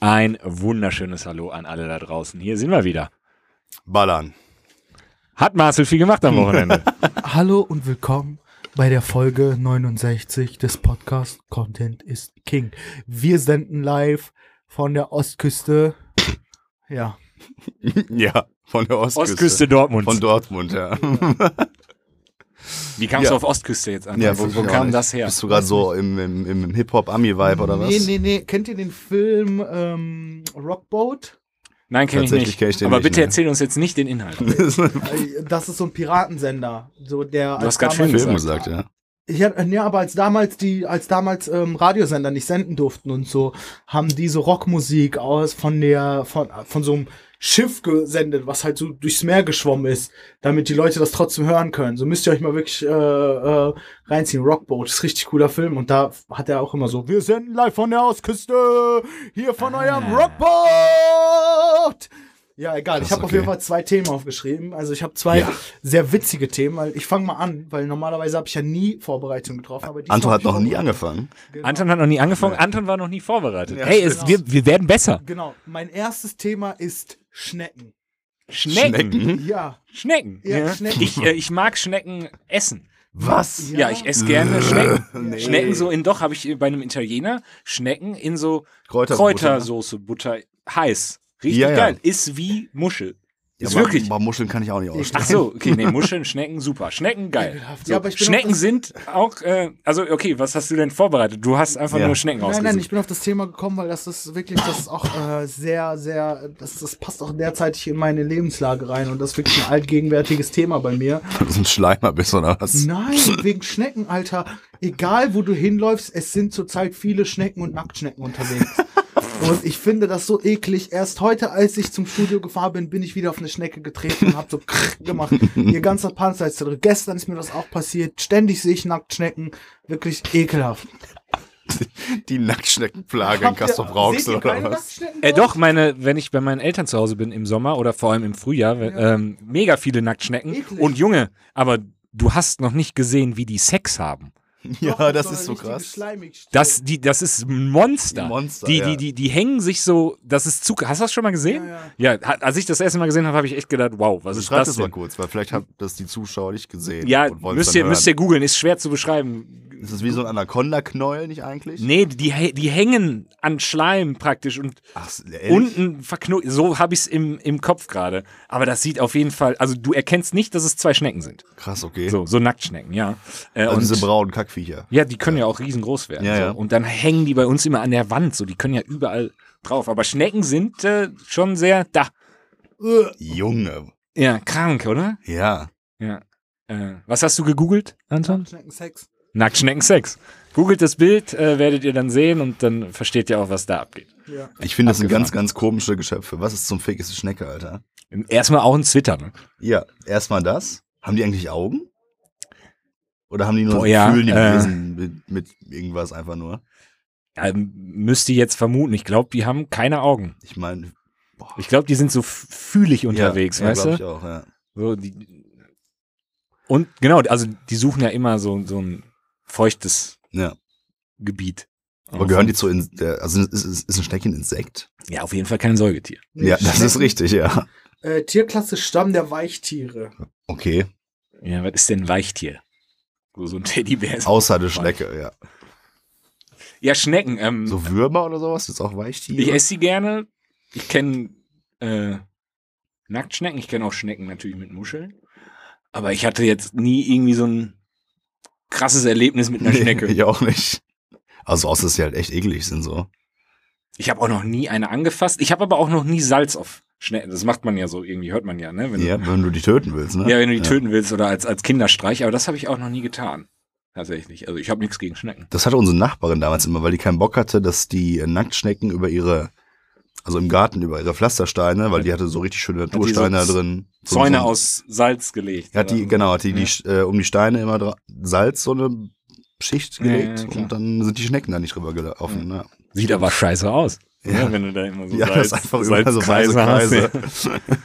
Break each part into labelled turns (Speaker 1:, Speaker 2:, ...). Speaker 1: Ein wunderschönes Hallo an alle da draußen. Hier sind wir wieder.
Speaker 2: Ballern.
Speaker 1: Hat Marcel viel gemacht am Wochenende.
Speaker 3: Hallo und willkommen bei der Folge 69 des Podcasts Content is King. Wir senden live von der Ostküste. Ja,
Speaker 2: Ja, von der Ostküste.
Speaker 1: Ostküste Dortmund.
Speaker 2: Von Dortmund, ja.
Speaker 1: Wie kamst du
Speaker 2: Ja.
Speaker 1: auf Ostküste jetzt an?
Speaker 2: ja
Speaker 1: wo
Speaker 2: weiß
Speaker 1: wo
Speaker 2: ich auch
Speaker 1: kam
Speaker 2: nicht.
Speaker 1: das her?
Speaker 2: Bist du gerade so im, im, im Hip-Hop-Ami-Vibe oder was?
Speaker 3: Nee, nee, nee. Kennt ihr den Film ähm, Rockboat?
Speaker 1: Nein, kenne ich
Speaker 2: Tatsächlich
Speaker 1: nicht.
Speaker 2: kenn ich den
Speaker 1: Aber
Speaker 2: nicht,
Speaker 1: bitte
Speaker 2: ne.
Speaker 1: erzähl uns jetzt nicht den Inhalt.
Speaker 3: Äh, Das ist so ein Piratensender. So der
Speaker 1: Du hast
Speaker 3: als
Speaker 1: grad
Speaker 3: damals-
Speaker 1: Film
Speaker 2: Film gesagt, ja.
Speaker 3: Ich hab, ja, aber als damals die, als damals ähm, Radiosender nicht senden durften und so, haben diese Rockmusik aus von der, von, äh, von so einem Schiff gesendet, was halt so durchs Meer geschwommen ist, damit die Leute das trotzdem hören können. So müsst ihr euch mal wirklich äh, äh, reinziehen. Rockboat ist richtig cooler Film und da hat er auch immer so, wir senden live von der Ostküste, hier von eurem Rockboat. Ja, egal. ich
Speaker 2: Ah. Krass,
Speaker 3: habe auf
Speaker 2: okay.
Speaker 3: jeden Fall zwei Themen aufgeschrieben. Also ich habe zwei
Speaker 2: Ja.
Speaker 3: sehr witzige Themen, weil ich fange mal an, weil normalerweise habe ich ja nie Vorbereitung getroffen. Aber diesmal
Speaker 2: Anton
Speaker 3: hab
Speaker 2: hat
Speaker 3: ich Genau.
Speaker 2: noch nie
Speaker 3: vorbereitet.
Speaker 2: angefangen.
Speaker 1: Anton hat noch nie angefangen. Anton war noch nie vorbereitet.
Speaker 2: Ja, genau.
Speaker 1: hey, es, wir, wir werden besser.
Speaker 3: Genau. Mein erstes Thema ist Schnecken.
Speaker 1: Schnecken.
Speaker 2: Schnecken?
Speaker 3: Ja.
Speaker 1: Schnecken.
Speaker 3: Ja, Schnecken.
Speaker 1: Ich, äh, ich mag Schnecken essen.
Speaker 2: Was?
Speaker 1: Ja, ich esse gerne Schnecken.
Speaker 2: Nee.
Speaker 1: Schnecken so in doch habe ich bei einem Italiener Schnecken in so
Speaker 2: Kräuterbutter.
Speaker 1: Kräutersoße, Butter, heiß. Richtig
Speaker 2: ne? Ja, ja.
Speaker 1: geil. Ist wie Muschel.
Speaker 2: Ja,
Speaker 1: Ist
Speaker 2: aber-
Speaker 1: wirklich.
Speaker 2: Aber Muscheln kann ich auch nicht
Speaker 1: Ach
Speaker 2: ausstehen.
Speaker 1: so, okay, nee, Muscheln, Schnecken, super. Schnecken, geil.
Speaker 3: Ekelhaft.
Speaker 1: So,
Speaker 3: Ja, aber ich bin
Speaker 1: Schnecken
Speaker 3: auch-
Speaker 1: sind auch, äh, also okay, was hast du denn vorbereitet? Du hast einfach
Speaker 2: Ja.
Speaker 1: nur Schnecken
Speaker 3: Nein,
Speaker 1: ausgesucht.
Speaker 3: nein, ich bin auf das Thema gekommen, weil das ist wirklich, das ist auch äh, sehr, sehr, das, das passt auch derzeitig in meine Lebenslage rein und das ist wirklich ein altgegenwärtiges Thema bei mir.
Speaker 2: Weil du so ein Schleimer bist oder was?
Speaker 3: Nein, wegen Schnecken, Alter. Egal, wo du hinläufst, es sind zurzeit viele Schnecken und Nacktschnecken unterwegs. Und ich finde das so eklig. Erst heute, als ich zum Studio gefahren bin, bin ich wieder auf eine Schnecke getreten und habe so krrr gemacht. Ihr ganzer Panzer ist da drin. Gestern ist mir das auch passiert. Ständig sehe ich Nacktschnecken. Wirklich ekelhaft.
Speaker 2: Die Nacktschneckenplage in
Speaker 3: Habt ihr-
Speaker 2: Castor Brauxel
Speaker 3: seht ihr
Speaker 2: oder
Speaker 3: keine
Speaker 2: was?
Speaker 3: Nacktschnecken?
Speaker 1: Äh, doch, meine, wenn ich bei meinen Eltern zu Hause bin im Sommer oder vor allem im Frühjahr, we- ähm, mega viele Nacktschnecken.
Speaker 3: Eklig.
Speaker 1: Und Junge, aber du hast noch nicht gesehen, wie die Sex haben.
Speaker 2: Ja, das
Speaker 3: Doch,
Speaker 2: ist so
Speaker 3: richtig
Speaker 2: krass.
Speaker 3: schleimig.
Speaker 1: Das, die, das ist ein Monster.
Speaker 2: Ein Monster,
Speaker 1: die,
Speaker 2: ja.
Speaker 1: die, die, die hängen sich so, das ist Zucker. Hast du das schon mal gesehen?
Speaker 3: Ja,
Speaker 1: ja. hat- als ich das erste Mal gesehen habe, habe ich echt gedacht, wow, was ist
Speaker 2: Schreib
Speaker 1: das
Speaker 2: Also das mal
Speaker 1: denn?
Speaker 2: kurz, weil vielleicht haben das die Zuschauer nicht gesehen.
Speaker 1: Ja,
Speaker 2: und wollen's
Speaker 1: müsst
Speaker 2: dann
Speaker 1: ihr, müsst
Speaker 2: hören.
Speaker 1: ihr googeln, ist schwer zu beschreiben.
Speaker 2: Ist das wie so ein Anaconda-Knäuel nicht eigentlich?
Speaker 1: Nee, die, hä- die hängen an Schleim praktisch und
Speaker 2: Ach, ehrlich?
Speaker 1: unten verknotet. So habe ich es im, im Kopf gerade. Aber das sieht auf jeden Fall, also du erkennst nicht, dass es zwei Schnecken sind.
Speaker 2: Krass, okay.
Speaker 1: So, so Nacktschnecken, ja. Äh,
Speaker 2: also diese
Speaker 1: und,
Speaker 2: braunen Kackviecher.
Speaker 1: ja, die können ja auch riesengroß werden.
Speaker 2: Ja,
Speaker 1: so.
Speaker 2: ja.
Speaker 1: Und dann hängen die bei uns immer an der Wand, so die können ja überall drauf. Aber Schnecken sind äh, schon sehr da.
Speaker 3: ja.
Speaker 2: Junge.
Speaker 1: Ja, krank, oder?
Speaker 2: Ja.
Speaker 1: Ja. Äh, was hast du gegoogelt, Anton?
Speaker 3: Nacktschnecken, Sex.
Speaker 1: Nacktschneckensex. Googelt das Bild, äh, werdet ihr dann sehen und dann versteht ihr auch, was da abgeht.
Speaker 3: Ja.
Speaker 2: Ich finde, das sind
Speaker 1: Abgefahren.
Speaker 2: ganz, ganz komische Geschöpfe. Was ist zum Fick? Ist eine Schnecke, Alter?
Speaker 1: Ähm, Erstmal auch ein Zwittern. ne?
Speaker 2: Ja, erstmal das. Haben die eigentlich Augen? Oder haben die nur
Speaker 1: Boah,
Speaker 2: ein
Speaker 1: ja,
Speaker 2: Fühlen im
Speaker 1: äh.
Speaker 2: Wesen mit, mit irgendwas einfach nur?
Speaker 1: Ja, müsste ich jetzt vermuten. Ich glaube, die haben keine Augen.
Speaker 2: Ich meine,
Speaker 1: Ich glaube, die sind so f- fühlig unterwegs,
Speaker 2: ja, ja,
Speaker 1: weißt
Speaker 2: glaub
Speaker 1: du?
Speaker 2: Ich auch, ja.
Speaker 1: So, die und genau, also die suchen ja immer so, so ein feuchtes
Speaker 2: ja.
Speaker 1: Gebiet.
Speaker 2: Aber gehören die zu, in, äh, also ist, ist, ist ein Schnecke ein Insekt?
Speaker 1: Ja, auf jeden Fall kein Säugetier.
Speaker 2: Ja, das ist richtig, ja.
Speaker 3: Äh, Tierklasse Stamm der Weichtiere.
Speaker 2: Okay,
Speaker 1: Ja, was ist denn ein Weichtier? So, so ein Teddybär. Ist.
Speaker 2: außer der Schnecke, ja.
Speaker 1: Ja, Schnecken. Ähm,
Speaker 2: So Würmer oder sowas, jetzt auch Weichtiere?
Speaker 1: ich esse sie gerne. Ich kenne äh, Nacktschnecken. Ich kenne auch Schnecken natürlich mit Muscheln. Aber ich hatte jetzt nie irgendwie so ein krasses Erlebnis mit einer
Speaker 2: Nee,
Speaker 1: Schnecke.
Speaker 2: Ich auch nicht. Also außer, dass sie halt echt eklig sind so.
Speaker 1: Ich habe auch noch nie eine angefasst. Ich habe aber auch noch nie Salz auf Schnecken. Das macht man ja so irgendwie, hört man ja, ne? Wenn,
Speaker 2: Ja, wenn du die töten willst,
Speaker 1: Du,
Speaker 2: ne?
Speaker 1: ja, wenn du die töten willst oder als, als Kinderstreich. Aber das habe ich auch noch nie getan. Tatsächlich. Also ich habe nichts gegen Schnecken.
Speaker 2: Das hatte unsere Nachbarin damals immer, weil die keinen Bock hatte, dass die äh, Nacktschnecken über ihre, also im Garten über ihre Pflastersteine, weil die hatte so richtig schöne
Speaker 1: so
Speaker 2: Natursteine da
Speaker 1: Z-
Speaker 2: drin. So-
Speaker 1: Zäune
Speaker 2: so,
Speaker 1: aus Salz gelegt.
Speaker 2: Hat die,
Speaker 1: oder?
Speaker 2: genau, hat die, die
Speaker 1: Ja.
Speaker 2: Sch- äh, um die Steine immer dra- Salz, so eine Schicht
Speaker 1: Ja, ja,
Speaker 2: gelegt
Speaker 1: klar.
Speaker 2: und dann sind die Schnecken da nicht drüber gelaufen. Ne?
Speaker 1: Sieht aber scheiße aus.
Speaker 2: Ja.
Speaker 1: ne, Wenn du da immer so
Speaker 2: Ja, das
Speaker 1: Salz,
Speaker 2: ist einfach überall so weiße
Speaker 1: Salzkreise
Speaker 2: Kreise.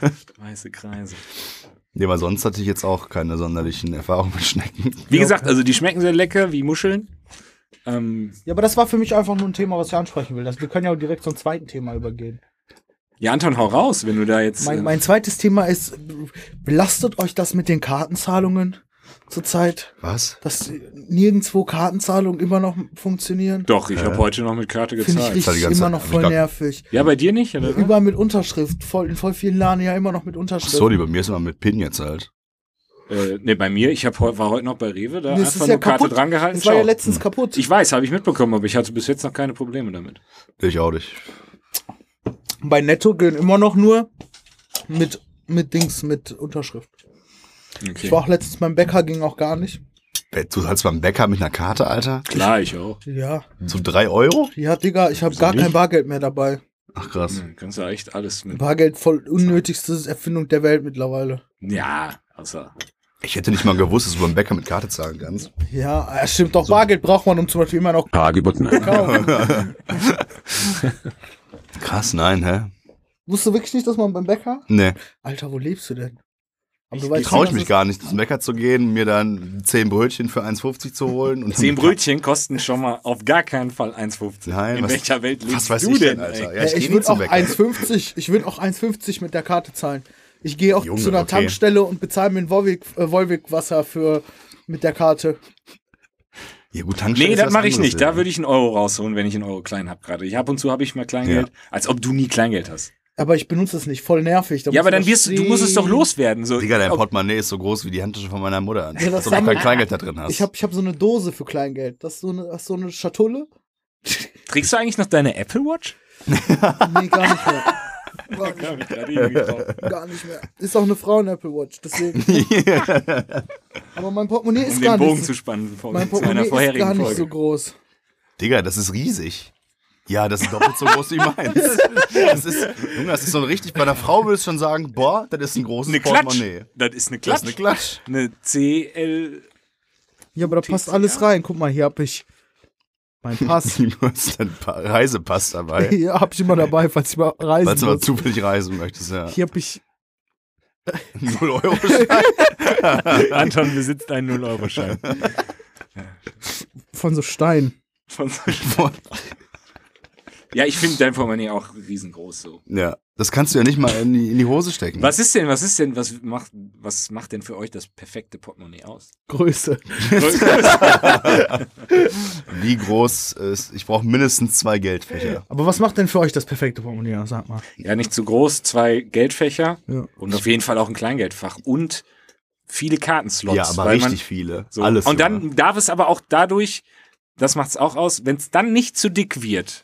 Speaker 1: hast. Weiße Kreise.
Speaker 2: Nee, aber sonst hatte ich jetzt auch keine sonderlichen Erfahrungen mit Schnecken.
Speaker 1: Wie gesagt, also die schmecken sehr lecker wie Muscheln. Ähm,
Speaker 3: Ja, aber das war für mich einfach nur ein Thema, was ich ansprechen will. Das, wir können ja auch direkt zum zweiten Thema übergehen.
Speaker 1: ja, Anton, hau raus, wenn du da jetzt.
Speaker 3: Mein,
Speaker 1: äh,
Speaker 3: mein zweites Thema ist, belastet euch das mit den Kartenzahlungen zurzeit,
Speaker 2: Was?
Speaker 3: dass nirgendwo Kartenzahlungen immer noch funktionieren?
Speaker 1: doch, ich habe
Speaker 2: Äh,
Speaker 1: heute noch mit Karte
Speaker 3: Finde ich
Speaker 1: gezahlt.
Speaker 2: Zahl die
Speaker 3: richtig
Speaker 2: ganze
Speaker 3: immer
Speaker 2: Zeit.
Speaker 3: noch
Speaker 2: Hab ich
Speaker 3: voll
Speaker 2: gar-
Speaker 3: nervig.
Speaker 1: Ja, bei dir nicht, oder?
Speaker 3: Überall mit Unterschrift, voll, in voll vielen Laden ja immer noch mit
Speaker 2: Ach
Speaker 3: Unterschrift.
Speaker 2: so, die bei mir ist immer mit Pin jetzt halt.
Speaker 1: Äh, ne, bei mir, ich hab, heu- war heute noch bei Rewe, da
Speaker 3: Nee, es
Speaker 1: einfach
Speaker 3: ist
Speaker 1: nur
Speaker 3: ja
Speaker 1: Karte
Speaker 3: kaputt.
Speaker 1: dran gehalten.
Speaker 3: das war ja
Speaker 1: ciao.
Speaker 2: Hm.
Speaker 3: letztens kaputt.
Speaker 1: ich weiß, habe ich mitbekommen, aber ich hatte bis jetzt noch keine Probleme damit.
Speaker 2: Ich auch nicht.
Speaker 3: Bei Netto gehen immer noch nur mit, mit Dings, mit Unterschrift. Ich
Speaker 1: Okay.
Speaker 3: war auch letztens beim Bäcker, ging auch gar nicht.
Speaker 2: Du zahlst beim Bäcker mit einer Karte, Alter?
Speaker 1: Klar, ich auch.
Speaker 3: Ja,
Speaker 1: Hm.
Speaker 2: So drei Euro?
Speaker 3: ja, Digga, ich habe gar
Speaker 2: nicht?
Speaker 3: kein Bargeld mehr dabei.
Speaker 2: Ach krass.
Speaker 1: Ja, Hm, Kannst du echt alles mit.
Speaker 3: Bargeld voll unnötigste Erfindung der Welt mittlerweile.
Speaker 1: Ja, also, außer.
Speaker 2: Ich hätte nicht mal gewusst, dass du beim Bäcker mit Karte zahlen kannst.
Speaker 3: Ja, äh, stimmt doch. Bargeld braucht man, um zum Beispiel immer noch zu
Speaker 4: Hagebutten.
Speaker 3: kaufen.
Speaker 2: Krass, nein, hä?
Speaker 3: Wusstest du wirklich nicht, dass man beim Bäcker?
Speaker 2: Nee.
Speaker 3: Alter, wo lebst du denn? Aber du
Speaker 1: Ich-
Speaker 3: weißt
Speaker 2: Traue ich
Speaker 3: schon,
Speaker 2: mich
Speaker 3: dass
Speaker 2: gar nicht, zum Bäcker zu gehen, mir dann zehn Brötchen für 1,50 zu holen. Und
Speaker 1: Zehn Brötchen kosten schon mal auf gar keinen Fall 1,50.
Speaker 2: Nein,
Speaker 1: In
Speaker 2: was-
Speaker 1: welcher Welt lebst
Speaker 2: Was weiß
Speaker 1: du
Speaker 2: ich
Speaker 1: denn,
Speaker 2: denn, Alter?
Speaker 1: Ey?
Speaker 2: Ja, ich
Speaker 3: es- Äh,
Speaker 2: gehe
Speaker 3: ich
Speaker 2: nie
Speaker 3: würde
Speaker 2: zum
Speaker 3: auch
Speaker 2: Bäcker.
Speaker 3: 1,50, ich würde auch 1,50 mit der Karte zahlen. Ich gehe auch
Speaker 2: Junge,
Speaker 3: zu einer
Speaker 2: okay.
Speaker 3: Tankstelle und bezahle mir ein Wolwig, äh, Wolwig Wasser für mit der Karte.
Speaker 2: Ja, gut, Tankstelle
Speaker 1: Nee,
Speaker 2: ist
Speaker 1: das
Speaker 2: was
Speaker 1: mache ich
Speaker 2: anderes,
Speaker 1: nicht. Da
Speaker 2: ja.
Speaker 1: würde ich einen Euro rausholen, wenn ich einen Euro klein habe gerade. Ich ab und zu habe ich mal Kleingeld, als ob du nie Kleingeld hast.
Speaker 3: Aber ich benutze es nicht, voll nervig. Da
Speaker 1: Ja,
Speaker 3: muss
Speaker 1: aber
Speaker 3: ich
Speaker 1: dann
Speaker 3: das
Speaker 1: wirst du, du musst es doch
Speaker 3: stehen.
Speaker 1: loswerden. So.
Speaker 2: Digga, dein
Speaker 1: Ob-
Speaker 2: Portemonnaie ist so groß wie die Handtasche von meiner Mutter.
Speaker 3: Ja, das
Speaker 2: Als ob du
Speaker 3: haben-
Speaker 2: kein Kleingeld da drin hast.
Speaker 3: Ich habe ich hab so eine Dose für Kleingeld. Das ist so eine, das ist so eine Schatulle.
Speaker 1: Trägst du eigentlich noch deine Apple Watch?
Speaker 3: Nee, gar nicht mehr. Gar
Speaker 1: Ja,
Speaker 3: nicht,
Speaker 1: hab ich gerade irgendwie drauf.
Speaker 3: gar nicht mehr. Ist auch eine Frauen-Apple Watch, deswegen. Aber mein Portemonnaie ist
Speaker 1: um
Speaker 3: gar
Speaker 1: den Bogen
Speaker 3: nicht.
Speaker 1: zu spannen vor,
Speaker 3: mein
Speaker 1: zu meiner
Speaker 3: Portemonnaie ist
Speaker 1: vorherigen
Speaker 3: gar nicht
Speaker 1: Folge.
Speaker 3: so groß.
Speaker 2: Digga, das ist riesig. Ja, das ist doppelt so groß wie meins. Das ist, Junge, das ist so ein richtig, bei einer Frau würdest du schon sagen, boah, das ist ein großes
Speaker 1: eine Klatsch.
Speaker 2: Portemonnaie.
Speaker 1: Das ist eine
Speaker 2: Das
Speaker 1: Klatsch.
Speaker 2: ist eine Klatsch.
Speaker 1: eine CL.
Speaker 3: Ja, aber da passt alles rein. Guck mal, hier hab ich mein Pass.
Speaker 2: Die muss dann pa- Reisepass dabei,
Speaker 3: hier hab ich immer dabei, falls ich mal reisen
Speaker 2: falls du mal
Speaker 3: muss.
Speaker 2: zufällig reisen möchtest, ja.
Speaker 3: Hier hab ich,
Speaker 2: 0 Euro Schein.
Speaker 1: Anton besitzt einen 0-Euro-Schein.
Speaker 3: von so Stein.
Speaker 1: Von so- ja, ich finde dein Portemonnaie auch riesengroß so.
Speaker 2: Ja, das kannst du ja nicht mal in die, in die Hose stecken.
Speaker 1: Was ist denn, was ist denn, was macht, was macht denn für euch das perfekte Portemonnaie aus?
Speaker 3: Größe.
Speaker 2: Wie groß ist, ich brauche mindestens zwei Geldfächer.
Speaker 3: Aber was macht denn für euch das perfekte Portemonnaie? Sag mal.
Speaker 1: ja, nicht zu groß, zwei Geldfächer
Speaker 3: Ja.
Speaker 1: und auf jeden Fall auch ein Kleingeldfach und viele Kartenslots.
Speaker 2: ja, aber
Speaker 1: weil man-
Speaker 2: richtig viele.
Speaker 1: So.
Speaker 2: Alles.
Speaker 1: und dann
Speaker 2: Junge.
Speaker 1: darf es aber auch dadurch, das macht es auch aus, wenn es dann nicht zu dick wird,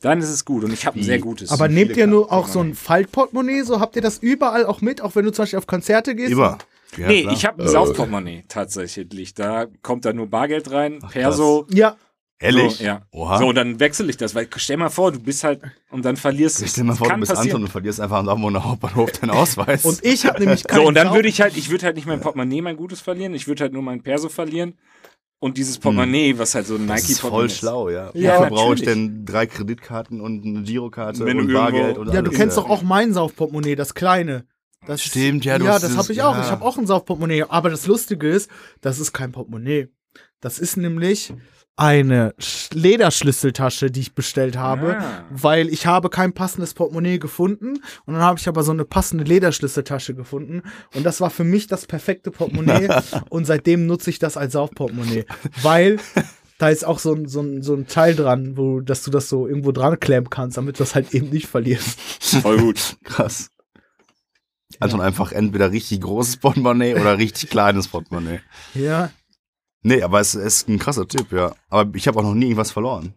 Speaker 1: dann ist es gut. Und ich habe ein sehr
Speaker 2: Hm.
Speaker 1: gutes.
Speaker 3: Aber nehmt
Speaker 2: viele
Speaker 3: ihr nur
Speaker 2: Karten,
Speaker 3: auch so ein Faltportemonnaie? So habt ihr das überall auch mit, auch wenn du zum Beispiel auf Konzerte gehst?
Speaker 2: Immer. Ja,
Speaker 1: nee,
Speaker 2: klar.
Speaker 1: ich habe ein Saufportemonnaie tatsächlich. Da kommt dann nur Bargeld rein, Perso.
Speaker 3: Ja,
Speaker 2: Ehrlich?
Speaker 1: So, ja.
Speaker 2: Oha.
Speaker 1: So, und dann wechsle ich das, weil stell mal vor, du bist halt und dann verlierst du
Speaker 2: Ich
Speaker 1: es.
Speaker 2: stell dir mal vor, du
Speaker 1: Kann
Speaker 2: bist Anton
Speaker 1: passieren.
Speaker 2: und verlierst einfach am Dortmunder Hauptbahnhof deinen Ausweis.
Speaker 3: und ich hab nämlich keinen
Speaker 1: So, und dann
Speaker 3: Sau-
Speaker 1: würde ich halt, ich würde halt nicht mein Portemonnaie, mein Gutes verlieren, ich würde halt nur mein Perso verlieren und dieses Portemonnaie, was halt so ein
Speaker 2: Hm. das ist
Speaker 1: Nike-Portemonnaie
Speaker 2: voll schlau, ja.
Speaker 3: Ja,
Speaker 2: Wofür brauche ich
Speaker 1: natürlich.
Speaker 2: denn drei Kreditkarten und eine Girokarte
Speaker 1: Wenn du
Speaker 2: und
Speaker 1: irgendwo-
Speaker 2: Bargeld und
Speaker 3: Ja,
Speaker 2: alles,
Speaker 3: du kennst
Speaker 2: ja.
Speaker 3: doch auch mein Saufportemonnaie, das kleine. Das
Speaker 2: Stimmt, ja, du
Speaker 3: Ja,
Speaker 2: hast
Speaker 3: das
Speaker 2: dieses-
Speaker 3: habe ich auch.
Speaker 2: ja.
Speaker 3: Ich habe auch ein Saufportemonnaie. Aber das Lustige ist, das ist kein Portemonnaie. Das ist nämlich eine Sch- Lederschlüsseltasche, die ich bestellt habe,
Speaker 1: Ah.
Speaker 3: weil ich habe kein passendes Portemonnaie gefunden und dann habe ich aber so eine passende Lederschlüsseltasche gefunden und das war für mich das perfekte Portemonnaie und seitdem nutze ich das als Saufportemonnaie, weil da ist auch so ein, so ein, so ein Teil dran, wo, dass du das so irgendwo dran klemmen kannst, damit du das halt eben nicht verlierst.
Speaker 1: Voll gut.
Speaker 2: Krass. Anton einfach entweder richtig großes Portemonnaie oder richtig kleines Portemonnaie.
Speaker 3: Ja,
Speaker 2: Nee, aber es ist ein krasser Typ, ja. Aber ich habe auch noch nie irgendwas verloren.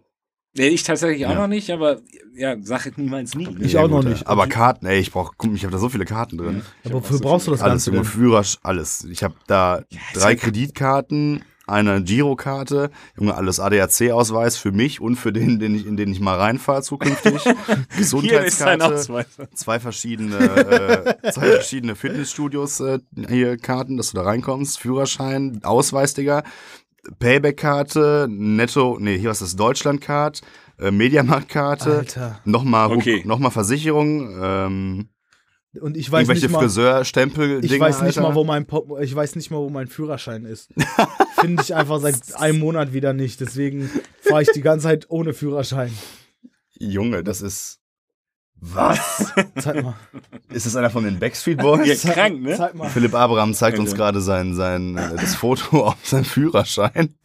Speaker 1: Nee, ich tatsächlich auch
Speaker 2: Ja.
Speaker 1: noch nicht, aber ja, Sache niemals nie.
Speaker 3: Ich
Speaker 2: Ja,
Speaker 3: auch noch
Speaker 2: ja.
Speaker 3: nicht.
Speaker 2: Aber Karten, ey, ich brauch, guck, ich habe da so viele Karten drin.
Speaker 1: Ich
Speaker 3: aber
Speaker 1: hab auch
Speaker 3: wofür
Speaker 1: so
Speaker 3: brauchst du
Speaker 1: viele-
Speaker 3: das
Speaker 2: alles,
Speaker 3: Ganze
Speaker 2: Junge,
Speaker 3: denn?
Speaker 2: Führersch, alles. Ich habe da
Speaker 1: ist
Speaker 2: drei
Speaker 1: ja-
Speaker 2: Kreditkarten, eine Girokarte, Junge, alles ADAC-Ausweis für mich und für den, den ich, in den ich mal reinfahre zukünftig.
Speaker 1: Hier ist dein
Speaker 2: Gesundheitskarte.
Speaker 1: Ausweis.
Speaker 2: zwei verschiedene, äh, zwei verschiedene Fitnessstudios äh, hier Karten, dass du da reinkommst, Führerschein, Ausweis, Digga, Payback-Karte, Netto, nee, hier was ist das, Deutschland-Card, äh, Mediamarkt-Karte,
Speaker 3: Alter.
Speaker 2: nochmal
Speaker 1: Okay.
Speaker 2: okay. noch mal Versicherung, ähm,
Speaker 3: Und ich weiß
Speaker 2: Irgendwelche
Speaker 3: nicht mal,
Speaker 2: Friseurstempel,
Speaker 3: ich
Speaker 2: Dinger,
Speaker 3: weiß nicht
Speaker 2: Alter.
Speaker 3: mal, wo mein Pop ich weiß nicht mal, wo mein Führerschein ist. Finde ich einfach seit einem Monat wieder nicht. Deswegen fahre ich die ganze Zeit ohne Führerschein.
Speaker 2: Junge, das ist. Was?
Speaker 3: Zeig mal.
Speaker 2: ist das einer von den Backstreet Boys?
Speaker 1: Ja, krank, ne?
Speaker 3: Zeig mal.
Speaker 2: Philipp Abraham zeigt uns
Speaker 1: Alter.
Speaker 2: gerade sein, sein, äh, das Foto auf seinem Führerschein.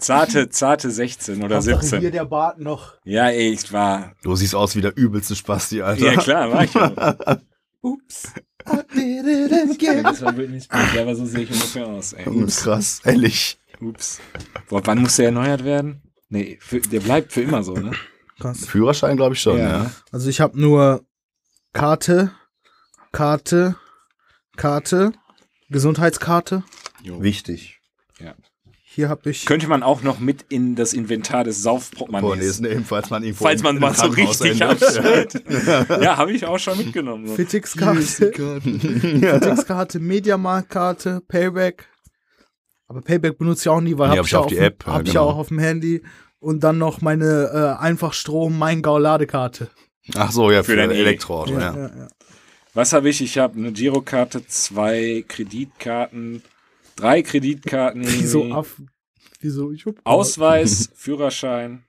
Speaker 1: Zarte, zarte 16 oder
Speaker 3: Hauptsache Hier
Speaker 1: 17.
Speaker 3: der Bart noch.
Speaker 1: Ja, ey, ich war.
Speaker 2: Du siehst aus wie der übelste Spasti, Alter.
Speaker 1: Ja, klar, war ich auch.
Speaker 3: Ups. I did it again.
Speaker 1: Das war wirklich gut, aber so sehe ich ungefähr aus, ey.
Speaker 2: Junge, Krass, ehrlich.
Speaker 1: Ups. Boah, wann muss der erneuert werden? Nee, für, der bleibt für immer so, ne?
Speaker 3: Krass.
Speaker 2: Führerschein, glaube ich schon, ne? ja.
Speaker 3: Also ich habe nur Karte, Karte, Karte, Gesundheitskarte.
Speaker 1: Jo.
Speaker 2: Wichtig.
Speaker 3: Hier habe ich.
Speaker 1: Könnte man auch noch mit in das Inventar des
Speaker 2: Boah, nee,
Speaker 1: Saufportemonnaies.
Speaker 2: ist nehmen, falls man irgendwo
Speaker 1: Falls man
Speaker 2: in- in
Speaker 1: mal so
Speaker 2: einem Krankenhaus
Speaker 1: richtig
Speaker 2: endet.
Speaker 1: abschneidet. ja, habe ich auch schon mitgenommen. So.
Speaker 3: Fitix-Karte,
Speaker 2: Ja.
Speaker 3: Fitix-Karte, Mediamarkt-Karte, Payback. Aber Payback benutze ich auch nie, weil
Speaker 2: Nee, hab
Speaker 3: habe ich,
Speaker 2: ich
Speaker 3: ja
Speaker 2: auf
Speaker 3: auf
Speaker 2: die
Speaker 3: dem-
Speaker 2: App, ja,
Speaker 3: hab ich ja
Speaker 2: genau.
Speaker 3: auch auf dem Handy. Und dann noch meine äh, Einfachstrom-Maingau-Ladekarte.
Speaker 2: Ach so, ja, für,
Speaker 1: Für dein
Speaker 2: dein
Speaker 1: E.
Speaker 2: Elektroauto, ja.
Speaker 3: ja, ja.
Speaker 1: Was habe ich? Ich habe eine Girokarte, zwei Kreditkarten, drei Kreditkarten.
Speaker 3: Wieso
Speaker 1: irgendwie.
Speaker 3: auf. Wieso? Ich hab-
Speaker 1: Ausweis, Führerschein,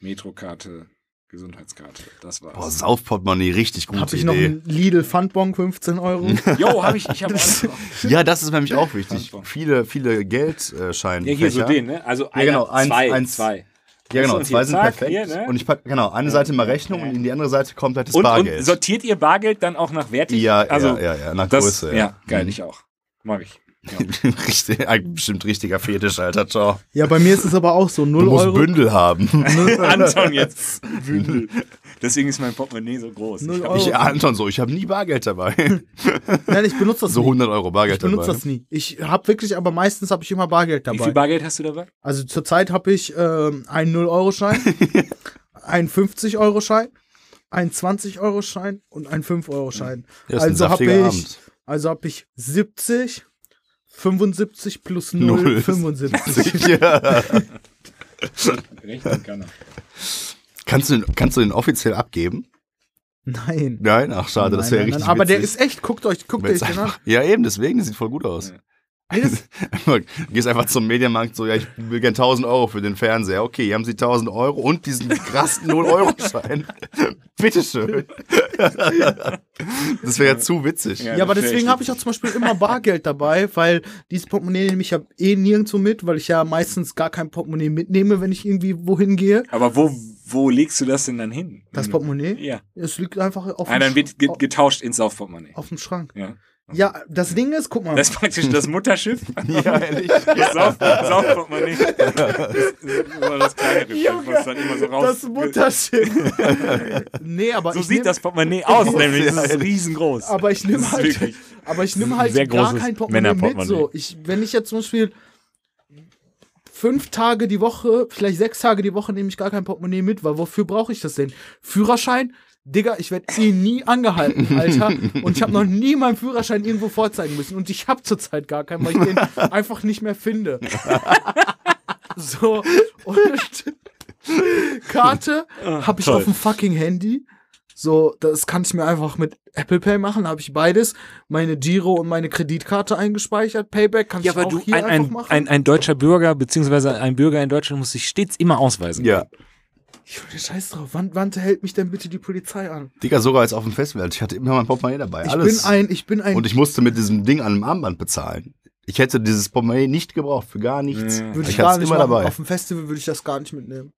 Speaker 1: Metrokarte, Gesundheitskarte. Das
Speaker 2: Boah,
Speaker 1: war's.
Speaker 2: Saufportemonnaie, richtig gute
Speaker 3: Hab ich noch
Speaker 2: Idee.
Speaker 3: einen Lidl Pfandbon, 15 Euro.
Speaker 1: Jo, habe ich. Ich habe alles. noch.
Speaker 2: ja, das ist nämlich auch wichtig.
Speaker 1: Handbon.
Speaker 2: Viele, viele Geldscheine.
Speaker 1: Ja, hier so den, ne? Also einer,
Speaker 2: genau, eins,
Speaker 1: zwei,
Speaker 2: eins.
Speaker 1: zwei.
Speaker 2: Ja, genau,
Speaker 1: Und hier,
Speaker 2: zwei sind
Speaker 1: zack,
Speaker 2: perfekt.
Speaker 1: hier, ne?
Speaker 2: Und ich packe, genau, eine Seite mal Rechnung und in die andere Seite komplettes
Speaker 1: Und, und
Speaker 2: Bargeld.
Speaker 1: sortiert ihr Bargeld dann auch nach Wertig?
Speaker 2: ja,
Speaker 1: also
Speaker 2: ja, ja, ja, Mhm. nach
Speaker 1: das,
Speaker 2: Größe.
Speaker 1: ja. geil, ich auch. Mag ich. Ja.
Speaker 2: Richtig, ein bestimmt richtiger Fetisch, Alter, ciao.
Speaker 3: Ja, bei mir ist es aber auch so. 0
Speaker 2: Du musst
Speaker 3: Euro.
Speaker 2: Bündel haben.
Speaker 1: Anton jetzt. Bündel. Deswegen ist mein Portemonnaie so groß.
Speaker 3: Null
Speaker 1: Ich hab-
Speaker 3: Euro.
Speaker 2: Ich ahne schon so, ich habe nie Bargeld dabei.
Speaker 3: Nein, ich benutze das
Speaker 2: So
Speaker 3: nie.
Speaker 2: 100 Euro
Speaker 3: Ich
Speaker 2: Bargeld dabei.
Speaker 3: benutze das nie. Ich habe wirklich, aber meistens habe ich immer Bargeld
Speaker 1: Wie viel
Speaker 3: dabei.
Speaker 1: Bargeld hast du dabei?
Speaker 3: Also zurzeit habe ich ähm, einen 0-Euro-Schein, einen 50-Euro-Schein, einen 20-Euro-Schein und einen 5-Euro-Schein.
Speaker 2: Ja, ist ein
Speaker 3: also habe
Speaker 2: saftiger
Speaker 3: ich,
Speaker 2: Abend.
Speaker 3: also hab ich 70, 75 plus 0,
Speaker 2: Null.
Speaker 3: 75.
Speaker 2: ja.
Speaker 1: Rechnen kann er.
Speaker 2: kannst, du, den- kannst du den offiziell abgeben?
Speaker 3: Nein.
Speaker 2: Nein, ach schade,
Speaker 3: nein,
Speaker 2: das wäre
Speaker 3: nein,
Speaker 2: richtig
Speaker 3: nein. Aber der
Speaker 2: witzig.
Speaker 3: ist ne? echt, guckt euch, guckt euch
Speaker 2: Wenn's
Speaker 3: den an.
Speaker 2: einfach, ja, eben, deswegen, das sieht voll gut aus. Du gehst einfach zum Mediamarkt so, ja, ich will gern 1000 Euro für den Fernseher. Okay, hier haben sie 1000 Euro und diesen krassen 0-Euro-Schein. Bitteschön. Das wäre ja zu witzig.
Speaker 1: Ja.
Speaker 3: Ja, aber
Speaker 1: das wär
Speaker 3: deswegen
Speaker 1: echt
Speaker 3: habe ich auch zum Beispiel immer Bargeld dabei, weil dieses Portemonnaie nehme ich ja eh nirgendwo mit, weil ich ja meistens gar kein Portemonnaie mitnehme, wenn ich irgendwie wohin gehe.
Speaker 1: Aber wo, wo legst du das denn dann hin?
Speaker 2: Mhm.
Speaker 3: Das
Speaker 1: Wenn du-
Speaker 3: Portemonnaie,
Speaker 1: Ja.
Speaker 3: es liegt einfach auf,
Speaker 1: Ah,
Speaker 3: dem,
Speaker 1: dann wird ge-
Speaker 3: Schrank,
Speaker 1: getauscht ins Saufportemonnaie.
Speaker 3: auf, auf dem Schrank.
Speaker 1: Ja.
Speaker 3: Ja, das Ding ist, guck mal,
Speaker 1: Das ist praktisch das Mutterschiff.
Speaker 2: Ja, ehrlich.
Speaker 1: Das Sauf- Saufportemonnaie. Das ist immer das kleine Riff, was dann immer so raus.
Speaker 3: das Mutterschiff. nee, aber
Speaker 1: so
Speaker 3: ich
Speaker 1: sieht
Speaker 3: nehm,
Speaker 1: das Portemonnaie aus, nämlich. Das ist riesengroß.
Speaker 3: aber ich nehme
Speaker 1: Das ist
Speaker 3: halt,
Speaker 1: wirklich-
Speaker 3: aber ich
Speaker 1: das
Speaker 3: nehme
Speaker 1: ist
Speaker 3: halt
Speaker 1: ein sehr
Speaker 3: gar
Speaker 1: großes
Speaker 3: kein Portemonnaie mit.
Speaker 1: Männerportemonnaie.
Speaker 3: So. Ich, wenn ich jetzt zum Beispiel fünf Tage die Woche, vielleicht sechs Tage die Woche nehme ich gar kein Portemonnaie mit, weil wofür brauche ich das denn? Führerschein? Digga, ich werde eh nie angehalten, Alter. Und ich habe noch nie meinen Führerschein irgendwo vorzeigen müssen. Und ich habe zurzeit gar keinen, weil ich den einfach nicht mehr finde. So, und Karte habe ich
Speaker 1: Ah, toll.
Speaker 3: auf dem fucking Handy. So, das kann ich mir einfach mit Apple Pay machen, habe ich beides. Meine Giro und meine Kreditkarte eingespeichert. Payback kann
Speaker 1: Ja,
Speaker 3: ich
Speaker 1: aber
Speaker 3: auch
Speaker 1: du,
Speaker 3: hier
Speaker 1: ein,
Speaker 3: einfach
Speaker 1: ein,
Speaker 3: machen.
Speaker 1: ein, ein deutscher Bürger, beziehungsweise ein Bürger in Deutschland muss sich stets immer ausweisen.
Speaker 2: Ja.
Speaker 3: Junge, scheiß drauf. Wann, wann hält mich denn bitte die Polizei an?
Speaker 2: Digga, sogar jetzt auf dem Festival. Ich hatte immer mein Portemonnaie dabei.
Speaker 3: Ich
Speaker 2: Alles.
Speaker 3: bin ein, ich bin ein.
Speaker 2: und ich musste mit diesem Ding an dem Armband bezahlen. Ich hätte dieses Portemonnaie nicht gebraucht, für gar nichts.
Speaker 1: Ja.
Speaker 3: würde ich,
Speaker 2: ich
Speaker 3: gar
Speaker 2: hatte es
Speaker 3: nicht
Speaker 2: immer
Speaker 3: machen.
Speaker 2: dabei.
Speaker 3: Auf dem Festival würde ich das gar nicht mitnehmen.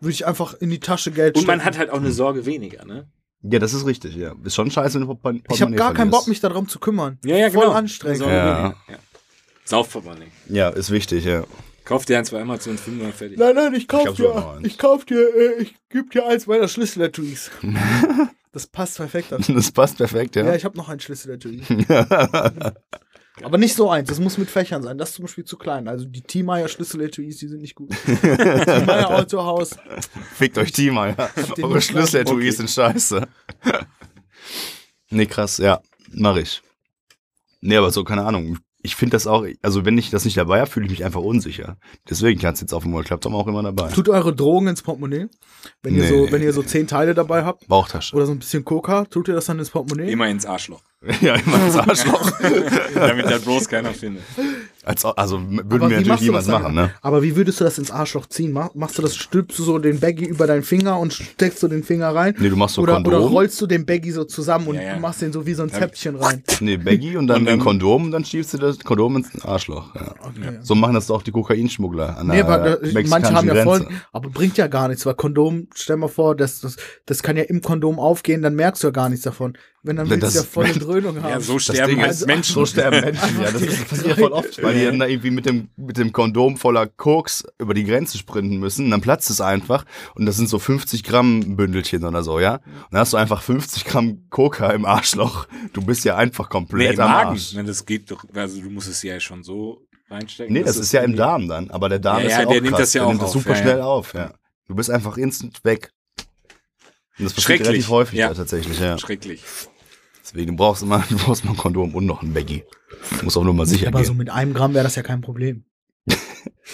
Speaker 3: Würde ich einfach in die Tasche Geld
Speaker 1: Und man
Speaker 3: stecken.
Speaker 1: hat halt auch eine Sorge weniger, ne?
Speaker 2: Ja, das ist richtig, ja. Ist schon scheiße, wenn du Portem- Portemonnaie
Speaker 3: ich habe gar keinen
Speaker 2: verlierst.
Speaker 3: Bock, mich darum zu kümmern.
Speaker 1: Ja, ja,
Speaker 3: Voll
Speaker 1: genau.
Speaker 3: anstrengend.
Speaker 1: Eine Sorge
Speaker 2: Ja.
Speaker 1: weniger, ja. Saufportemonnaie.
Speaker 2: Ja, ist wichtig, ja.
Speaker 1: Kauft dir eins bei Amazon 5 und fertig.
Speaker 3: Nein, nein, ich kauf
Speaker 2: Ich hab sogar noch
Speaker 3: dir,
Speaker 2: eins.
Speaker 3: ich kauf dir, äh, ich geb dir eins meiner Schlüsselettuis. das passt perfekt dazu.
Speaker 2: Das passt perfekt,
Speaker 3: Ja,
Speaker 2: ja.
Speaker 3: ich habe noch ein Schlüsseletui. Aber nicht so eins, das muss mit Fächern sein. Das ist zum Beispiel zu klein. Also die Thiemeyer Schlüsseletuis, die sind nicht gut. Thiemeyer Autohaus.
Speaker 2: Fickt euch die mal. Ja.
Speaker 3: den
Speaker 2: Eure
Speaker 3: nicht
Speaker 2: Schlüssel-Etuis
Speaker 1: Okay.
Speaker 2: sind scheiße. nee, krass, ja. Mach ich. Nee, aber so, keine Ahnung. ich finde das auch, also wenn ich das nicht dabei habe, fühle ich mich einfach unsicher. Deswegen kannst du jetzt auf dem World Club Sommer auch immer dabei.
Speaker 3: Tut eure Drogen ins Portemonnaie. Wenn ihr so,
Speaker 2: Nee.
Speaker 3: wenn ihr so zehn Teile dabei habt
Speaker 2: Bauchtasche.
Speaker 3: oder so ein bisschen Coca, tut ihr das dann ins Portemonnaie?
Speaker 1: Immer ins Arschloch.
Speaker 2: ja, immer das Arschloch.
Speaker 1: Damit das bloß keiner findet.
Speaker 2: Als, also m-
Speaker 3: Aber
Speaker 2: würden wir
Speaker 3: wie
Speaker 2: natürlich
Speaker 3: machst du
Speaker 2: niemals
Speaker 3: das dann?
Speaker 2: machen, ne?
Speaker 3: Aber wie würdest du das ins Arschloch ziehen? Mach- Machst du das, stülpst du so den Baggy über deinen Finger und steckst du den Finger rein?
Speaker 2: Nee, du machst so
Speaker 3: oder,
Speaker 2: Kondom.
Speaker 3: oder rollst du den Baggy so zusammen und
Speaker 1: Ja, ja.
Speaker 3: machst den so wie so ein Zäpfchen rein?
Speaker 2: Nee, Baggy und dann,
Speaker 1: Und dann-
Speaker 2: den Kondom und dann schiebst du das Kondom ins Arschloch. Ja. So machen das doch die Kokainschmuggler an der
Speaker 3: Nee, aber äh,
Speaker 2: mexikanischen
Speaker 3: manche haben ja
Speaker 2: Grenze.
Speaker 3: voll, aber bringt ja gar nichts, weil Kondom, stell mal vor, das, das, das kann ja im Kondom aufgehen, dann merkst du ja gar nichts davon. Wenn dann
Speaker 2: Wenn
Speaker 3: willst du ja
Speaker 2: das-
Speaker 3: volle Dröhnung haben.
Speaker 1: Ja, so
Speaker 2: Das
Speaker 1: sterben
Speaker 2: Ding
Speaker 1: halt
Speaker 2: ist,
Speaker 1: Menschen.
Speaker 2: So sterben Menschen, ja. Das ist- passiert voll oft, weil die dann da irgendwie mit dem, mit dem Kondom voller Koks über die Grenze sprinten müssen. Und dann platzt es einfach. Und das sind so 50 Gramm Bündelchen oder so, ja. Und dann hast du einfach 50 Gramm Coca im Arschloch. Du bist ja einfach
Speaker 1: Nee,
Speaker 2: komplett
Speaker 1: im
Speaker 2: am
Speaker 1: Magen.
Speaker 2: Arsch.
Speaker 1: Ne, das geht doch, also du musst es ja schon so reinstecken.
Speaker 2: Nee,
Speaker 1: dass
Speaker 2: das
Speaker 1: es
Speaker 2: ist ja im
Speaker 1: irgendwie-
Speaker 2: Darm dann. Aber der Darm
Speaker 1: Ja,
Speaker 2: ist
Speaker 1: ja,
Speaker 2: ja, auch
Speaker 1: der nimmt
Speaker 2: krass.
Speaker 1: das ja
Speaker 2: der
Speaker 1: auch
Speaker 2: nimmt das
Speaker 1: auf,
Speaker 2: super
Speaker 1: ja, ja.
Speaker 2: schnell auf, ja. Du bist einfach instant weg. Und das passiert
Speaker 1: Schrecklich,
Speaker 2: relativ häufig
Speaker 1: ja.
Speaker 2: da tatsächlich, ja.
Speaker 1: Schrecklich.
Speaker 2: Deswegen, du brauchst immer, du brauchst mal ein Kondom und noch ein Baggy. Du musst auch nur mal sicher
Speaker 3: aber so
Speaker 2: gehen.
Speaker 3: mit einem Gramm wäre das ja kein Problem.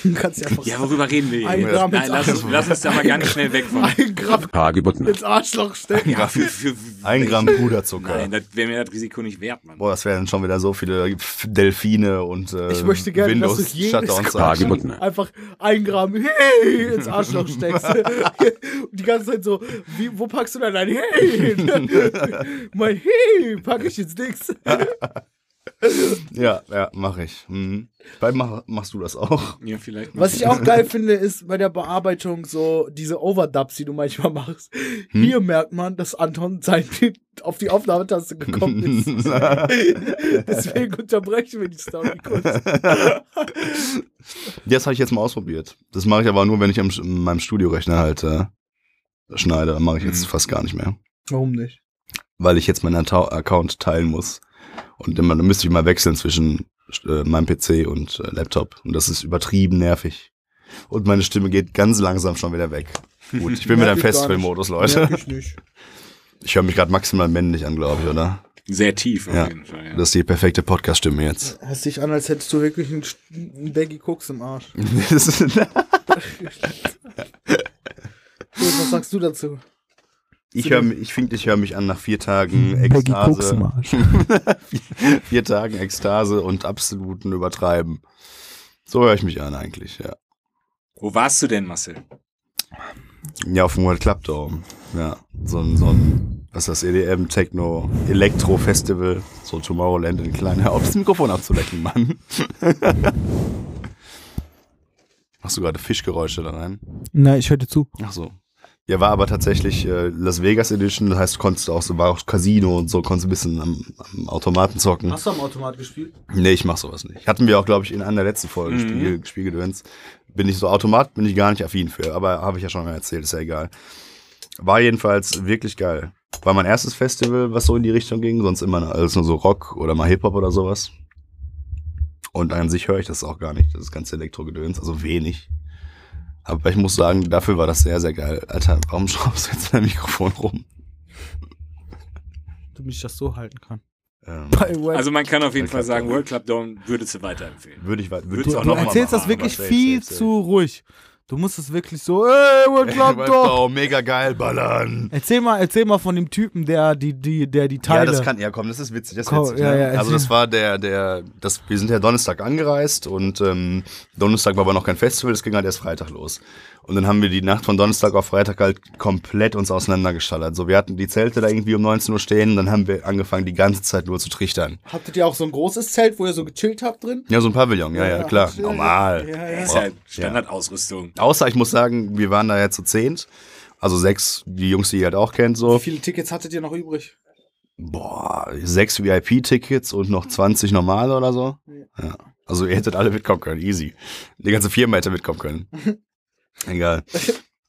Speaker 3: du kannst ja einfach
Speaker 1: Ja, worüber reden wir
Speaker 3: Ein
Speaker 1: hier?
Speaker 3: Gramm
Speaker 1: Nein,
Speaker 3: ins
Speaker 1: lass, uns-
Speaker 3: Arschloch.
Speaker 1: lass uns da mal ganz schnell weg von.
Speaker 3: ein Gramm
Speaker 4: Hagebutten.
Speaker 3: ins Arschloch stecken.
Speaker 1: Ja, für, für,
Speaker 2: Ein Gramm Puderzucker.
Speaker 1: Nein, das wäre mir das Risiko nicht wert, Mann.
Speaker 2: Boah, das wären schon wieder so viele Delfine und äh,
Speaker 3: Ich möchte gerne, dass
Speaker 2: Windows
Speaker 3: du jedes
Speaker 2: Shutdowns.
Speaker 4: Quark-
Speaker 2: haben.
Speaker 4: Hagebutten.
Speaker 3: einfach ein Gramm hey, ins Arschloch steckst. Und die ganze Zeit so, wie, wo packst du denn dein Hey hin? mein Hey packe ich jetzt nix.
Speaker 2: Ja, ja, mach ich. Mhm. Bei mach, machst du das auch.
Speaker 1: Ja, vielleicht mal.
Speaker 3: Was ich auch geil finde, ist bei der Bearbeitung so diese Overdubs, die du manchmal machst.
Speaker 2: Hm?
Speaker 3: Hier merkt man, dass Anton sein auf die Aufnahmetaste gekommen ist. Deswegen unterbrechen wir die Story kurz.
Speaker 2: Das habe ich jetzt mal ausprobiert. Das mache ich aber nur, wenn ich am, in meinem Studiorechner halt äh, schneide. Mache ich jetzt
Speaker 1: Mhm.
Speaker 2: fast gar nicht mehr.
Speaker 3: Warum nicht?
Speaker 2: Weil ich jetzt meinen Ata- Account teilen muss. Und immer, dann müsste ich mal wechseln zwischen äh, meinem PC und äh, Laptop. Und das ist übertrieben nervig. Und meine Stimme geht ganz langsam schon wieder weg. Gut, ich bin wieder im
Speaker 3: Nervig gar nicht.
Speaker 2: Festfilmmodus, Leute.
Speaker 3: Merk ich nicht.
Speaker 2: Ich höre mich gerade maximal männlich an, glaube ich, oder?
Speaker 1: Sehr tief auf
Speaker 2: Ja.
Speaker 1: jeden Fall. Ja.
Speaker 2: Das ist die perfekte Podcast-Stimme jetzt.
Speaker 3: Hörst dich an, als hättest du wirklich einen, St- einen Baggy Cooks im Arsch.
Speaker 2: Das ist-
Speaker 3: Gut, was sagst du dazu?
Speaker 2: ich hör, mich- ich finde, ich höre mich an nach vier Tagen Ekstase. Vier Tagen Ekstase und absoluten Übertreiben. So höre ich mich an eigentlich, ja.
Speaker 1: Wo warst du denn, Marcel?
Speaker 2: Ja, auf dem World Club Dome. Ja, so ein, so ein, was ist das, EDM, Techno, Elektro Festival, so Tomorrowland in klein. Hör auf, das Mikrofon abzulecken, Mann. Machst du gerade Fischgeräusche da rein?
Speaker 5: Nein, ich hörte zu.
Speaker 2: Ach so. Ja, war aber tatsächlich äh, Las Vegas Edition, das heißt, du konntest auch so, war auch Casino und so, konntest ein bisschen am, am Automaten zocken.
Speaker 3: Hast du am Automat gespielt?
Speaker 2: Nee, ich mach sowas nicht. Hatten wir auch, glaube ich, in einer der letzten Folgen
Speaker 1: Mhm.
Speaker 2: Spiel, Spielgedöns. Bin ich so Automat, bin ich gar nicht affin für, aber habe ich ja schon mal erzählt, ist ja egal. War jedenfalls wirklich geil. War mein erstes Festival, was so in die Richtung ging, sonst immer alles nur so Rock oder mal Hip-Hop oder sowas. Und an sich höre ich das auch gar nicht, das ganze Elektro-Gedöns, also wenig. Aber ich muss sagen, dafür war das sehr, sehr geil. Alter, warum schraubst du jetzt dein Mikrofon rum?
Speaker 5: Damit ich das so halten kann.
Speaker 2: Ähm,
Speaker 1: Also man kann auf jeden Fall
Speaker 2: World Club
Speaker 1: sagen,
Speaker 2: Dome.
Speaker 1: World Club Down würdest du weiterempfehlen.
Speaker 2: würde ich, wei- würde
Speaker 1: Würdest
Speaker 2: ich
Speaker 1: du-
Speaker 2: auch
Speaker 1: du
Speaker 5: Du
Speaker 2: noch mal
Speaker 5: erzählst das
Speaker 2: machen,
Speaker 5: wirklich
Speaker 2: aber safe,
Speaker 5: viel
Speaker 2: safe, safe.
Speaker 5: zu ruhig. Du musst es wirklich so, ey, what glaubt doch.
Speaker 2: Wow, mega geil, ballern.
Speaker 5: Erzähl mal, erzähl mal von dem Typen, der die, die, der die Teile.
Speaker 2: Ja, das kann, ja komm, das ist witzig, das ist
Speaker 5: Komm,
Speaker 2: witzig.
Speaker 5: ja,
Speaker 2: ne?
Speaker 5: ja,
Speaker 2: also
Speaker 5: erzähl.
Speaker 2: das war der, der, das, wir sind ja Donnerstag angereist und ähm, Donnerstag war aber noch kein Festival, das ging halt erst Freitag los. Und dann haben wir die Nacht von Donnerstag auf Freitag halt komplett uns auseinandergeschallert. So, wir hatten die Zelte da irgendwie um 19 Uhr stehen und dann haben wir angefangen, die ganze Zeit nur zu trichtern.
Speaker 3: Hattet ihr auch so ein großes Zelt, wo ihr so gechillt habt drin?
Speaker 2: Ja, so ein Pavillon, ja, ja,
Speaker 3: Ja,
Speaker 2: klar,
Speaker 3: schön.
Speaker 2: normal.
Speaker 3: Ja, ja.
Speaker 1: Das ist
Speaker 2: Boah,
Speaker 1: ja Standardausrüstung.
Speaker 2: Außer ich muss sagen, wir waren da ja zu zehnt. Also sechs, die Jungs, die ihr halt auch kennt, so.
Speaker 3: Wie viele Tickets hattet ihr noch übrig?
Speaker 2: Boah, sechs VIP-Tickets und noch 20 normale oder so. Ja. Also ihr hättet alle mitkommen können, easy. Die ganze Firma hätte mitkommen können. Egal.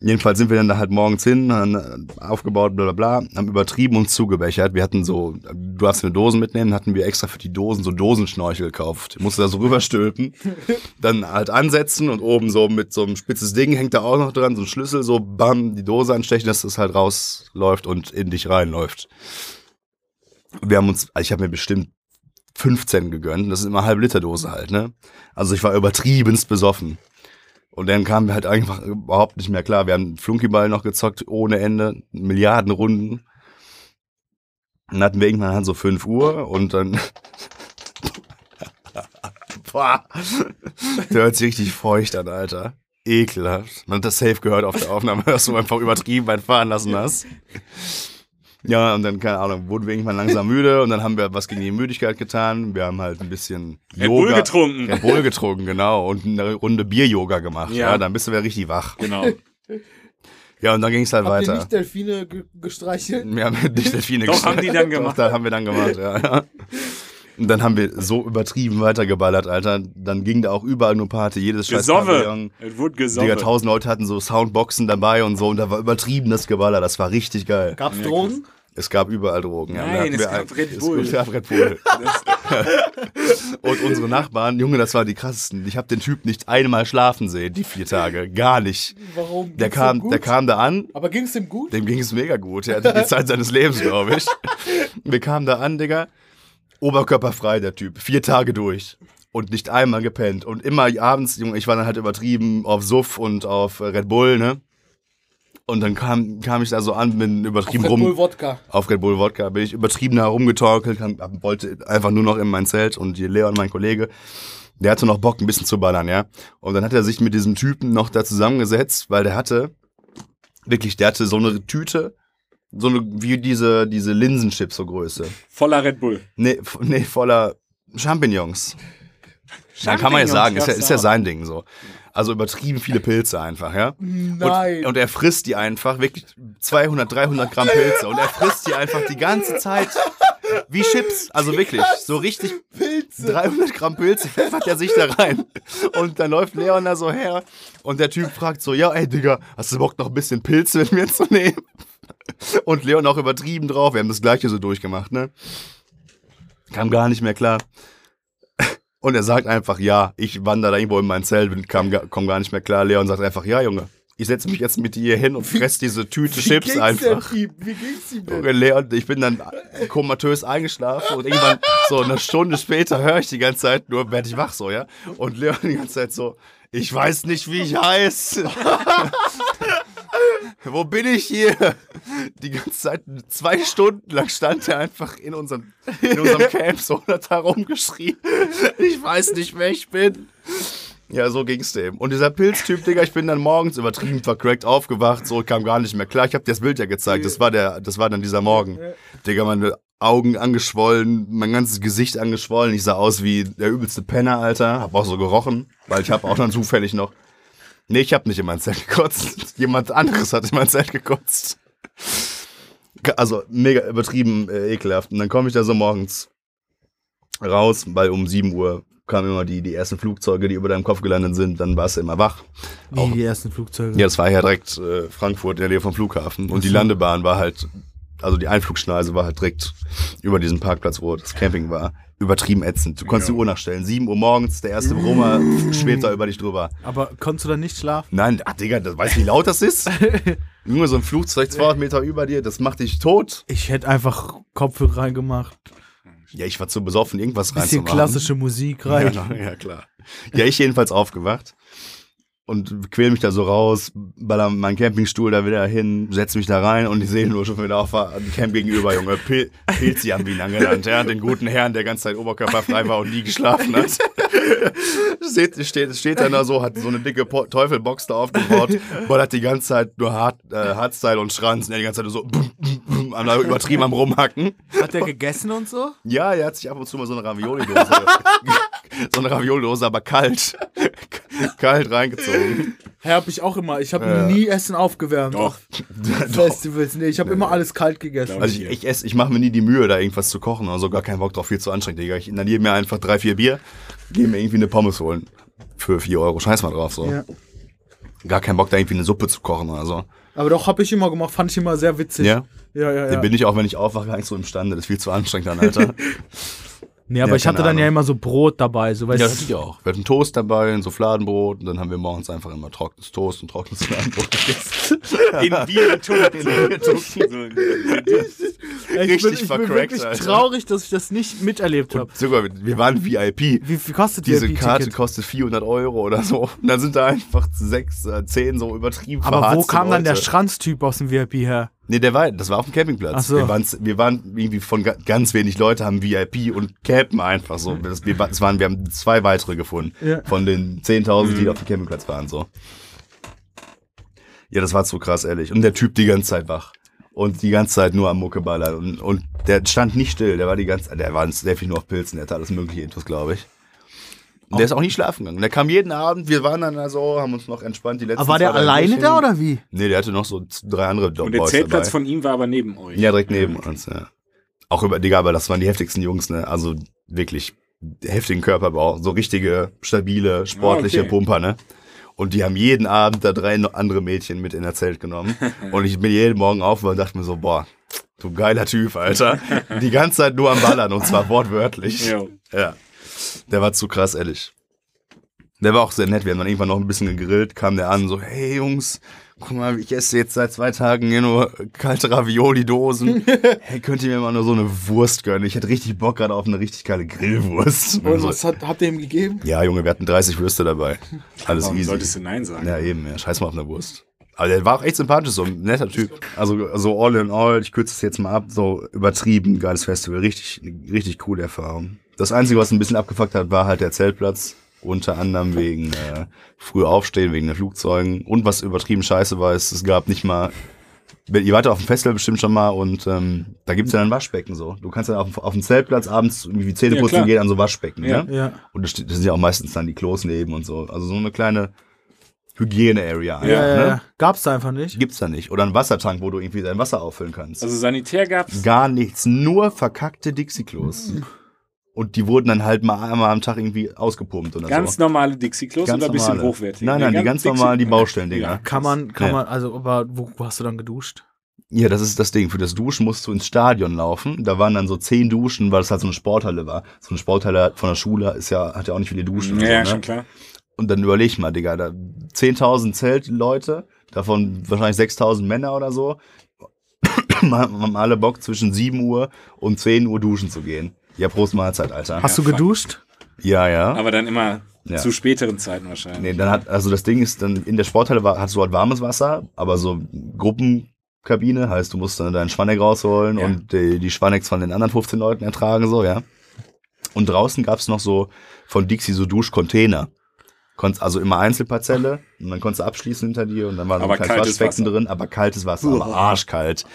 Speaker 2: Jedenfalls sind wir dann da halt morgens hin, haben aufgebaut, bla bla bla, haben übertrieben und zugebechert. Wir hatten so, du darfst eine Dosen mitnehmen, hatten wir extra für die Dosen so Dosenschnorchel gekauft. Musste da so rüberstülpen, dann halt ansetzen und oben so mit so einem spitzes Ding hängt da auch noch dran, so ein Schlüssel, so bam, die Dose anstechen, dass das halt rausläuft und in dich reinläuft. Wir haben uns, also ich habe mir bestimmt 15 gegönnt. Und das ist immer halb Liter Dose halt, ne? Also ich war übertriebenst besoffen. Und dann kamen wir halt einfach überhaupt nicht mehr klar. Wir haben Flunkyball noch gezockt ohne Ende, Milliarden Runden. Dann hatten wir irgendwann halt so 5 Uhr und dann. Boah. Der hört sich richtig feucht an, Alter. Ekelhaft. Man hat das safe gehört auf der Aufnahme, dass du einfach übertrieben weit fahren lassen hast. Ja, und dann, keine Ahnung, wurden wir irgendwann langsam müde und dann haben wir was gegen die Müdigkeit getan. Wir haben halt ein bisschen
Speaker 1: Red Bull
Speaker 2: Yoga-
Speaker 1: getrunken.
Speaker 2: Red Bull getrunken, genau. Und eine Runde Bier-Yoga gemacht. Ja.
Speaker 1: Ja.
Speaker 2: dann bist du wieder richtig wach.
Speaker 1: Genau.
Speaker 2: Ja, und dann ging es halt
Speaker 3: Habt ihr
Speaker 2: weiter.
Speaker 3: nicht Delfine ge gestreichelt?
Speaker 2: Wir haben halt nicht Delfine
Speaker 1: Doch, haben die dann gemacht.
Speaker 2: Doch, da haben wir dann gemacht, ja. Und dann haben wir so übertrieben weitergeballert, Alter. Dann ging da auch überall nur Party, jedes scheiß
Speaker 1: Gesoffe.
Speaker 2: Pavillon.
Speaker 1: Es wurde
Speaker 2: Digga,
Speaker 1: gesoffe.
Speaker 2: tausend Leute hatten so Soundboxen dabei und so und da war übertrieben das Geballer, das war richtig geil.
Speaker 3: Gab's Drogen?
Speaker 2: Es gab überall Drogen. ja. Und da
Speaker 1: Nein,
Speaker 2: hatten
Speaker 1: es
Speaker 2: wir
Speaker 1: gab
Speaker 2: ein-
Speaker 1: Red Bull.
Speaker 2: Es gab Red Bull. und unsere Nachbarn, Junge, das war die krassesten. Ich habe den Typ nicht einmal schlafen sehen, die vier Tage. Gar nicht.
Speaker 3: Warum?
Speaker 2: Der
Speaker 3: Ging's ihm
Speaker 2: kam,
Speaker 3: gut?
Speaker 2: der kam da an,
Speaker 3: Aber ging's dem gut?
Speaker 2: dem ging es mega gut. Er hatte die Zeit seines Lebens, glaube ich. Wir kamen da an, Digga. Oberkörperfrei, der Typ. Vier Tage durch. Und nicht einmal gepennt. Und immer abends, Junge, ich war dann halt übertrieben auf Suff und auf äh, Red Bull, ne? Und dann kam, kam ich da so an, bin übertrieben
Speaker 3: Red
Speaker 2: rum.
Speaker 3: Bull Wodka.
Speaker 2: Auf Red Bull Wodka bin ich übertrieben herumgetorkelt, hab- wollte einfach nur noch in mein Zelt und hier Leon, mein Kollege, der hatte noch Bock, ein bisschen zu ballern, ja. Und dann hat er sich mit diesem Typen noch da zusammengesetzt, weil der hatte, wirklich, der hatte so eine Tüte, so eine, wie diese, diese Linsenchips so Größe.
Speaker 1: Voller Red Bull.
Speaker 2: Nee, f- nee voller Champignons. Dann kann man ja sagen, ist ja, ist ja sein Ding so. Also übertrieben viele Pilze einfach, ja.
Speaker 3: Nein.
Speaker 2: Und, und er frisst die einfach, wirklich 200, 300 Gramm Pilze. Und er frisst die einfach die ganze Zeit. Wie Chips, also wirklich, so richtig
Speaker 3: Pilze.
Speaker 2: 300 Gramm Pilze pfeffert er sich da rein. Und dann läuft Leon da so her und der Typ fragt so, ja ey Digga, hast du Bock noch ein bisschen Pilze mit mir zu nehmen? Und Leon auch übertrieben drauf, wir haben das gleiche so durchgemacht, ne? Kam gar nicht mehr klar. Und er sagt einfach, ja, ich wandere da irgendwo in mein Zelt, bin- kam, ga- komm gar nicht mehr klar. Leon sagt einfach, ja Junge, ich setze mich jetzt mit dir hin und fress diese Tüte Chips
Speaker 3: ging's
Speaker 2: einfach.
Speaker 3: Dem ihm? Wie ging's ihm denn?
Speaker 2: Junge, Leon, ich bin dann komatös eingeschlafen und irgendwann so eine Stunde später höre ich die ganze Zeit nur, werde ich wach so, ja? Und Leon die ganze Zeit so, ich weiß nicht, wie ich heiß. Wo bin ich hier? Die ganze Zeit, zwei Stunden lang stand er einfach in unserem, in unserem Camp so und hat da rumgeschrien. Ich weiß nicht, wer ich bin. Ja, so ging's dem. Und dieser Pilztyp, Digga, ich bin dann morgens übertrieben vercrackt aufgewacht, so kam gar nicht mehr klar. Ich hab dir das Bild ja gezeigt, das war, der, das war dann dieser Morgen. Digga, meine Augen angeschwollen, mein ganzes Gesicht angeschwollen. Ich sah aus wie der übelste Penner, Alter. Hab auch so gerochen, weil ich hab auch dann zufällig noch. Nee, ich hab nicht in mein Zelt gekotzt. Jemand anderes hat in mein Zelt gekotzt. Also mega übertrieben äh, ekelhaft. Und dann komme ich da so morgens raus, weil um 7 Uhr kamen immer die, die ersten Flugzeuge, die über deinem Kopf gelandet sind. Dann warst du immer wach.
Speaker 5: Wie die ersten Flugzeuge.
Speaker 2: Ja, das war ja direkt äh, Frankfurt in der Nähe vom Flughafen. Und die Landebahn war halt, also die Einflugschneise war halt direkt über diesen Parkplatz, wo das Camping war. Übertrieben ätzend. Du konntest die Uhr nachstellen. 7 Uhr morgens, der erste Brummer schwebt da über dich drüber.
Speaker 5: Aber konntest du dann nicht schlafen?
Speaker 2: Nein, ach Digga, das, weißt du, wie laut das ist? Junge, so ein Flugzeug 200 Meter über dir, das macht dich tot.
Speaker 5: Ich hätte einfach Kopfhörer reingemacht.
Speaker 2: Ja, ich war zu besoffen, irgendwas
Speaker 5: Bisschen
Speaker 2: reinzumachen.
Speaker 5: klassische Musik rein.
Speaker 2: Ja, genau. ja, klar. Ja, ich jedenfalls aufgewacht und quäl mich da so raus, baller meinen Campingstuhl da wieder hin, setz mich da rein und ich sehe nur schon wieder auf dem Camp gegenüber, Junge. Pil Pilzi haben wir ihn angenannt, ja. Den guten Herrn, der ganze Zeit oberkörperfrei war und nie geschlafen hat. steht, steht, steht dann da so, hat so eine dicke Po- Teufelbox da aufgebaut, ballert die ganze Zeit nur Hard, äh, Hardstyle und Schranzen, der die ganze Zeit nur so bum, bum, bum, am- übertrieben am Rumhacken.
Speaker 5: Hat der gegessen und so?
Speaker 2: Ja, er hat sich ab und zu mal so eine Ravioli-Dose. so eine Ravioli-Dose, aber kalt. kalt reingezogen.
Speaker 5: Ja, hab ich auch immer. Ich habe
Speaker 2: Ja.
Speaker 5: nie Essen aufgewärmt.
Speaker 1: Doch.
Speaker 5: Festivals. Nee, ich habe immer alles kalt gegessen.
Speaker 1: Glaub
Speaker 2: Also ich, ich esse, ich mache mir nie die Mühe, da irgendwas zu kochen. Also gar keinen Bock drauf, viel zu anstrengend, Digga. Ich inhaliere mir einfach drei, vier Bier, gehe mir irgendwie eine Pommes holen. Für vier Euro, scheiß mal drauf, so.
Speaker 5: Ja.
Speaker 2: Gar keinen Bock, da irgendwie eine Suppe zu kochen oder so.
Speaker 5: Aber doch, habe ich immer gemacht. Fand ich immer sehr witzig.
Speaker 2: Ja?
Speaker 5: Ja, ja,
Speaker 2: Den
Speaker 5: ja.
Speaker 2: bin ich auch, wenn ich aufwache, gar nicht so imstande. Das ist viel zu anstrengend dann, Alter.
Speaker 5: Nee, aber
Speaker 2: Ja,
Speaker 5: ich hatte
Speaker 2: keine
Speaker 5: dann ja
Speaker 2: Ahnung.
Speaker 5: immer so Brot dabei, so weißt
Speaker 2: Ja,
Speaker 5: du.
Speaker 2: das hatte ich auch. Wir hatten Toast dabei, ein Souffladenbrot und dann haben wir morgens einfach immer trockenes Toast und trockenes Souffladenbrot gegessen.
Speaker 1: In
Speaker 5: ich bin,
Speaker 2: Richtig
Speaker 5: ich bin
Speaker 2: vercrackt,
Speaker 5: wirklich
Speaker 2: Alter.
Speaker 5: traurig, dass ich das nicht miterlebt habe.
Speaker 2: Sogar, wir wir waren VIP.
Speaker 5: Wie viel kostet
Speaker 2: Diese
Speaker 5: VIP -Ticket?
Speaker 2: Karte kostet 400 Euro oder so. Und dann sind da einfach sechs, äh, zehn so übertrieben
Speaker 5: Aber wo
Speaker 2: verharzte
Speaker 5: kam dann der
Speaker 2: Leute.
Speaker 5: Schranztyp aus dem VIP her?
Speaker 2: Nee, der war, das war auf dem
Speaker 5: Ach
Speaker 2: Campingplatz.
Speaker 5: so.
Speaker 2: Wir, waren, wir waren irgendwie von ga- ganz wenig Leute haben VIP und campen einfach so. Das, wir, das waren, wir haben zwei weitere gefunden.
Speaker 5: Ja. Mhm.
Speaker 2: Von den 10.000, die auf dem Campingplatz waren, so. Ja, das war zu krass, ehrlich. Und der Typ die ganze Zeit wach. Und die ganze Zeit nur am Muckeballern. Und, und der stand nicht still. Der war die ganze Der war sehr viel nur auf Pilzen. Der hatte alles mögliche Intus, glaube ich. Und der ist auch nicht schlafen gegangen. Der kam jeden Abend. Wir waren dann also, haben uns noch entspannt die letzten
Speaker 5: Aber war der
Speaker 2: zwei, drei
Speaker 5: alleine
Speaker 2: Bierchen-
Speaker 5: da oder wie?
Speaker 2: Nee, der hatte noch so z- drei andere
Speaker 1: Und der
Speaker 2: Boys
Speaker 1: Zeltplatz
Speaker 2: dabei.
Speaker 1: von ihm war aber neben euch.
Speaker 2: Ja, direkt neben uns, ja. Auch über, Digga, aber das waren die heftigsten Jungs, ne? Also wirklich heftigen Körperbau, so richtige, stabile, sportliche
Speaker 1: Ah, okay.
Speaker 2: Pumper, ne? Und die haben jeden Abend da drei no- andere Mädchen mit in der Zelt genommen. Und ich bin jeden Morgen aufgewacht und dachte mir so, boah, du geiler Typ, Alter. Die ganze Zeit nur am Ballern und zwar wortwörtlich.
Speaker 1: Ja.
Speaker 2: Ja. Der war zu krass, ehrlich. Der war auch sehr nett. Wir haben dann irgendwann noch ein bisschen gegrillt, kam der an, so, hey Jungs, guck mal, ich esse jetzt seit zwei Tagen hier nur kalte Ravioli-Dosen. hey, könnt ihr mir mal nur so eine Wurst gönnen? Ich hätte richtig Bock gerade auf eine richtig geile Grillwurst. Und
Speaker 3: Und
Speaker 2: so,
Speaker 3: was hat, habt ihr ihm gegeben?
Speaker 2: ja, Junge, wir hatten 30 Würste dabei. Alles
Speaker 1: Warum
Speaker 2: easy.
Speaker 1: solltest du Nein sagen?
Speaker 2: Ja, eben, ja. scheiß mal auf eine Wurst. Aber der war auch echt sympathisch, so ein netter Typ. Also so all in all, ich kürze es jetzt mal ab, so übertrieben, geiles Festival, richtig, richtig coole Erfahrung. Das Einzige, was ein bisschen abgefuckt hat, war halt der Zeltplatz. Unter anderem wegen äh, früh aufstehen, wegen den Flugzeugen. Und was übertrieben scheiße war, ist, es gab nicht mal. Ihr wart ja auf dem Festival bestimmt schon mal und ähm, da gibt's ja dann ein Waschbecken so. Du kannst dann auf, dem- auf dem Zeltplatz abends irgendwie Zähne
Speaker 1: Ja,
Speaker 2: putzen
Speaker 1: klar.
Speaker 2: gehen an so Waschbecken.
Speaker 1: Ja.
Speaker 2: Ne?
Speaker 5: Ja.
Speaker 2: Und da steht- da sind ja auch meistens dann die Klos neben und so. Also so eine kleine Hygiene-Area. einfach,
Speaker 1: Ja,
Speaker 5: Ja, ja,
Speaker 2: ne?
Speaker 5: ja. Gab's da einfach nicht.
Speaker 2: Gibt's da nicht. Oder einen Wassertank, wo du irgendwie dein Wasser auffüllen kannst.
Speaker 1: Also Sanitär gab's.
Speaker 2: Gar nichts. Nur verkackte Dixie-Klos.
Speaker 1: Mhm.
Speaker 2: Und die wurden dann halt mal einmal am Tag irgendwie ausgepumpt oder
Speaker 1: Ganz
Speaker 2: so.
Speaker 1: normale Dixie-Klos oder ein bisschen hochwertig?
Speaker 2: Also
Speaker 1: ne?
Speaker 2: Nein, nein, die ganz normalen, die Baustellen-Dinger.
Speaker 5: Kann man, kann
Speaker 2: Ja.
Speaker 5: man, also, aber wo, wo hast du dann geduscht?
Speaker 2: Ja, das ist das Ding. Für das Duschen musst du ins Stadion laufen. Da waren dann so zehn Duschen, weil das halt so eine Sporthalle war. So eine Sporthalle von der Schule ist ja, hat ja auch nicht viele Duschen. und
Speaker 1: Ja, ja,
Speaker 2: so, ne?
Speaker 1: schon klar.
Speaker 2: Und dann überleg mal, Digga, da 10.000 Zeltleute, davon wahrscheinlich 6.000 Männer oder so, haben alle Bock zwischen 7 Uhr und 10 Uhr duschen zu gehen. Ja, Prost Mahlzeit, Alter.
Speaker 5: Hast
Speaker 1: Ja,
Speaker 5: du
Speaker 1: fuck.
Speaker 5: geduscht?
Speaker 2: Ja, ja.
Speaker 1: Aber dann immer
Speaker 2: Ja.
Speaker 1: zu späteren Zeiten wahrscheinlich.
Speaker 2: Nee, dann hat, also das Ding ist, dann in der Sporthalle war, hast du halt warmes Wasser, aber so Gruppenkabine, heißt, du musst dann deinen Schwanneck rausholen
Speaker 1: Ja.
Speaker 2: und die, die Schwannecks von den anderen 15 Leuten ertragen, so, ja. Und draußen gab's noch so von Dixie so Duschcontainer. Konntest also immer Einzelparzelle und dann konntest du abschließen hinter dir und dann war so
Speaker 1: Aber
Speaker 2: ein kleines
Speaker 1: kaltes
Speaker 2: Waschbecken
Speaker 1: Wasser.
Speaker 2: drin, aber kaltes Wasser, aber arschkalt.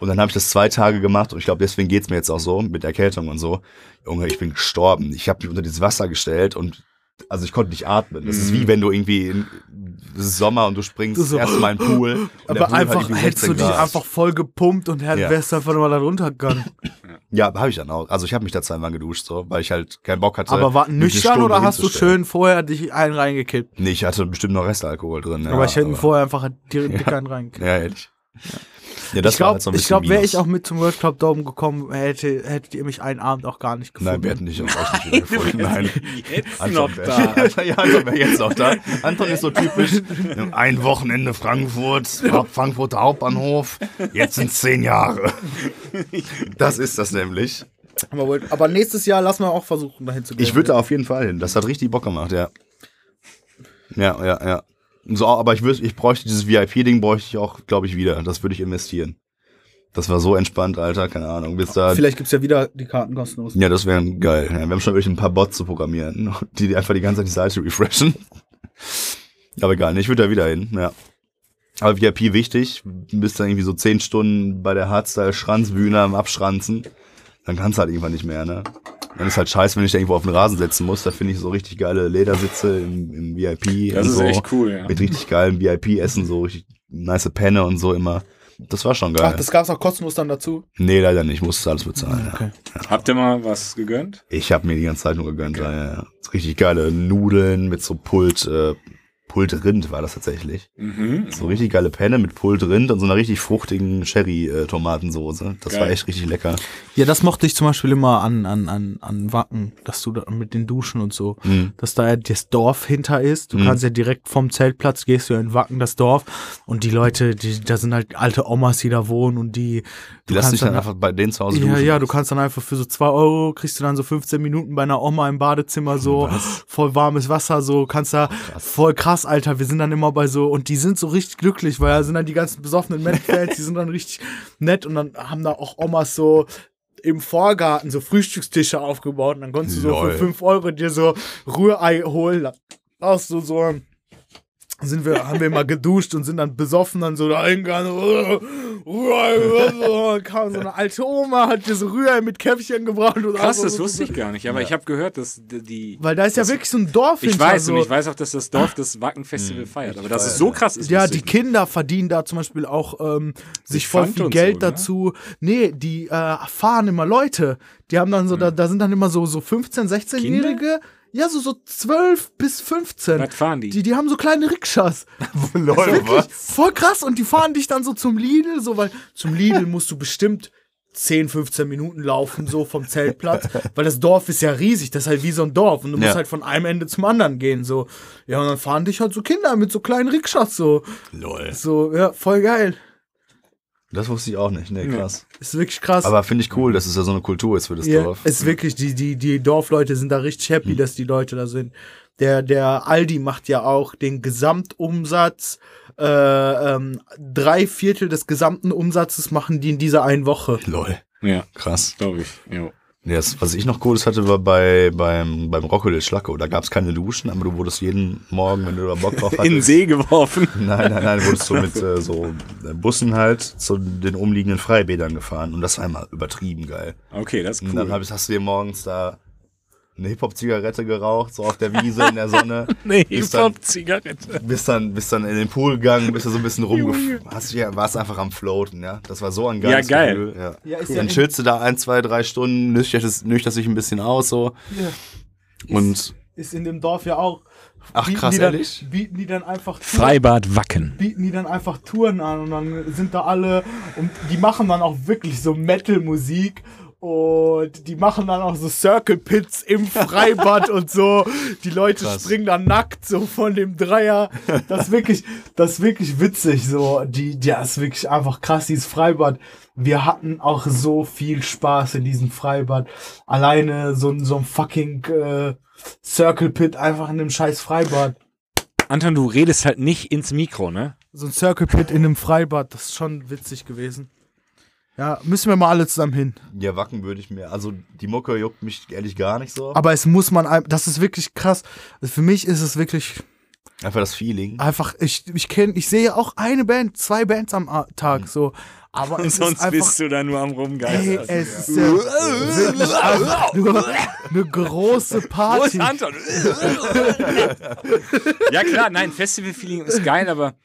Speaker 2: Und dann habe ich das zwei Tage gemacht und ich glaube, deswegen geht's mir jetzt auch so mit Erkältung und so. Junge, ich bin gestorben. Ich habe mich unter dieses Wasser gestellt und also ich konnte nicht atmen. Das ist wie wenn du irgendwie in es ist Sommer und du springst
Speaker 5: Du so-
Speaker 2: erst mal in den Pool. Und der
Speaker 5: Aber
Speaker 2: Pool
Speaker 5: einfach,
Speaker 2: irgendwie
Speaker 5: hättest du
Speaker 2: 16
Speaker 5: dich
Speaker 2: Grad.
Speaker 5: einfach voll gepumpt und Herr
Speaker 2: Ja.
Speaker 5: wärst einfach nur mal da runtergegangen.
Speaker 2: Ja, habe ich dann auch. Also ich habe mich da zweimal geduscht, so, weil ich halt keinen Bock hatte.
Speaker 5: Aber war
Speaker 2: mich eine
Speaker 5: nüchtern
Speaker 2: Stunde
Speaker 5: oder hast du
Speaker 2: hinzustellen.
Speaker 5: schön vorher dich einen reingekippt?
Speaker 2: Nee, ich hatte bestimmt noch Restalkohol drin. Ja,
Speaker 5: aber ich hätte mir vorher einfach direkt dick einen reingekippt.
Speaker 2: Ja, ehrlich. Ja, das
Speaker 5: ich
Speaker 2: war
Speaker 5: glaube,
Speaker 2: halt so ein
Speaker 5: ich
Speaker 2: bisschen
Speaker 5: glaub, wäre ich auch
Speaker 2: Minus.
Speaker 5: mit zum World Club Dome gekommen, hätte, hättet ihr mich einen Abend auch gar nicht gefunden.
Speaker 2: Nein, wir hätten dich auch nicht wieder gefunden. Nein.
Speaker 1: Jetzt
Speaker 2: Anton
Speaker 1: noch
Speaker 2: wär-
Speaker 1: da.
Speaker 2: ja, Anton wäre jetzt noch da. Anton ist so typisch. Ein Wochenende Frankfurt, Haupt- Frankfurter Hauptbahnhof. Jetzt sind zehn Jahre. Das ist das nämlich.
Speaker 3: Aber, wollt- aber nächstes Jahr lassen wir auch versuchen, dahin zu gehen.
Speaker 2: Ich würde da auf jeden Fall hin. Das hat richtig Bock gemacht, ja. Ja, ja, ja. So, aber ich, würd, ich bräuchte dieses VIP-Ding, bräuchte ich auch, glaube ich, wieder. Das würde ich investieren. Das war so entspannt, Alter. Keine Ahnung. Bis da
Speaker 3: Vielleicht gibt's ja wieder die Karten kostenlos.
Speaker 2: Ja, das wäre geil. Ja, wir haben schon wirklich ein paar Bots zu programmieren, die dir einfach die ganze Zeit die Seite refreshen. Aber egal, ich würde da wieder hin, ja. Aber VIP wichtig, du bist dann irgendwie so 10 Stunden bei der Hardstyle-Schranzbühne am Abschranzen, dann kannst du halt irgendwann nicht mehr, ne? Dann ist halt scheiße, wenn ich da irgendwo auf den Rasen setzen muss. Da finde ich so richtig geile Ledersitze im, im VIP.
Speaker 1: Das
Speaker 2: und
Speaker 1: ist
Speaker 2: so.
Speaker 1: echt cool, ja.
Speaker 2: Mit richtig geilem VIP-Essen, so richtig nice Penne und so immer. Das war schon geil.
Speaker 3: Ach, das gab's auch kostenlos dann dazu.
Speaker 2: nee, leider nicht. Musstest alles bezahlen. Ja.
Speaker 1: Habt ihr mal was gegönnt?
Speaker 2: Ich habe mir die ganze Zeit nur gegönnt. Ja, ja. Richtig geile Nudeln mit so Pult, äh, Pulled Rind war das tatsächlich.
Speaker 1: Mhm.
Speaker 2: So richtig geile Penne mit Pulled Rind und so einer richtig fruchtigen Sherry-Tomatensoße. Das war
Speaker 1: Geil.
Speaker 2: echt richtig lecker.
Speaker 3: Ja, das mochte ich zum Beispiel immer an, an, an, an Wacken, dass du da mit den Duschen und so,
Speaker 2: Mhm.
Speaker 3: dass da ja das Dorf hinter ist. Du
Speaker 2: Mhm.
Speaker 3: kannst ja direkt vom Zeltplatz gehst du ja in Wacken, das Dorf. Und die Leute, die, da sind halt alte Omas, die da wohnen und die.
Speaker 2: Die
Speaker 3: du
Speaker 2: lassen
Speaker 3: kannst
Speaker 2: sich dann
Speaker 3: dann-
Speaker 2: einfach bei denen zu Hause
Speaker 3: Ja,
Speaker 2: duschen.
Speaker 3: ja, du kannst dann einfach für so 2 Euro kriegst du dann so 15 Minuten bei einer Oma im Badezimmer so voll warmes Wasser, so kannst da voll krass, Alter. Wir sind dann immer bei so und die sind so richtig glücklich, weil da sind dann die ganzen besoffenen Metfans, die sind dann richtig nett und dann haben da auch Omas so im Vorgarten so Frühstückstische aufgebaut und dann konntest du so
Speaker 2: Lol.
Speaker 3: für 5 Euro dir so Rührei holen. Aus so so einem sind wir, haben wir immer geduscht und sind dann besoffen dann so oh, da hingegangen. oh, Dann kam so eine alte Oma, hat dir so Rührei mit Käffchen gebracht. Und
Speaker 1: Krass,
Speaker 3: auch
Speaker 1: das
Speaker 3: so-
Speaker 1: wusste ich gar nicht, aber ich habe gehört, dass die- die.
Speaker 3: Weil da ist ja wirklich so ein Dorf
Speaker 1: Ich
Speaker 3: hinter,
Speaker 1: weiß
Speaker 3: so.
Speaker 1: und ich weiß auch, dass das Dorf das
Speaker 2: Hm,
Speaker 1: Wacken-Festival feiert, aber dass es so krass ist.
Speaker 3: Ja,
Speaker 1: wusste
Speaker 3: die
Speaker 1: ich nicht.
Speaker 3: Kinder verdienen da zum Beispiel auch ähm, sich voll
Speaker 1: Pfand
Speaker 3: viel
Speaker 1: und
Speaker 3: Geld
Speaker 1: so, ne?
Speaker 3: dazu. Nee, die äh, fahren immer Leute. Die haben dann so, da, da sind dann immer so, so 15-, 16-Jährige. Ja, so, so 12 bis 15.
Speaker 1: Was fahren die?
Speaker 3: Die, die haben so kleine Rikschas.
Speaker 2: Lol,
Speaker 3: Wirklich?
Speaker 2: was?
Speaker 3: Voll krass. Und die fahren dich dann so zum Lidl, so, weil zum Lidl musst du bestimmt 10, 15 Minuten laufen, so vom Zeltplatz, weil das Dorf ist ja riesig, das ist halt wie so ein Dorf und du
Speaker 2: Ja.
Speaker 3: musst halt von einem Ende zum anderen gehen, so. Ja, und dann fahren dich halt so Kinder mit so kleinen Rikschas, so.
Speaker 2: Lol.
Speaker 3: So, ja, voll geil.
Speaker 2: Das wusste ich auch nicht. Nee, krass.
Speaker 3: Ist wirklich krass.
Speaker 2: Aber finde ich cool, dass es ja so eine Kultur ist für das
Speaker 3: ja,
Speaker 2: Dorf.
Speaker 3: ist wirklich, die, die, die Dorfleute sind da richtig
Speaker 2: Hm.
Speaker 3: happy, dass die Leute da sind. Der, der Aldi macht ja auch den Gesamtumsatz. Äh, ähm, drei Viertel des gesamten Umsatzes machen die in dieser einen Woche.
Speaker 2: Lol.
Speaker 1: ja,
Speaker 2: Krass.
Speaker 1: glaube ich. Jo.
Speaker 2: Ja, Das, was ich noch Cooles hatte, war bei, beim, beim Rocco del Schlacco. Da gab es keine Duschen, aber du wurdest jeden Morgen, wenn du da Bock drauf hattest.
Speaker 1: In den See geworfen.
Speaker 2: Nein, nein, nein, wurdest du mit äh, so Bussen halt zu den umliegenden Freibädern gefahren. Und das war einmal übertrieben geil.
Speaker 1: Okay, das ist
Speaker 2: Und
Speaker 1: cool.
Speaker 2: Hm, dann hab ich, hast du dir morgens da eine Hip-Hop-Zigarette geraucht, so auf der Wiese in der Sonne.
Speaker 1: nee,
Speaker 2: Ist dann-
Speaker 1: Zigarette.
Speaker 2: Bist dann, bist dann in den Pool gegangen, bist da so ein bisschen rumgef... Hast dich ja, warst einfach am Floaten, ja. Das war so ein geiles
Speaker 1: Ja, geil.
Speaker 2: Gefühl. Ja.
Speaker 3: Ja, ist
Speaker 2: Dann chillst du da ein, zwei, drei Stunden, nüchterst, nüchterst dich ein bisschen aus, so. Und,
Speaker 3: ist in dem Dorf ja auch.
Speaker 2: Ach,
Speaker 3: Bieten
Speaker 2: krass,
Speaker 3: die dann,
Speaker 2: ehrlich?
Speaker 3: Bieten die dann einfach
Speaker 1: Freibad Wacken.
Speaker 3: bieten die dann einfach Touren an und dann sind da alle und die machen dann auch wirklich so Metal-Musik und die machen dann auch so Circle Pits im Freibad und so. Die Leute
Speaker 2: Krass.
Speaker 3: springen dann nackt so von dem Dreier. Das ist wirklich, das ist wirklich witzig so. Die, ja, ist wirklich einfach krass dieses Freibad. Wir hatten auch so viel Spaß in diesem Freibad. Alleine so ein so ein fucking äh, Circle Pit einfach in einem scheiß Freibad.
Speaker 1: Anton, du redest halt nicht ins Mikro, ne?
Speaker 3: So ein Circle Pit in einem Freibad, das ist schon witzig gewesen. Ja, müssen wir mal alle zusammen hin.
Speaker 2: ja, Wacken würde ich mir, also, die Mucke juckt mich ehrlich gar nicht so.
Speaker 3: Aber es muss man, ein- das ist wirklich krass. Also Für mich ist es wirklich
Speaker 2: Einfach das Feeling.
Speaker 3: einfach, ich, ich kenne, ich sehe auch eine Band, zwei Bands am A- Tag, so. Aber es ist
Speaker 1: Sonst
Speaker 3: einfach,
Speaker 1: bist du da nur am
Speaker 3: ey,
Speaker 1: Rumgeiern.
Speaker 3: es ist ja wirklich einfach nur eine große
Speaker 1: Wo ist
Speaker 3: Party.
Speaker 1: Anton? ja klar, nein, Festival-Feeling ist geil, aber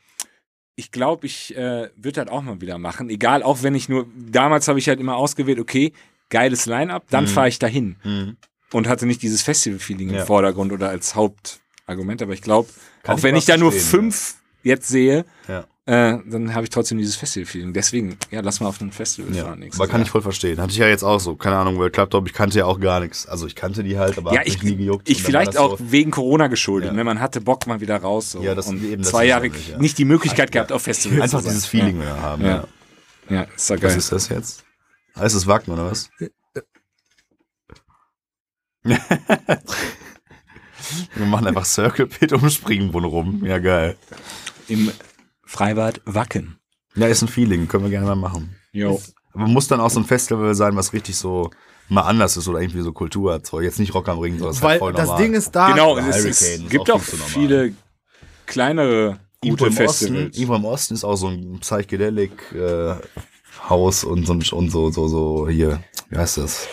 Speaker 1: ich glaube, ich äh, würde halt auch mal wieder machen. Egal, auch wenn ich nur, damals habe ich halt immer ausgewählt, okay, geiles Line-Up, dann fahre ich dahin.
Speaker 2: Mhm.
Speaker 1: Und hatte nicht dieses Festival-Feeling
Speaker 2: Ja.
Speaker 1: im Vordergrund oder als Hauptargument, aber ich glaube,
Speaker 2: Kann
Speaker 1: auch
Speaker 2: ich
Speaker 1: wenn
Speaker 2: mal
Speaker 1: ich da nur
Speaker 2: verstehen,
Speaker 1: fünf jetzt sehe,
Speaker 2: Ja.
Speaker 1: äh, dann habe ich trotzdem dieses Festival-Feeling. Deswegen, ja, lass mal auf ein Festival
Speaker 2: Ja,
Speaker 1: fahren. nächstes
Speaker 2: aber kann
Speaker 1: Jahr.
Speaker 2: ich voll verstehen. Hatte ich ja jetzt auch so. Keine Ahnung, World Club Top, ich kannte ja auch gar nichts. Also ich kannte die halt, aber
Speaker 1: Ja,
Speaker 2: hab
Speaker 1: ich,
Speaker 2: mich nie gejuckt.
Speaker 1: ich
Speaker 2: Und dann war
Speaker 1: vielleicht
Speaker 2: das
Speaker 1: auch
Speaker 2: So,
Speaker 1: wegen Corona geschuldet.
Speaker 2: Ja.
Speaker 1: Ne? Man hatte Bock mal wieder raus. So.
Speaker 2: Ja, das-
Speaker 1: und
Speaker 2: eben, das
Speaker 1: zwei
Speaker 2: ist
Speaker 1: Jahre
Speaker 2: nämlich, ja.
Speaker 1: nicht die Möglichkeit gehabt, auf Festivals
Speaker 2: einfach
Speaker 1: zu sein.
Speaker 2: dieses Feeling mehr haben.
Speaker 1: Ja.
Speaker 2: Ja.
Speaker 1: Ja, ist doch
Speaker 2: Was
Speaker 1: geil.
Speaker 2: ist das jetzt? Ah, ist das Wacken oder was? Wir machen einfach Circle Pit umspringen rum. Ja, geil.
Speaker 1: Im Freibad Wacken.
Speaker 2: Ja, ist ein Feeling. Können wir gerne mal machen.
Speaker 1: Jo.
Speaker 2: Aber muss dann auch so ein Festival sein, was richtig so mal anders ist oder irgendwie so Kultur hat. So, jetzt nicht Rock am Ring, sondern das ist
Speaker 3: Weil
Speaker 2: halt voll
Speaker 3: das
Speaker 2: normal.
Speaker 3: Ding ist da,
Speaker 1: Genau,
Speaker 2: der
Speaker 1: es,
Speaker 2: Hurricane
Speaker 1: es
Speaker 2: ist
Speaker 1: gibt
Speaker 2: auch
Speaker 1: auch
Speaker 2: viel zu normal.
Speaker 1: viele kleinere gute
Speaker 2: Irgendwo im, Osten,
Speaker 1: Festivals.
Speaker 2: irgendwo im Osten ist auch so ein Psychedelic äh, Haus und so, ein- und so, so, so, hier, wie heißt das?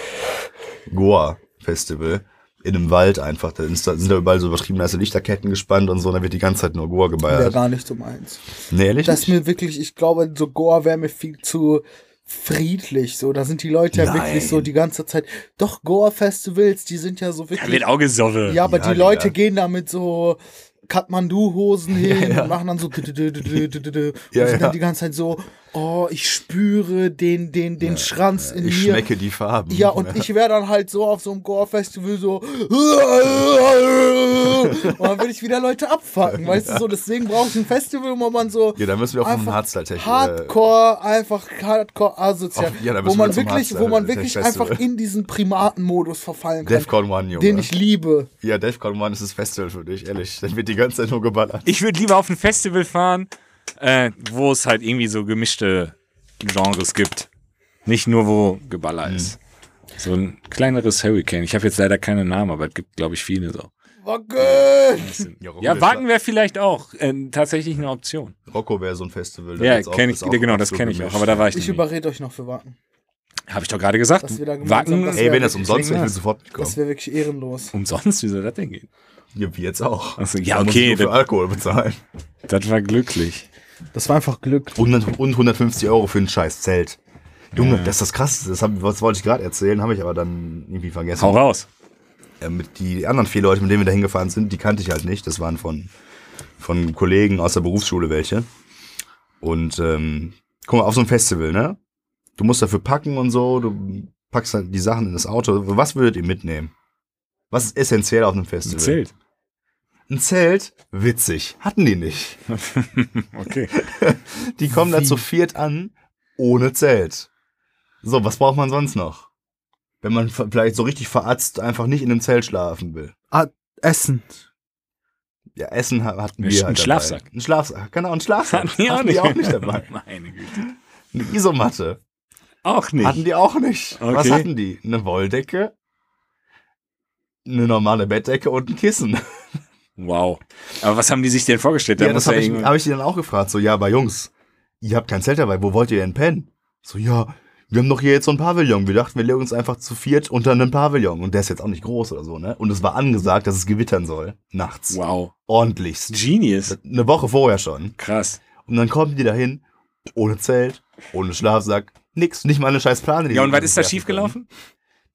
Speaker 2: Goa Festival. In einem Wald einfach. Da ist- da sind da überall so übertrieben nice Lichterketten gespannt und so, und da wird die ganze Zeit nur Goa
Speaker 6: Wäre
Speaker 2: gebeiert.
Speaker 6: gar nicht so meins.
Speaker 2: Nee, ehrlich?
Speaker 6: Das ist
Speaker 2: nicht?
Speaker 6: mir wirklich, ich glaube, so Goa wäre mir viel zu friedlich. So, da sind die Leute ja
Speaker 2: Nein.
Speaker 6: wirklich so die ganze Zeit. Doch, Goa-Festivals, die sind ja so
Speaker 1: Da
Speaker 6: wirklich.
Speaker 1: wird auch gesoffen.
Speaker 6: Ja, aber
Speaker 2: Ja,
Speaker 6: die Leute
Speaker 2: Digga.
Speaker 6: gehen damit so
Speaker 3: Kathmandu-Hosen hin und machen dann so dü- dü- dü- dü- dü- dü- dü- und
Speaker 2: Ja,
Speaker 3: sind
Speaker 2: ja.
Speaker 3: dann die ganze Zeit so, oh, ich spüre den, den, den Schranz in
Speaker 2: Ich
Speaker 3: mir.
Speaker 2: schmecke ne? die Farben.
Speaker 3: Ja, und ich wäre dann halt so auf so einem Gore-Festival so. und dann würde ich wieder Leute abfacken, weißt du so. Deswegen brauche ich ein Festival, wo man so.
Speaker 2: Ja, dann müssen wir auch vom
Speaker 3: einfach
Speaker 2: Hardstyle-Tech, äh,
Speaker 3: Hardcore, einfach hardcore asozial.
Speaker 2: Auf- ja, dann
Speaker 3: wo
Speaker 2: müssen
Speaker 3: man
Speaker 2: wir zum
Speaker 3: wirklich, wo man
Speaker 2: Hardstyle-Tech
Speaker 3: wirklich
Speaker 2: Festival.
Speaker 3: einfach in diesen Primatenmodus verfallen kann.
Speaker 2: Defcon One, Junge.
Speaker 3: den ich liebe.
Speaker 2: ja, Defcon One ist das Festival für dich, ehrlich. Dann wird die ganze Zeit nur geballert.
Speaker 1: Ich würde lieber auf ein Festival fahren, äh, wo es halt irgendwie so gemischte Genres gibt. Nicht nur, wo Geballer
Speaker 2: Mhm.
Speaker 1: ist. So ein kleineres Hurricane. Ich habe jetzt leider keine Namen, aber es gibt, glaube ich, viele so.
Speaker 3: Wacken!
Speaker 1: Ja, Wacken wäre vielleicht auch äh, tatsächlich eine Option.
Speaker 2: Rocco wäre so ein Festival. da
Speaker 1: Ja,
Speaker 2: wird's auch-
Speaker 1: kenne ich,
Speaker 2: ist auch
Speaker 1: genau, das
Speaker 2: absolut
Speaker 1: kenne ich auch,
Speaker 2: gemischt.
Speaker 1: aber da war ich,
Speaker 3: Ich
Speaker 1: noch nicht.
Speaker 3: überrede euch noch für Wacken.
Speaker 1: Habe ich doch gerade gesagt.
Speaker 3: Dass wir da gemeinsam
Speaker 1: Wacken
Speaker 3: das-
Speaker 1: Ey,
Speaker 2: Ey, wenn das
Speaker 3: Ja,
Speaker 2: umsonst wäre, ich will
Speaker 1: das-
Speaker 2: sofort mitkommen.
Speaker 3: Das wäre wirklich ehrenlos.
Speaker 1: umsonst, wie soll das denn gehen?
Speaker 2: Ja, wie jetzt auch.
Speaker 1: Ach so, ja,
Speaker 2: Da muss
Speaker 1: okay,
Speaker 2: ich nur für
Speaker 1: dann-
Speaker 2: Alkohol bezahlen.
Speaker 1: Das war glücklich.
Speaker 3: Das war einfach Glück.
Speaker 2: Und, und 150 Euro für ein scheiß Zelt. Junge, das ist das Krasseste. Das, hab, das wollte ich gerade erzählen, habe ich aber dann irgendwie vergessen.
Speaker 1: Hau raus.
Speaker 2: Äh, mit die anderen vier Leute, mit denen wir da hingefahren sind, die kannte ich halt nicht. Das waren von, von Kollegen aus der Berufsschule welche. Und ähm, guck mal, auf so ein Festival, ne? Du musst dafür packen und so, du packst halt die Sachen in das Auto. Was würdet ihr mitnehmen? Was ist essentiell auf einem Festival?
Speaker 1: Zählt.
Speaker 2: Ein Zelt? Witzig. Hatten die nicht.
Speaker 1: Okay.
Speaker 2: Die kommen da zu viert an, ohne Zelt. So, was braucht man sonst noch? Wenn man v- vielleicht so richtig veratzt einfach nicht in einem Zelt schlafen will.
Speaker 5: Essen.
Speaker 2: Ja, Essen ha- hatten
Speaker 1: Ein
Speaker 2: wir
Speaker 1: Sch-
Speaker 2: halt
Speaker 1: ein
Speaker 2: dabei.
Speaker 1: Schlafsack.
Speaker 2: Ein Schlafsack. Genau, ein Schlafsack.
Speaker 1: Hatten die auch
Speaker 2: hatten
Speaker 1: nicht.
Speaker 2: die auch nicht dabei.
Speaker 1: Meine Güte.
Speaker 2: Eine Isomatte.
Speaker 1: Auch nicht.
Speaker 2: Hatten die auch nicht. Was
Speaker 1: Okay.
Speaker 2: hatten die? Eine Wolldecke, eine normale Bettdecke und ein Kissen.
Speaker 1: Wow. Aber was haben die sich denn vorgestellt? Da
Speaker 2: ja, das
Speaker 1: muss
Speaker 2: habe
Speaker 1: ja
Speaker 2: ich,
Speaker 1: irgendwo-
Speaker 2: hab ich die dann auch gefragt. So, ja, aber Jungs, ihr habt kein Zelt dabei, wo wollt ihr denn pennen? So, ja, wir haben doch hier jetzt so ein Pavillon. Wir dachten, wir legen uns einfach zu viert unter einem Pavillon. Und der ist jetzt auch nicht groß oder so, ne? Und es war angesagt, dass es gewittern soll. Nachts.
Speaker 1: Wow.
Speaker 2: Ordentlichst.
Speaker 1: Genius.
Speaker 2: Eine Woche vorher schon.
Speaker 1: Krass.
Speaker 2: Und dann kommen die dahin, ohne Zelt, ohne Schlafsack, nix. Nicht mal eine scheiß Plane. die
Speaker 1: Ja, und
Speaker 2: die
Speaker 1: was ist da
Speaker 2: werfen
Speaker 1: schiefgelaufen?
Speaker 2: können.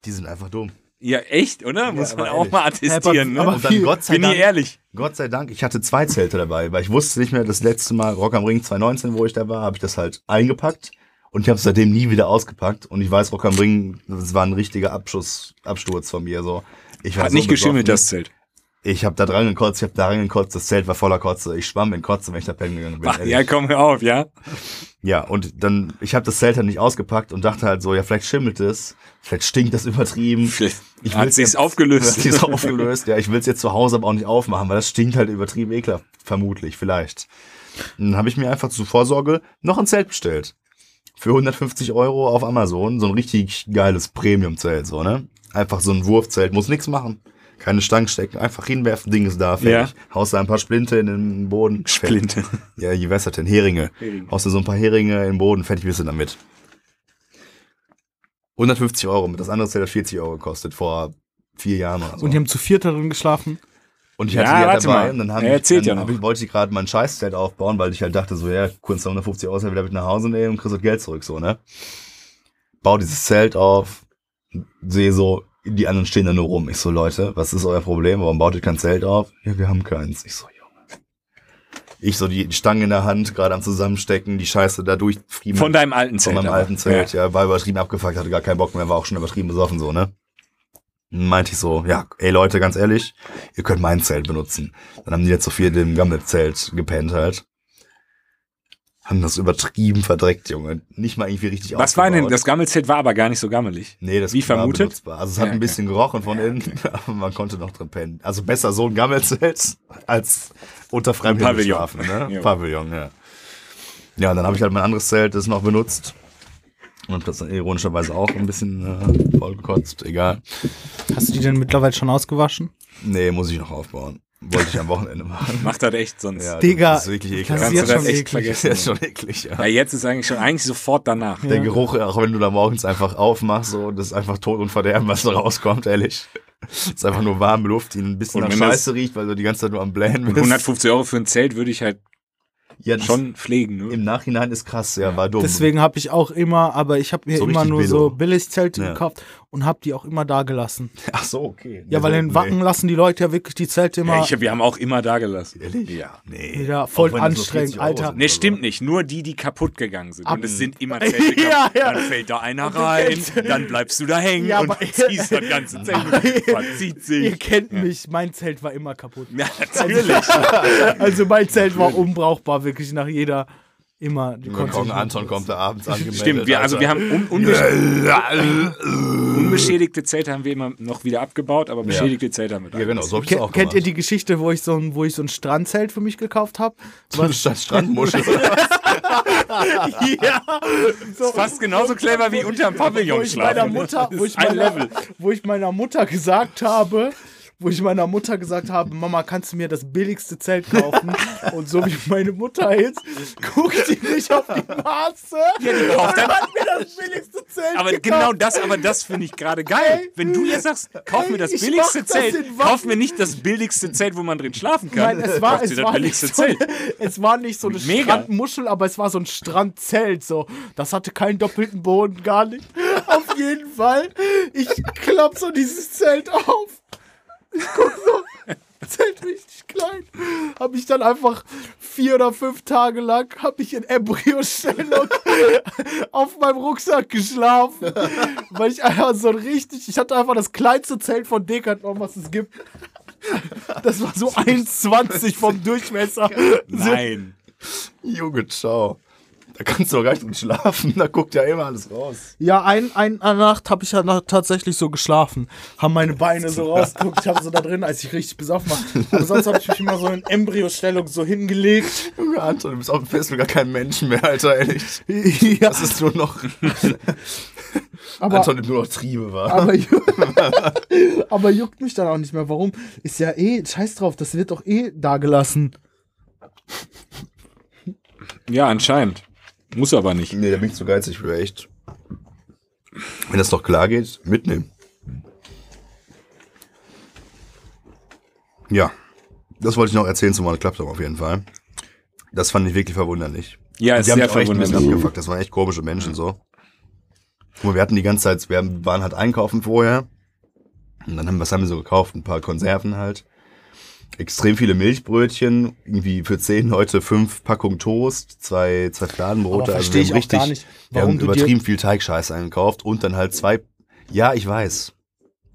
Speaker 2: Die sind einfach dumm.
Speaker 1: Ja, echt, oder? Muss man
Speaker 2: aber
Speaker 1: auch
Speaker 2: ehrlich.
Speaker 1: mal attestieren,
Speaker 5: aber-
Speaker 1: ne?
Speaker 2: Und dann, Gott sei
Speaker 1: Bin ich
Speaker 2: Dank,
Speaker 1: ehrlich.
Speaker 2: Gott sei Dank, ich hatte zwei Zelte dabei, weil ich wusste nicht mehr, das letzte Mal Rock am Ring 2019, wo ich da war, habe ich das halt eingepackt und ich habe es seitdem nie wieder ausgepackt. Und ich weiß, Rock am Ring, das war ein richtiger Abschuss, Absturz von mir. So. Ich war
Speaker 1: Hat
Speaker 2: so
Speaker 1: nicht geschimmelt, das
Speaker 2: besoffen.
Speaker 1: Zelt.
Speaker 2: Ich habe da dran gekotzt, ich habe da rein gekotzt, das Zelt war voller Kotze. Ich schwamm in Kotze, wenn ich da pennen gegangen bin.
Speaker 1: Ach,
Speaker 2: ehrlich.
Speaker 1: ja, komm hör auf, ja?
Speaker 2: Ja, und dann, ich habe das Zelt halt nicht ausgepackt und dachte halt so, ja, vielleicht schimmelt es, vielleicht stinkt das übertrieben.
Speaker 1: Vielleicht
Speaker 2: Ich
Speaker 1: hat
Speaker 2: will's
Speaker 1: sich's
Speaker 2: jetzt-
Speaker 1: aufgelöst.
Speaker 2: Hat sich's aufgelöst, ja. Ich will's jetzt zu Hause aber auch nicht aufmachen, weil das stinkt halt übertrieben ekelhaft, vermutlich, vielleicht. Dann habe ich mir einfach zur Vorsorge noch ein Zelt bestellt. Für 150 Euro auf Amazon, so ein richtig geiles Premium-Zelt, so, ne? Einfach so ein Wurfzelt, muss nichts machen. Keine Stangen stecken, einfach hinwerfen, Ding ist da, fertig. Haust da ein paar Splinte in den Boden. fertig.
Speaker 1: Splinte.
Speaker 2: Ja, je was das denn? Heringe.
Speaker 1: Heringe.
Speaker 2: Haust du so ein paar Heringe im Boden, fertig bist du damit. 150 Euro, mit das andere Zelt hat 40 Euro gekostet, vor vier Jahren oder so.
Speaker 5: Und die haben zu viert darin geschlafen.
Speaker 2: Und ich
Speaker 1: Ja,
Speaker 2: hatte die halt
Speaker 1: warte
Speaker 2: dabei
Speaker 1: mal.
Speaker 2: und dann haben
Speaker 1: Er erzählt
Speaker 2: dann
Speaker 1: ja noch.
Speaker 2: hab ich, wollte ich gerade mein Scheißzelt aufbauen, weil ich halt dachte so, ja, kurz 150 Euro Zelt wieder mit nach Hause nehmen und kriegst das Geld zurück, so, ne? Bau dieses Zelt auf, sehe so, die anderen stehen da nur rum. Ich so, Leute, was ist euer Problem? Warum baut ihr kein Zelt auf? Ja, wir haben keins. Ich so, Junge. Ich so, die Stange in der Hand, gerade am Zusammenstecken, die Scheiße da durchfrieren.
Speaker 1: Von deinem alten
Speaker 2: Von
Speaker 1: Zelt.
Speaker 2: meinem
Speaker 1: aber.
Speaker 2: alten Zelt, ja. War übertrieben abgefuckt, hatte gar keinen Bock mehr, war auch schon übertrieben besoffen, so, ne? Dann Meinte ich so, ja, ey Leute, ganz ehrlich, ihr könnt mein Zelt benutzen. Dann haben die jetzt so viel im Gammel-Zelt gepennt halt. Haben das übertrieben verdreckt, Junge. Nicht mal irgendwie richtig
Speaker 1: Was war denn?
Speaker 2: aufgebaut.
Speaker 1: Das Gammelzelt war aber gar nicht so gammelig.
Speaker 2: Nee, das
Speaker 1: Wie
Speaker 2: war
Speaker 1: vermutet?
Speaker 2: benutzbar. Also es hat
Speaker 1: Ja,
Speaker 2: ein
Speaker 1: okay.
Speaker 2: bisschen gerochen von innen, aber man konnte noch drin pennen. Also besser so ein Gammelzelt als unter
Speaker 1: Ein
Speaker 2: freiem Himmel
Speaker 1: Pavillon.
Speaker 2: schlafen. Ne?
Speaker 1: Ja.
Speaker 2: Pavillon, ja. Ja, und dann habe ich halt mein anderes Zelt, das noch benutzt. Und hab das dann ironischerweise auch ein bisschen äh, vollgekotzt. Egal.
Speaker 5: Hast du die denn mittlerweile schon ausgewaschen?
Speaker 2: Nee, muss ich noch aufbauen. Wollte ich am Wochenende machen.
Speaker 1: Macht das echt sonst.
Speaker 2: Ja,
Speaker 5: Digga,
Speaker 2: Also, das ist wirklich ekelhaft.
Speaker 5: das ist
Speaker 1: Kannst du
Speaker 5: jetzt
Speaker 1: das
Speaker 5: schon
Speaker 1: echt
Speaker 5: eklig.
Speaker 2: das
Speaker 1: vergessen.
Speaker 2: ist schon eklig, ja.
Speaker 1: Ja, jetzt ist eigentlich schon eigentlich sofort danach.
Speaker 2: Der Geruch, auch wenn du da morgens einfach aufmachst, so, das ist einfach Tod und Verderben, was da rauskommt, ehrlich. Es ist einfach nur warme Luft, die ein bisschen
Speaker 1: Und
Speaker 2: nach
Speaker 1: wenn das-
Speaker 2: Scheiße riecht, weil du die ganze Zeit nur am Blähen bist.
Speaker 1: 150 Euro für ein Zelt würde ich halt
Speaker 2: ja, das
Speaker 1: schon pflegen. Ne?
Speaker 2: Im Nachhinein ist krass, ja, war dumm.
Speaker 5: Deswegen habe ich auch immer, aber ich habe mir
Speaker 2: So
Speaker 5: immer
Speaker 2: richtig
Speaker 5: nur
Speaker 2: billo.
Speaker 5: so Billigzelte
Speaker 2: Ja.
Speaker 5: gekauft
Speaker 3: und habe die auch immer da gelassen.
Speaker 2: Ach so, okay. Also,
Speaker 3: Ja, weil in Wacken lassen die Leute ja wirklich die Zelte immer.
Speaker 1: Ja, ich, wir haben auch immer da gelassen.
Speaker 2: Ehrlich? Ja, nee.
Speaker 3: Ja, voll
Speaker 2: Auch wenn das so
Speaker 3: anstrengend,
Speaker 2: 40 Euro
Speaker 3: Alter.
Speaker 2: sind
Speaker 1: Ne,
Speaker 2: oder so.
Speaker 1: stimmt nicht. Nur die, die kaputt gegangen sind. Und es sind immer Zelte kaputt.
Speaker 3: Ja, ja.
Speaker 1: Dann fällt da einer rein, dann bleibst du da hängen
Speaker 3: Ja,
Speaker 1: und
Speaker 3: aber-
Speaker 1: ziehst das ganze Zelt. Verzieht
Speaker 3: Ihr
Speaker 1: sich.
Speaker 3: kennt mich, mein Zelt war immer kaputt.
Speaker 1: Ja, natürlich.
Speaker 3: Also mein Zelt war unbrauchbar, wirklich nach jeder immer. Die
Speaker 2: Mal
Speaker 3: konnte
Speaker 2: gucken,
Speaker 3: ich-
Speaker 2: Anton kommt da abends angemeldet.
Speaker 1: Stimmt, wir, also wir
Speaker 2: Alter.
Speaker 1: haben un unbesch unbeschädigte Zelte haben wir immer noch wieder abgebaut, aber beschädigte Zelte haben wir da.
Speaker 2: Ja, genau, so hab ich's
Speaker 3: Ke
Speaker 2: auch
Speaker 3: kennt ihr
Speaker 2: gemacht.
Speaker 3: die Geschichte, wo ich so ein, wo ich so ein Strandzelt für mich gekauft habe?
Speaker 2: Statt Strandmuschel.
Speaker 3: ja, genau.
Speaker 1: Ist fast genauso clever wie unterm
Speaker 3: wo
Speaker 1: Pavillon
Speaker 3: ich meiner
Speaker 1: schlafen.
Speaker 3: Mutter, wo ich
Speaker 1: ein
Speaker 3: meiner,
Speaker 1: Level.
Speaker 3: wo ich meiner Mutter gesagt habe, wo ich meiner Mutter gesagt habe, Mama, kannst du mir das billigste Zelt kaufen? Und so wie meine Mutter ist, guckt sie mich auf die Maße
Speaker 1: die kauft
Speaker 3: und
Speaker 1: dann-
Speaker 3: hat mir das billigste Zelt
Speaker 1: Aber
Speaker 3: gekauft.
Speaker 1: genau das, aber das finde ich gerade geil. Wenn du jetzt sagst, kauf mir das
Speaker 3: ich
Speaker 1: billigste
Speaker 3: mach das
Speaker 1: Zelt,
Speaker 3: in Wacken.
Speaker 1: kauf mir nicht das billigste Zelt, wo man drin schlafen kann.
Speaker 3: Nein, es war,
Speaker 1: kauf dir
Speaker 3: es
Speaker 1: das
Speaker 3: war, nicht
Speaker 1: billigste
Speaker 3: so eine,
Speaker 1: Zelt.
Speaker 3: es war nicht so eine
Speaker 1: Mega.
Speaker 3: Strandmuschel, aber es war so ein Strandzelt. So. Das hatte keinen doppelten Boden, gar nicht. Auf jeden Fall. Ich klapp so dieses Zelt auf. Ich guck so. Zelt richtig klein. Hab ich dann einfach vier oder fünf Tage lang, hab ich in Embryostellung auf meinem Rucksack geschlafen. Weil ich einfach so ein richtig, ich hatte einfach das kleinste Zelt von Decathlon, was es gibt. Das war so 1,20 vom Durchmesser.
Speaker 1: Nein.
Speaker 2: Junge, ciao. Da kannst du doch gar nicht drin schlafen, da guckt ja immer alles raus.
Speaker 3: Ja, ein, ein eine Nacht habe ich ja noch tatsächlich so geschlafen. Haben meine Beine so rausgeguckt, ich habe so da drin, als ich richtig besoffen war. Aber sonst habe ich mich immer so in Embryostellung so hingelegt.
Speaker 2: Junge, Anton, du bist auf dem Fest gar kein Mensch mehr, Alter, ehrlich.
Speaker 3: ja,
Speaker 2: Das ist nur noch.
Speaker 3: aber,
Speaker 2: Anton nimmt nur noch Triebe wahr.
Speaker 3: aber, ju- aber juckt mich dann auch nicht mehr. Warum? Ist ja eh, scheiß drauf, das wird doch eh dagelassen.
Speaker 1: Ja, anscheinend. Muss aber nicht.
Speaker 2: Nee, da bin ich zu geizig für echt. Wenn das doch klar geht, mitnehmen. Ja, das wollte ich noch erzählen zum One Club Tour auf jeden Fall. Das fand ich wirklich verwunderlich.
Speaker 1: Ja,
Speaker 2: Die
Speaker 1: ist
Speaker 2: haben
Speaker 1: sehr
Speaker 2: mich auch echt ein bisschen
Speaker 1: verwunderlich.
Speaker 2: abgefuckt. Das waren echt komische Menschen so. Guck mal, wir hatten die ganze Zeit, wir haben- waren halt einkaufen vorher. Und dann haben, was haben wir so gekauft? Ein paar Konserven halt. Extrem viele Milchbrötchen, irgendwie für zehn Leute fünf Packungen Toast, zwei, zwei Fladenbrote.
Speaker 3: Aber
Speaker 2: Also
Speaker 3: versteh
Speaker 2: wir
Speaker 3: ich
Speaker 2: haben
Speaker 3: auch
Speaker 2: richtig,
Speaker 3: gar nicht,
Speaker 2: wir
Speaker 3: warum
Speaker 2: haben
Speaker 3: du dir-
Speaker 2: übertrieben viel Teigscheiße eingekauft und dann halt zwei, ja, ich weiß.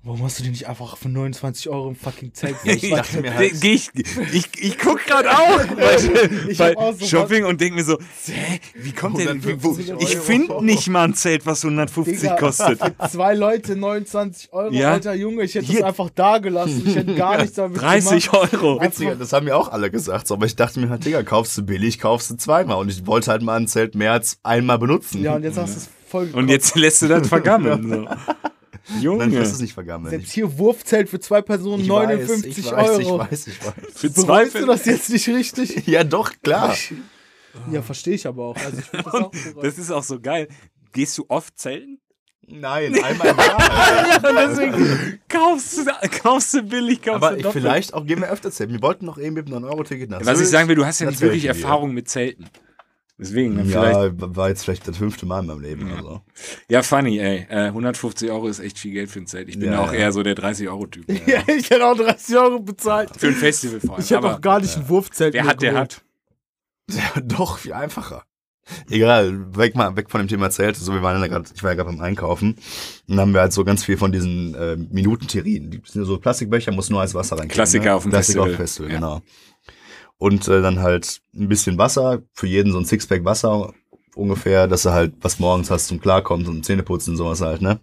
Speaker 3: Warum hast du dir nicht einfach für 29 Euro im fucking Zelt?
Speaker 1: Ich,
Speaker 3: gekauft?
Speaker 1: dachte mir halt, ich, ich, ich guck gerade auch bei,
Speaker 3: Ich
Speaker 1: bei
Speaker 3: hab auch so
Speaker 1: Shopping und denk mir so, hä, wie kommt denn, wie, wo,
Speaker 2: 150
Speaker 1: ich
Speaker 2: Euro.
Speaker 1: finde nicht mal ein Zelt, was 150
Speaker 3: Digga,
Speaker 1: kostet.
Speaker 3: Für zwei Leute 29 Euro,
Speaker 1: Ja.
Speaker 3: alter Junge, ich hätte es
Speaker 1: Hier.
Speaker 3: einfach da gelassen. Ich hätte gar nichts damit
Speaker 1: 30
Speaker 3: gemacht.
Speaker 1: Euro.
Speaker 2: Digga, das haben mir auch alle gesagt, so, aber ich dachte mir halt, Digga, kaufst du billig, kaufst du zweimal. Und ich wollte halt mal ein Zelt mehr als einmal benutzen.
Speaker 3: Ja, und jetzt hast du es voll gekauft.
Speaker 1: Und jetzt lässt du das vergammeln. So.
Speaker 2: Nein, ich
Speaker 1: Junge,
Speaker 2: lass es nicht vergammeln.
Speaker 3: Selbst hier Wurfzelt für zwei Personen
Speaker 2: Ich
Speaker 3: 59
Speaker 2: weiß, ich
Speaker 3: Euro.
Speaker 2: weiß, ich weiß, ich weiß.
Speaker 1: für zwei
Speaker 3: Bereust du das jetzt nicht richtig?
Speaker 2: Ja, doch, klar.
Speaker 3: Ja, verstehe ich aber auch. Also ich würd das auch bereuen.
Speaker 1: Das ist auch so geil. Gehst du oft zelten?
Speaker 2: Nein, einmal im Jahr.
Speaker 1: Und deswegen kaufst du, kaufst du billig, kaufst
Speaker 2: Aber
Speaker 1: du
Speaker 2: ich
Speaker 1: doppelt.
Speaker 2: vielleicht auch gehen wir öfter zelten. Wir wollten noch eben mit einem 9-Euro-Ticket nach
Speaker 1: Was ich
Speaker 2: Sylt.
Speaker 1: sagen will, du hast ja
Speaker 2: Das
Speaker 1: nicht wirklich
Speaker 2: wär ich
Speaker 1: Erfahrung mit Zelten. Deswegen, dann vielleicht.
Speaker 2: Ja, war jetzt vielleicht das fünfte Mal in meinem Leben. Also.
Speaker 1: Ja, funny, ey. Äh, 150 Euro ist echt viel Geld für ein Zelt. Ich bin
Speaker 2: Ja,
Speaker 1: auch
Speaker 2: ja.
Speaker 1: eher so der 30-Euro-Typ.
Speaker 3: ja, ich hätte auch 30 Euro bezahlt.
Speaker 1: Für ein Festival vor allem.
Speaker 3: Ich hätte
Speaker 1: Aber
Speaker 3: auch gar
Speaker 2: äh,
Speaker 3: nicht ein Wurfzelt
Speaker 1: wer
Speaker 3: mir
Speaker 1: hat, der
Speaker 3: geholt.
Speaker 1: hat.
Speaker 2: Ja, doch, viel einfacher. Egal, weg mal, weg von dem Thema Zelt. So, wir waren ja gerade, ich war ja gerade beim Einkaufen. Und dann haben wir halt so ganz viel von diesen äh, Minutenterrinen. Die sind so Plastikbecher, muss nur als Wasser rein.
Speaker 1: Klassiker auf dem
Speaker 2: Klassiker auf dem
Speaker 1: Festival.
Speaker 2: Festival, genau. Und äh, dann halt ein bisschen Wasser, für jeden so ein Sixpack Wasser ungefähr, dass du halt was morgens hast zum Klarkommen, zum Zähneputzen und sowas halt, ne?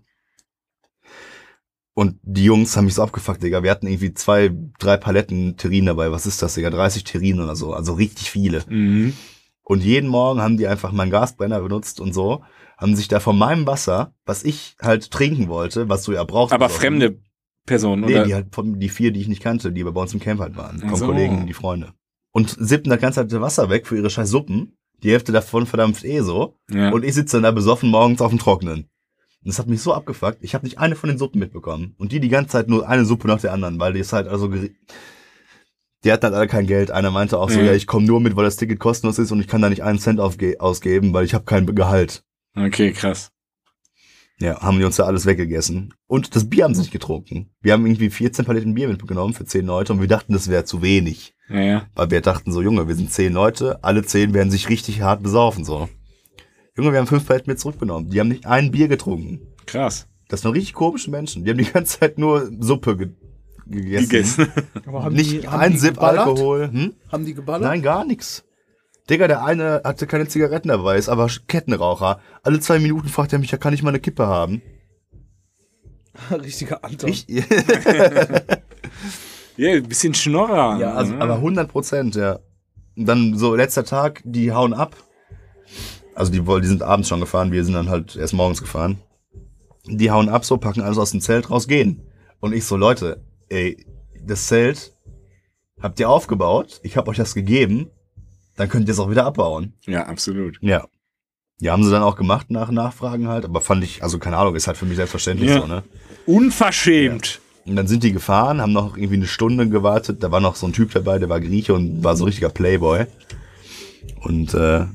Speaker 2: Und die Jungs haben mich so abgefuckt, Digga. Wir hatten irgendwie zwei, drei Paletten Terrin dabei. Was ist das, Digga? 30 Terrin oder so. Also richtig viele.
Speaker 1: Mhm.
Speaker 2: Und jeden Morgen haben die einfach meinen Gasbrenner benutzt und so, haben sich da von meinem Wasser, was ich halt trinken wollte, was du ja brauchst.
Speaker 1: Aber
Speaker 2: besorgen.
Speaker 1: fremde Personen,
Speaker 2: Mhm. Nee,
Speaker 1: oder?
Speaker 2: die, halt von, die vier, die ich nicht kannte, die bei uns im Camp halt waren.
Speaker 1: Ach
Speaker 2: Von
Speaker 1: so.
Speaker 2: Kollegen, die Freunde. Und sippten das ganze halt Wasser weg für ihre scheiß Suppen. Die Hälfte davon verdampft eh so.
Speaker 1: ja.
Speaker 2: Und ich sitze dann da besoffen morgens auf dem Trocknen. Und das hat mich so abgefuckt. Ich habe nicht eine von den Suppen mitbekommen. Und die die ganze Zeit nur eine Suppe nach der anderen, weil die ist halt also geri- die hatten halt alle kein Geld. Einer meinte auch so,
Speaker 1: Mhm.
Speaker 2: ja, ich komme nur mit, weil das Ticket kostenlos ist und ich kann da nicht einen Cent aufge- ausgeben, weil ich habe kein Gehalt.
Speaker 1: Okay, krass.
Speaker 2: Ja, haben die uns da alles weggegessen. Und das Bier haben sie nicht getrunken. Wir haben irgendwie 14 Paletten Bier mitgenommen für 10 Leute und wir dachten, das wäre zu wenig.
Speaker 1: Naja.
Speaker 2: Weil wir dachten so, Junge, wir sind 10 Leute, alle 10 werden sich richtig hart besaufen, so. Junge, wir haben 5 Paletten mit zurückgenommen. Die haben nicht ein Bier getrunken.
Speaker 1: Krass.
Speaker 2: Das waren richtig komische Menschen. Die haben die ganze Zeit nur Suppe ge gegessen.
Speaker 1: Gegessen.
Speaker 3: Aber haben
Speaker 2: Nicht
Speaker 3: die- haben
Speaker 2: ein
Speaker 3: die
Speaker 2: Sip
Speaker 3: geballert?
Speaker 2: Alkohol. Hm?
Speaker 3: Haben die geballert?
Speaker 2: Nein, gar nichts. Digga, der eine hatte keine Zigaretten dabei, ist aber Kettenraucher. Alle zwei Minuten fragt er mich, ja, kann ich mal eine Kippe haben?
Speaker 3: Richtiger Anton.
Speaker 2: Ich,
Speaker 1: Ja, ein bisschen Schnorrer.
Speaker 2: ja, also,
Speaker 1: Mhm.
Speaker 2: aber 100 Prozent, ja. Und dann so letzter Tag, die hauen ab. Also die, woll- die sind abends schon gefahren, wir sind dann halt erst morgens gefahren. Die hauen ab, so packen alles aus dem Zelt raus, gehen. Und ich so, Leute, ey, das Zelt habt ihr aufgebaut, ich hab euch das gegeben, dann könnt ihr es auch wieder abbauen.
Speaker 1: ja, absolut.
Speaker 2: Ja. Ja, haben sie dann auch gemacht nach Nachfragen halt, aber fand ich, also keine Ahnung, ist halt für mich selbstverständlich
Speaker 1: Ja.
Speaker 2: so, ne?
Speaker 1: Unverschämt.
Speaker 2: Und dann sind die gefahren, haben noch irgendwie eine Stunde gewartet, da war noch so ein Typ dabei, der war Grieche und war so ein richtiger Playboy. Und äh,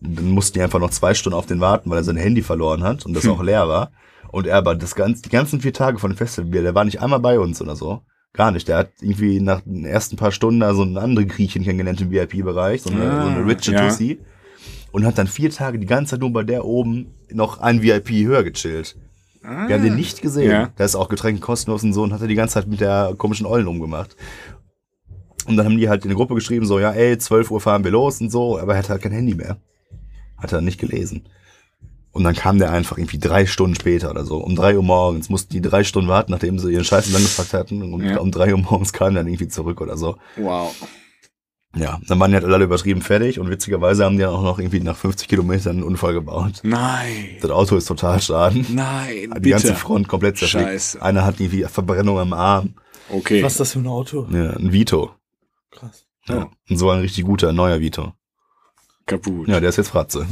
Speaker 2: dann mussten die einfach noch zwei Stunden auf den warten, weil er sein Handy verloren hat und das
Speaker 1: Hm.
Speaker 2: auch leer war. Und er aber das ganz, die ganzen vier Tage von dem Festival, der war nicht einmal bei uns oder so. Gar nicht. Der hat irgendwie nach den ersten paar Stunden da so einen anderen Griechen kennengelernt im VIP-Bereich, so eine,
Speaker 1: Ah,
Speaker 2: so eine Richard
Speaker 1: ja.
Speaker 2: Tussi. Und hat dann vier Tage die ganze Zeit nur bei der oben noch ein VIP höher gechillt. Wir
Speaker 1: Ah.
Speaker 2: haben den nicht gesehen.
Speaker 1: Mm. Ja.
Speaker 2: Da ist auch Getränke kostenlos und so und hat er die ganze Zeit mit der komischen Ollen rumgemacht. Und dann haben die halt in die Gruppe geschrieben, so, ja, ey, 12 Uhr fahren wir los und so, aber er hatte halt kein Handy mehr. Hat er nicht gelesen. Und dann kam der einfach irgendwie drei Stunden später oder so, um drei Uhr morgens, mussten die drei Stunden warten, nachdem sie ihren Scheiß zusammengepackt hatten. Und
Speaker 1: Ja.
Speaker 2: um drei Uhr morgens kam er dann irgendwie zurück oder so.
Speaker 1: Wow.
Speaker 2: Ja, dann waren die halt alle übertrieben fertig und witzigerweise haben die dann auch noch irgendwie nach 50 Kilometern einen Unfall gebaut.
Speaker 1: Nein.
Speaker 2: Das Auto ist total schaden.
Speaker 1: Nein.
Speaker 2: Die ganze
Speaker 1: bitte.
Speaker 2: Front komplett zerschickt.
Speaker 1: Scheiße.
Speaker 2: Einer hat irgendwie Verbrennung am Arm.
Speaker 1: Okay.
Speaker 3: Was ist das für ein Auto?
Speaker 2: Ja, ein Vito.
Speaker 3: Krass.
Speaker 2: Ja. Und so ein richtig guter, neuer Vito.
Speaker 1: Kaputt.
Speaker 2: Ja, der ist jetzt Fratze.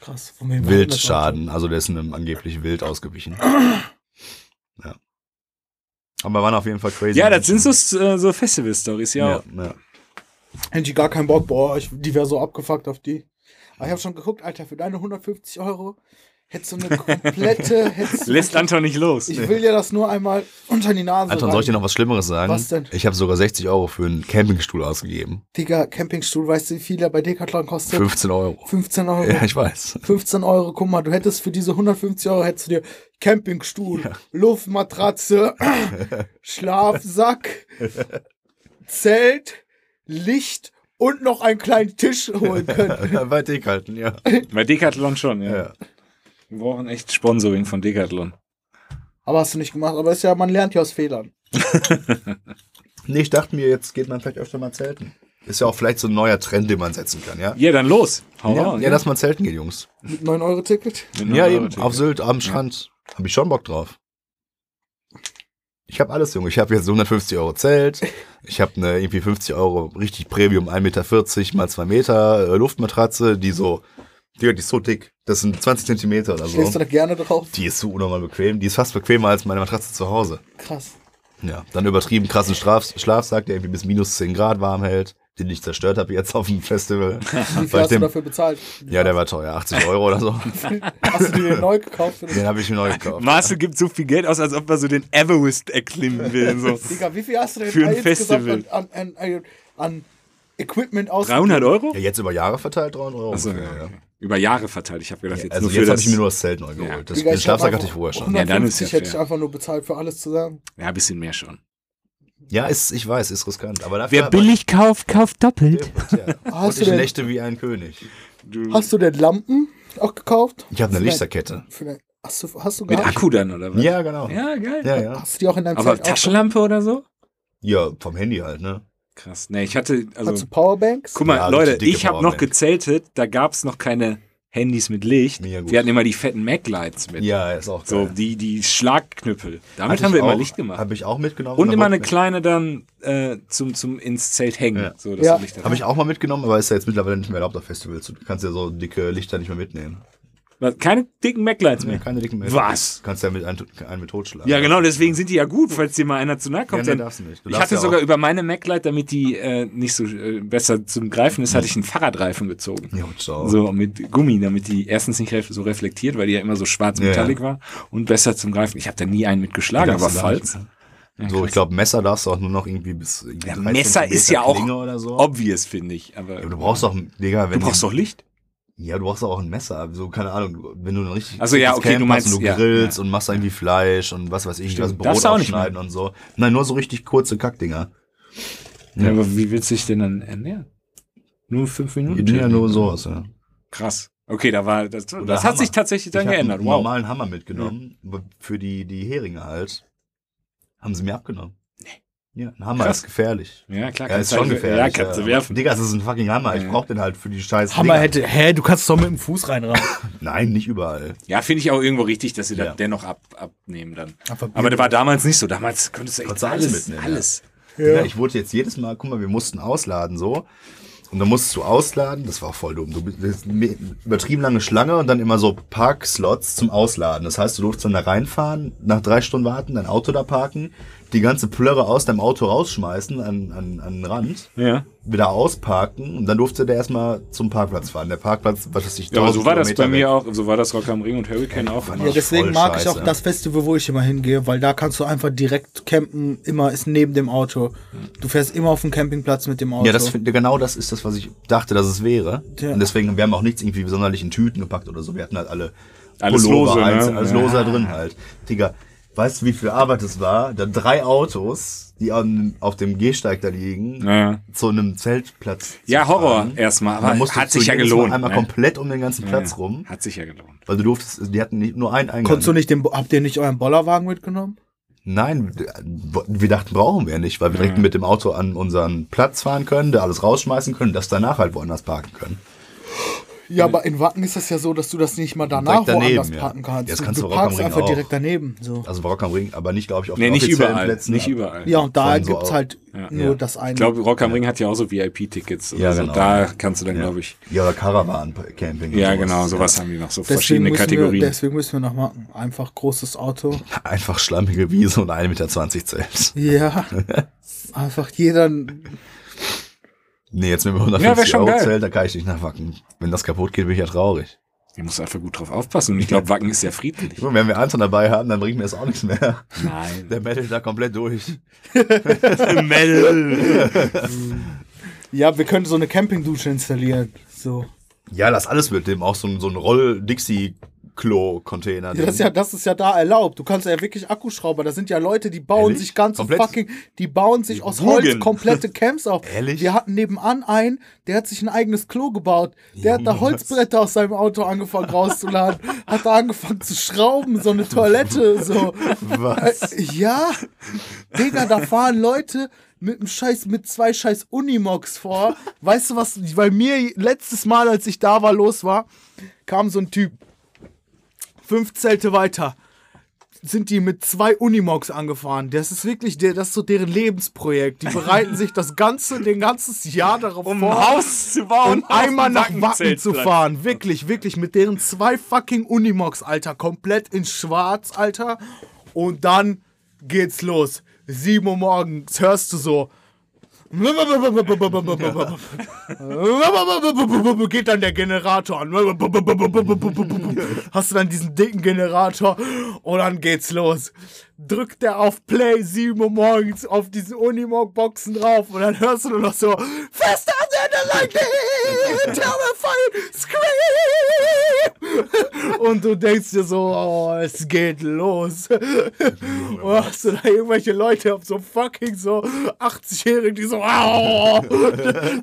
Speaker 3: Krass. Von wem war denn das Auto?
Speaker 2: Wildschaden. Also der ist einem angeblich wild ausgewichen. Ja. Aber waren auf jeden Fall crazy.
Speaker 1: Ja, das sind so, äh, so Festival-Stories, ja.
Speaker 2: Ja, ja.
Speaker 3: Hätte ich gar keinen Bock, boah, ich, die wäre so abgefuckt auf die. Aber ich habe schon geguckt, Alter, für deine 150 Euro hättest du eine komplette. hättest du-
Speaker 1: Lässt Anton nicht los.
Speaker 3: ich will dir das nur einmal unter die Nase.
Speaker 2: Anton,
Speaker 3: reiben.
Speaker 2: soll ich dir noch was Schlimmeres sagen?
Speaker 3: Was denn?
Speaker 2: Ich habe sogar 60 Euro für einen Campingstuhl ausgegeben.
Speaker 3: Digga, Campingstuhl, weißt du, wie viel der bei Decathlon kostet?
Speaker 2: 15 Euro.
Speaker 3: 15 Euro.
Speaker 2: Ja, ich weiß.
Speaker 3: 15 Euro, guck mal, du hättest für diese 150 Euro hättest du dir Campingstuhl, Luftmatratze, Schlafsack, Zelt, Licht und noch einen kleinen Tisch holen können.
Speaker 2: Bei dick halten, ja.
Speaker 1: Bei Decathlon schon, ja.
Speaker 2: ja.
Speaker 1: Wir brauchen echt Sponsoring von Decathlon.
Speaker 3: Aber hast du nicht gemacht, aber ist ja, man lernt ja aus Fehlern.
Speaker 2: Nee, ich dachte mir, jetzt geht man vielleicht öfter mal zelten. Ist ja auch vielleicht so ein neuer Trend, den man setzen kann, ja?
Speaker 1: Ja, dann los. Hau
Speaker 2: Ja,
Speaker 1: raus.
Speaker 2: ja, dass man zelten geht, Jungs.
Speaker 3: Mit 9 Euro Ticket.
Speaker 1: Mit
Speaker 2: Ja,
Speaker 1: einer
Speaker 2: eben.
Speaker 1: Euro-Ticket.
Speaker 2: Auf Sylt, am Strand. Habe ich schon Bock drauf. Ich habe alles, Junge. Ich habe jetzt 150 Euro Zelt. Ich habe eine irgendwie 50 Euro richtig Premium, 1,40 Meter mal 2 Meter äh, Luftmatratze, die so, Digga, die ist so dick. Das sind 20 Zentimeter oder
Speaker 3: Schläfst du
Speaker 2: so.
Speaker 3: da gerne drauf?
Speaker 2: Die ist so unnormal bequem. Die ist fast bequemer als meine Matratze zu Hause.
Speaker 3: Krass.
Speaker 2: Ja, dann übertrieben krassen Straf Schlafsack, der irgendwie bis minus 10 Grad warm hält, den ich zerstört habe jetzt auf dem Festival.
Speaker 3: Wie viel
Speaker 2: Weil ich
Speaker 3: hast du
Speaker 2: dem,
Speaker 3: dafür bezahlt?
Speaker 2: ja, der war teuer, 80 Euro oder so.
Speaker 3: Hast du dir den neu gekauft? Für das?
Speaker 2: Den habe ich mir neu gekauft.
Speaker 1: Marcel gibt so viel Geld aus, als ob er so den Everest erklimmen will. So.
Speaker 3: Digga, wie viel hast du denn
Speaker 1: Für ein
Speaker 3: insgesamt
Speaker 1: Festival.
Speaker 3: an, an, an, an Equipment ausgegeben?
Speaker 1: 300 Euro?
Speaker 2: Ja, jetzt über Jahre verteilt 300 Euro.
Speaker 1: Achso,
Speaker 2: ungefähr,
Speaker 1: ja, okay. Über Jahre verteilt. Ich habe gedacht, jetzt
Speaker 2: Also
Speaker 1: nur für
Speaker 2: jetzt habe
Speaker 1: das.
Speaker 2: ich mir nur das Zelt neu geholt. Das,
Speaker 3: Digga,
Speaker 2: den
Speaker 3: ich
Speaker 2: Schlafsack
Speaker 3: hab
Speaker 2: hatte ich
Speaker 3: einfach
Speaker 2: vorher schon.
Speaker 3: 150
Speaker 1: Ja, dann ist ja
Speaker 3: hätte ich
Speaker 1: fair.
Speaker 3: einfach nur bezahlt für alles zusammen.
Speaker 1: ja, ein bisschen mehr schon.
Speaker 2: Ja, ist, ich weiß, ist riskant. Aber dafür
Speaker 1: Wer billig kauft, kauft doppelt.
Speaker 2: Ja.
Speaker 3: Hast
Speaker 2: Und
Speaker 3: du
Speaker 2: ich
Speaker 3: denn-
Speaker 2: nächte wie ein König.
Speaker 3: Hast du denn Lampen auch gekauft?
Speaker 2: Ich habe eine
Speaker 3: Vielleicht-
Speaker 2: Lichterkette.
Speaker 3: vielleicht- Hast du, hast du
Speaker 1: Mit
Speaker 3: gehabt?
Speaker 1: Akku dann, oder was?
Speaker 2: Ja, genau. Ja,
Speaker 1: Ja, geil.
Speaker 2: ja. ja.
Speaker 3: Hast du die auch in deinem
Speaker 1: Aber
Speaker 3: Zelt auch-
Speaker 1: Taschenlampe oder so?
Speaker 2: vom Handy halt, ne?
Speaker 1: Krass. Nee, ich hatte,
Speaker 3: Hast
Speaker 1: also,
Speaker 3: du Powerbanks?
Speaker 1: guck mal,
Speaker 2: Ja, richtig
Speaker 1: Leute,
Speaker 2: dicke
Speaker 1: ich habe noch
Speaker 2: Powerbank.
Speaker 1: gezeltet, da gab es noch keine Handys mit Licht.
Speaker 2: Mega gut.
Speaker 1: Wir hatten immer die fetten Mac-Lights mit.
Speaker 2: Ja, ist auch
Speaker 1: So,
Speaker 2: geil.
Speaker 1: die, die Schlagknüppel. Damit haben wir immer Licht gemacht.
Speaker 2: Habe ich auch mitgenommen.
Speaker 1: Und
Speaker 2: aber
Speaker 1: immer eine
Speaker 2: wollte-
Speaker 1: kleine dann äh, zum, zum ins Zelt hängen.
Speaker 2: Ja.
Speaker 1: So, dass
Speaker 3: Ja.
Speaker 1: du Licht
Speaker 2: Habe ich auch mal mitgenommen, aber ist ja jetzt mittlerweile nicht mehr erlaubt auf Festivals. Du kannst ja so dicke Lichter nicht mehr mitnehmen.
Speaker 1: Was? Keine dicken Maglines mehr.
Speaker 2: Keine dicken Messer.
Speaker 1: Was?
Speaker 2: Kannst ja mit einem, einen mit totschlagen.
Speaker 1: Ja, genau, deswegen sind die ja gut, falls dir mal einer zu nahe kommt.
Speaker 2: Ja,
Speaker 1: dann-
Speaker 2: nee, darfst du nicht. Du
Speaker 1: ich
Speaker 2: darfst
Speaker 1: hatte
Speaker 2: ja auch-
Speaker 1: sogar über meine Maglite, damit die äh, nicht so äh, besser zum Greifen ist, hatte ich einen Fahrradreifen gezogen.
Speaker 2: Ja, ciao.
Speaker 1: So mit Gummi, damit die erstens nicht ref- so reflektiert, weil die ja immer so schwarz
Speaker 2: Ja, ja.
Speaker 1: metallic war und besser zum Greifen. Ich habe da nie einen mitgeschlagen,
Speaker 2: Darfst
Speaker 1: aber
Speaker 2: du gar nicht.
Speaker 1: falls.
Speaker 2: ne? So, ich glaube, Messer darfst du auch nur noch irgendwie bis. Irgendwie
Speaker 1: Ja,
Speaker 2: 13
Speaker 1: Messer ist
Speaker 2: Zentimeter
Speaker 1: ja auch
Speaker 2: Klinge Oder so.
Speaker 1: obvious, finde ich. Aber
Speaker 2: ja, aber du brauchst doch, Digga,
Speaker 1: du
Speaker 2: wenn
Speaker 1: brauchst doch Licht.
Speaker 2: Ja, du brauchst doch auch ein Messer. So, keine Ahnung, wenn du ein richtig
Speaker 1: Also, ja,
Speaker 2: gutes
Speaker 1: okay, du
Speaker 2: Camp hast
Speaker 1: meinst-
Speaker 2: und du
Speaker 1: ja,
Speaker 2: grillst und machst irgendwie Fleisch und was weiß ich,
Speaker 1: Stimmt,
Speaker 2: das Brot
Speaker 1: darfst du auch nicht
Speaker 2: aufschneiden und so. Nein, nur so richtig kurze Kackdinger. Ja.
Speaker 1: Ja, aber wie willst du dich denn dann ernähren? Nur fünf Minuten?
Speaker 2: Ja, nur sowas, ja.
Speaker 1: Krass. Okay, da war das.
Speaker 2: Oder
Speaker 1: das hat
Speaker 2: Hammer.
Speaker 1: sich tatsächlich dann
Speaker 2: ich hab
Speaker 1: geändert.
Speaker 2: Einen
Speaker 1: Wow.
Speaker 2: normalen Hammer mitgenommen, aber für die, die Heringe halt. Haben sie mir abgenommen. Nee. Ja, ein Hammer
Speaker 1: Krass.
Speaker 2: ist gefährlich.
Speaker 1: Ja, klar,
Speaker 2: Ja, ist schon
Speaker 1: halt-
Speaker 2: gefährlich.
Speaker 1: Ja, kannst du
Speaker 2: ja.
Speaker 1: werfen.
Speaker 2: Digga, das ist ein fucking Hammer. Ich
Speaker 1: Ja.
Speaker 2: brauch den halt für die scheiß
Speaker 5: Hammer
Speaker 2: Dinger.
Speaker 5: hätte, hä, du kannst doch mit dem Fuß reinrahmen.
Speaker 2: Nein, nicht überall.
Speaker 1: Ja, finde ich auch irgendwo richtig, dass sie das
Speaker 2: Ja.
Speaker 1: dennoch ab, abnehmen dann. Aber das war damals nicht so. Damals konntest du echt
Speaker 2: Konntest du
Speaker 1: alles,
Speaker 2: alles
Speaker 1: alles
Speaker 2: mitnehmen,
Speaker 1: Alles.
Speaker 2: Ja. Ich wurde jetzt jedes Mal, guck mal, wir mussten ausladen so. Und dann musstest du ausladen, das war auch voll dumm. Du bist das ist me- übertrieben lange Schlange und dann immer so Parkslots zum Ausladen. Das heißt, du durfst dann da reinfahren, nach drei Stunden warten, dein Auto da parken, die ganze Plörre aus deinem Auto rausschmeißen an, an, an den Rand,
Speaker 1: Ja.
Speaker 2: wieder ausparken und dann durfte der erstmal zum Parkplatz fahren. Der Parkplatz, was weiß ich,
Speaker 1: Ja, aber so
Speaker 2: 1000
Speaker 1: war das bei
Speaker 2: Kilometer
Speaker 1: mir
Speaker 2: weg.
Speaker 1: auch. So war das Rock am Ring und Hurricane auch.
Speaker 2: Mann,
Speaker 1: immer.
Speaker 2: das-
Speaker 3: Deswegen
Speaker 2: Voll
Speaker 3: mag ich
Speaker 2: scheiße.
Speaker 3: auch das Festival, wo ich immer hingehe, weil da kannst du einfach direkt campen, immer ist neben dem Auto. Du fährst immer auf dem Campingplatz mit dem Auto.
Speaker 2: Ja, das, find- genau das ist das, was ich dachte, dass es wäre.
Speaker 3: Tja.
Speaker 2: Und deswegen, wir haben auch nichts irgendwie sonderlich in Tüten gepackt oder so. Wir hatten halt alle
Speaker 1: Alles lose, ne?
Speaker 2: einzeln, alles
Speaker 1: Ja.
Speaker 2: lose da drin halt. Digga, weißt du, wie viel Arbeit es war? Da drei Autos, die an, auf dem Gehsteig da liegen,
Speaker 1: Ja.
Speaker 2: zu einem Zeltplatz.
Speaker 1: Ja,
Speaker 2: zu
Speaker 1: Horror
Speaker 2: fahren.
Speaker 1: erstmal,
Speaker 2: Und dann
Speaker 1: aber
Speaker 2: musstest
Speaker 1: hat
Speaker 2: du
Speaker 1: sich ja
Speaker 2: jedes Mal
Speaker 1: gelohnt,
Speaker 2: Einmal
Speaker 1: ne?
Speaker 2: komplett um den ganzen Platz rum.
Speaker 1: Hat sich ja gelohnt.
Speaker 2: Weil du durftest, die hatten nicht, nur einen Eingang.
Speaker 3: Konntest du nicht den, habt ihr nicht euren Bollerwagen mitgenommen?
Speaker 2: Nein, wir dachten, brauchen wir nicht, weil wir direkt mit dem Auto an unseren Platz fahren können, da alles rausschmeißen können, das danach halt woanders parken können.
Speaker 3: Ja, aber in Wacken ist das ja so, dass du das nicht mal danach
Speaker 2: Direkt daneben,
Speaker 3: woanders
Speaker 2: ja.
Speaker 3: parken kannst.
Speaker 2: Ja, das kannst
Speaker 3: du
Speaker 2: du aber auch am
Speaker 3: parkst
Speaker 2: Ring
Speaker 3: einfach
Speaker 2: auch.
Speaker 3: direkt daneben. So.
Speaker 2: Also Rock am Ring, aber nicht, glaube ich, auf
Speaker 1: Nee,
Speaker 2: den
Speaker 1: nicht
Speaker 2: offiziellen
Speaker 1: überall.
Speaker 2: Plätzen.
Speaker 1: nicht überall.
Speaker 3: Ja, und da
Speaker 2: Von so
Speaker 3: gibt's
Speaker 2: auch.
Speaker 3: halt nur
Speaker 2: Ja.
Speaker 3: das eine.
Speaker 1: Ich glaube, Rock am Ring hat ja auch so VIP-Tickets. oder
Speaker 2: Ja,
Speaker 1: so.
Speaker 2: genau.
Speaker 1: Also Da kannst du dann, glaube ich.
Speaker 2: Ja, oder Caravan-Camping. und
Speaker 1: Ja,
Speaker 2: sowas.
Speaker 1: genau, sowas haben die noch. So
Speaker 3: deswegen
Speaker 1: verschiedene
Speaker 3: müssen Wir,
Speaker 1: Kategorien.
Speaker 3: deswegen müssen wir nach Wacken. Einfach großes Auto.
Speaker 2: Ja. Einfach schlammige Wiese und 1,20 Meter Zelt.
Speaker 3: Ja. einfach jeder.
Speaker 2: Nee, jetzt mit dem
Speaker 1: Ja, wär
Speaker 2: 150
Speaker 1: schon
Speaker 2: Euro
Speaker 1: geil.
Speaker 2: Zelt, da kann ich nicht nachwacken. Wenn das kaputt geht, bin ich ja traurig.
Speaker 1: Du musst einfach gut drauf aufpassen. Und ich glaube, Wacken ist ja friedlich.
Speaker 2: Und wenn wir Anton dabei haben, dann bringt mir das auch nichts mehr.
Speaker 1: Nein.
Speaker 2: Der meldet da komplett durch.
Speaker 3: Ja, wir können so eine Campingdusche installieren. So.
Speaker 2: Ja, das alles mit dem, auch so ein, so ein Roll-Dixie-Klo-Container.
Speaker 3: Ja, das, ist ja, das ist ja da erlaubt. Du kannst ja wirklich Akkuschrauber. Da sind ja Leute, die bauen
Speaker 2: Ehrlich?
Speaker 3: sich ganze
Speaker 2: Komplett?
Speaker 3: fucking, die bauen sich aus
Speaker 1: Burgen.
Speaker 3: Holz komplette Camps auf.
Speaker 2: Ehrlich?
Speaker 3: Wir hatten nebenan einen, der hat sich ein eigenes Klo gebaut. Der hat da Holzbretter aus seinem Auto angefangen rauszuladen. hat da angefangen zu schrauben, so eine Toilette. So.
Speaker 2: Was?
Speaker 3: Äh, Ja, Digga, da fahren Leute mit einem Scheiß, mit zwei Scheiß Unimox vor. Weißt du, was bei mir letztes Mal, als ich da war, los war, kam so ein Typ. Fünf Zelte weiter sind die mit zwei Unimox angefahren. Das ist wirklich der, das ist so deren Lebensprojekt. Die bereiten sich das ganze, den ganzes Jahr darauf
Speaker 1: Um
Speaker 3: vor
Speaker 1: Haus zu bauen.
Speaker 3: und einmal nach Wacken zu fahren. Wirklich, wirklich. Mit deren zwei fucking Unimox, Alter. Komplett in schwarz, Alter. Und dann geht's los. 7 Uhr morgens hörst du so. Geht dann der Generator an. Hast du dann diesen dicken Generator und dann geht's los. Drückt der auf Play 7 Uhr morgens auf diesen Unimog-Boxen drauf und dann hörst du nur noch so Fest an der Lightning, terrifying scream. Und du denkst dir so, oh, es geht los. Und hast du da irgendwelche Leute auf so fucking so 80-Jährigen, die so au,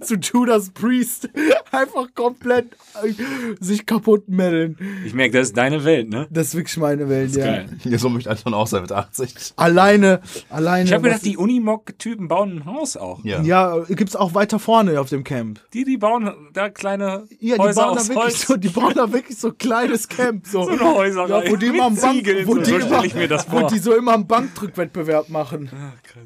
Speaker 3: zu Judas Priest einfach komplett äh, sich kaputt melden.
Speaker 1: Ich merke, das ist deine Welt, ne?
Speaker 3: Das ist wirklich meine Welt, ja.
Speaker 1: Geil.
Speaker 2: Ja, so möchte Anton auch sein mit 80.
Speaker 3: Alleine, alleine.
Speaker 1: Ich habe
Speaker 3: was-
Speaker 1: gedacht, die Unimog-Typen bauen ein Haus auch.
Speaker 2: Ja.
Speaker 3: Ja, gibt's auch weiter vorne auf dem Camp.
Speaker 1: Die, die bauen da kleine
Speaker 3: Ja, die
Speaker 1: Häuser
Speaker 3: bauen, da
Speaker 1: aus
Speaker 3: wirklich
Speaker 1: Holz.
Speaker 3: so, die bauen da wirklich so ein kleines Camp. So,
Speaker 1: So eine Häuserei
Speaker 3: Ja, wo die
Speaker 1: mit
Speaker 3: immer am Bank,
Speaker 1: Ziegeln,
Speaker 3: wo
Speaker 1: so
Speaker 3: die
Speaker 1: stell
Speaker 3: immer,
Speaker 1: ich mir das
Speaker 3: wo
Speaker 1: vor.
Speaker 3: die so immer am Bankdrückwettbewerb machen.
Speaker 1: Ach, krass.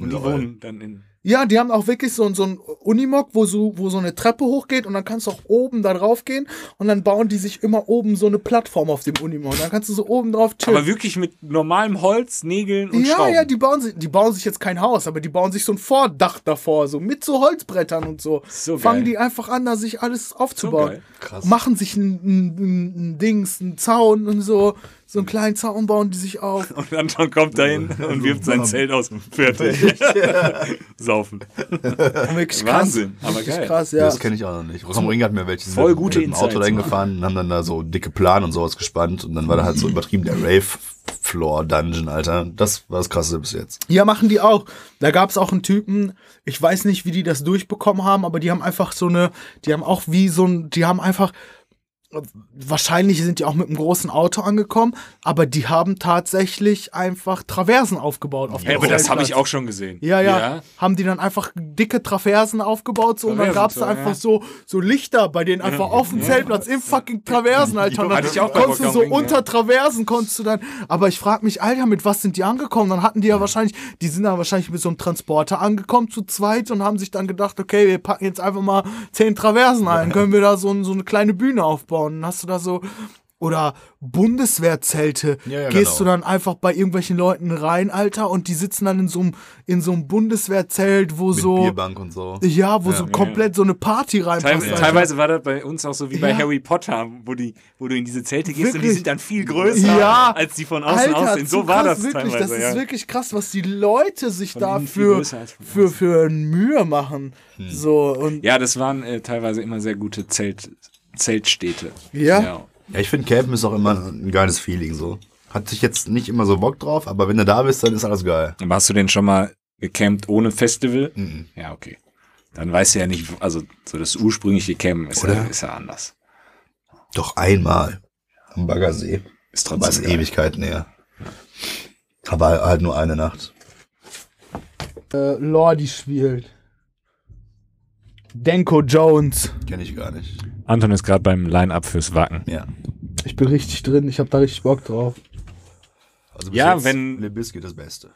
Speaker 1: Und die
Speaker 2: Lol.
Speaker 1: wohnen dann in
Speaker 3: Ja, die haben auch wirklich so, so einen Unimog, wo so, wo so eine Treppe hochgeht und dann kannst du auch oben da drauf gehen und dann bauen die sich immer oben so eine Plattform auf dem Unimog. Dann kannst du so oben drauf chillen.
Speaker 1: Aber wirklich mit normalem Holz, Nägeln und
Speaker 3: ja,
Speaker 1: Schrauben.
Speaker 3: ja, die bauen, sich, die bauen sich jetzt kein Haus, aber die bauen sich so ein Vordach davor, so mit so Holzbrettern und so.
Speaker 1: So
Speaker 3: Fangen
Speaker 1: geil.
Speaker 3: die einfach an, da sich alles
Speaker 1: So
Speaker 3: aufzubauen.
Speaker 1: geil.
Speaker 2: Krass.
Speaker 3: Machen sich ein, ein, ein, ein Dings, einen Zaun und so, so einen kleinen Zaun bauen die sich auf.
Speaker 1: Und Anton kommt dahin und wirft sein Zelt aus. Fertig. Saufen.
Speaker 3: Und wirklich krass.
Speaker 1: Wahnsinn. Aber
Speaker 3: Wirklich
Speaker 1: geil.
Speaker 3: krass, ja.
Speaker 2: Das kenne ich auch noch nicht. Rossum Ring hat mir welche die sind
Speaker 1: Voll
Speaker 2: mit-
Speaker 1: gute
Speaker 2: mit dem Auto
Speaker 1: Insights, ne?
Speaker 2: dahin
Speaker 1: Mann.
Speaker 2: gefahren und haben dann da so dicke Plan und sowas gespannt und dann war da halt so übertrieben der Rave Floor Dungeon, Alter. Das war das krasseste bis jetzt.
Speaker 3: Ja, machen die auch. Da gab's auch einen Typen, ich weiß nicht, wie die das durchbekommen haben, aber die haben einfach so eine, die haben auch wie so ein, die haben einfach, wahrscheinlich sind die auch mit einem großen Auto angekommen, aber die haben tatsächlich einfach Traversen aufgebaut. Auf
Speaker 1: Ja,
Speaker 3: dem
Speaker 1: aber das habe
Speaker 3: Zeltplatz.
Speaker 1: ich auch schon gesehen.
Speaker 3: Ja, ja, Haben die dann einfach dicke Traversen aufgebaut so, und dann
Speaker 1: Traversen,
Speaker 3: gab's da
Speaker 1: so,
Speaker 3: einfach
Speaker 1: ja.
Speaker 3: so, so Lichter bei denen einfach auf dem Zeltplatz im fucking Traversen, Alter. Und dann
Speaker 1: Hatte ich auch bei
Speaker 3: konntest du
Speaker 1: Rock
Speaker 3: so
Speaker 1: am Ring,
Speaker 3: unter
Speaker 1: ja.
Speaker 3: Traversen konntest du dann. Aber ich frag mich, Alter, mit was sind die angekommen? Dann hatten die ja wahrscheinlich, die sind dann wahrscheinlich mit so einem Transporter angekommen zu zweit und haben sich dann gedacht, okay, wir packen jetzt einfach mal zehn Traversen ein, können wir da so, ein, so eine kleine Bühne aufbauen. Dann hast du da so. Oder Bundeswehrzelte.
Speaker 2: Ja, ja,
Speaker 3: Gehst du
Speaker 2: genau.
Speaker 3: dann dann einfach bei irgendwelchen Leuten rein, Alter, und die sitzen dann in so einem, in so einem Bundeswehrzelt, wo
Speaker 2: Mit
Speaker 3: so,
Speaker 2: Bierbank und so.
Speaker 3: ja, wo so komplett so eine Party
Speaker 1: Teil,
Speaker 3: reinpasst. Alter.
Speaker 1: teilweise war das bei uns auch so wie bei
Speaker 3: Ja.
Speaker 1: Harry Potter, wo, die, wo du in diese Zelte gehst und die
Speaker 3: Wirklich?
Speaker 1: sind dann viel größer,
Speaker 3: Ja.
Speaker 1: als die von außen aussehen. So
Speaker 3: zu
Speaker 1: war
Speaker 3: krass,
Speaker 1: das
Speaker 3: wirklich,
Speaker 1: teilweise.
Speaker 3: Das
Speaker 1: ja.
Speaker 3: ist wirklich krass, was die Leute sich
Speaker 1: innen viel
Speaker 3: dafür
Speaker 1: größer als von
Speaker 3: für, für Mühe machen. So, und
Speaker 1: ja, das waren äh, teilweise immer sehr gute Zelt, Zeltstädte.
Speaker 3: Ja.
Speaker 2: Ja, ich finde Campen ist auch immer ein geiles Feeling so. Hat sich jetzt nicht immer so Bock drauf, aber wenn du da bist, dann ist alles geil.
Speaker 1: Aber hast du denn schon mal gecampt ohne Festival?
Speaker 2: Mhm.
Speaker 1: Ja, okay. Dann weißt du ja nicht, also so das ursprüngliche Campen ist, ja,
Speaker 2: Oder?
Speaker 1: ist ja anders.
Speaker 2: Doch einmal am Baggersee.
Speaker 1: Ist
Speaker 2: Aber
Speaker 1: trotzdem
Speaker 2: ist
Speaker 1: geil.
Speaker 2: Ewigkeiten her. Aber halt nur eine Nacht.
Speaker 3: äh, Lordi spielt. Denko Jones.
Speaker 2: Kenne ich gar nicht.
Speaker 1: Anton ist gerade beim Line-Up fürs Wacken.
Speaker 2: Ja.
Speaker 3: Ich bin richtig drin, ich habe da richtig Bock drauf.
Speaker 2: Also bis
Speaker 1: Ja,
Speaker 2: jetzt
Speaker 1: wenn-
Speaker 2: Lebiski das Beste.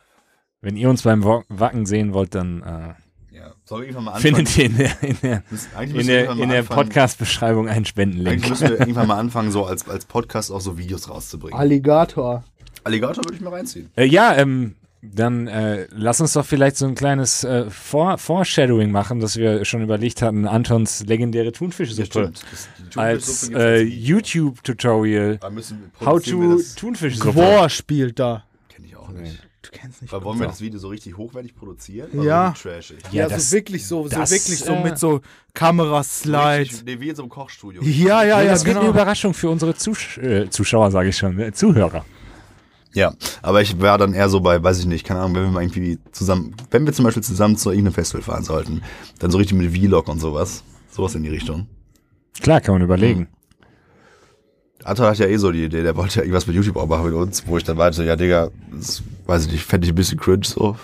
Speaker 1: Wenn ihr uns beim Wa- Wacken sehen wollt, dann äh,
Speaker 2: Ja. Sollen wir irgendwann mal
Speaker 1: findet ihr in der, in der,
Speaker 2: Müssen- eigentlich
Speaker 1: in
Speaker 2: müssen wir
Speaker 1: der,
Speaker 2: irgendwann mal
Speaker 1: in der
Speaker 2: anfangen-
Speaker 1: Podcast-Beschreibung einen
Speaker 2: Eigentlich
Speaker 1: Spendenlink.
Speaker 2: müssen wir irgendwann mal anfangen, so als, als Podcast auch so Videos rauszubringen.
Speaker 3: Alligator.
Speaker 2: Alligator würde ich mal reinziehen.
Speaker 1: Äh, ja, ähm, dann äh, lass uns doch vielleicht so ein kleines äh, Vor Foreshadowing machen, dass wir schon überlegt hatten, Antons legendäre Thunfischsuppe
Speaker 2: Das- die Thunfischsuppe
Speaker 1: als
Speaker 2: gibt's
Speaker 1: äh,
Speaker 2: jetzt nicht.
Speaker 1: YouTube-Tutorial.
Speaker 2: Da müssen wir
Speaker 1: How
Speaker 2: produzieren wir
Speaker 1: to
Speaker 2: das-
Speaker 1: Thunfischsuppe.
Speaker 3: Gwar spielt da.
Speaker 2: Kenn ich auch nicht.
Speaker 3: Du kennst nicht.
Speaker 2: Weil wollen wir das Video so richtig hochwertig produzieren? Oder
Speaker 3: Ja.
Speaker 2: so Trashig.
Speaker 1: Ja,
Speaker 3: Ja,
Speaker 1: das-
Speaker 3: so wirklich so, so
Speaker 1: das,
Speaker 3: wirklich so
Speaker 1: äh,
Speaker 3: mit so Kameraslide.
Speaker 2: Richtig, Nee, wie jetzt im Kochstudio.
Speaker 3: Ja, ja,
Speaker 1: Ja,
Speaker 3: ja,
Speaker 1: das wird eine
Speaker 3: genau.
Speaker 1: Überraschung für unsere Zusch äh, Zuschauer, sage ich schon, äh, Zuhörer.
Speaker 2: Ja, aber ich wäre dann eher so bei, weiß ich nicht, keine Ahnung, wenn wir mal irgendwie zusammen, wenn wir zum Beispiel zusammen zu irgendeinem Festival fahren sollten, dann so richtig mit Vlog und sowas. Sowas in die Richtung.
Speaker 1: Klar, kann man überlegen.
Speaker 2: Atta hat ja eh so die Idee, der wollte ja irgendwas mit YouTube auch machen mit uns, wo ich dann meinte, ja, Digga, das, weiß ich nicht, fände ich ein bisschen cringe so.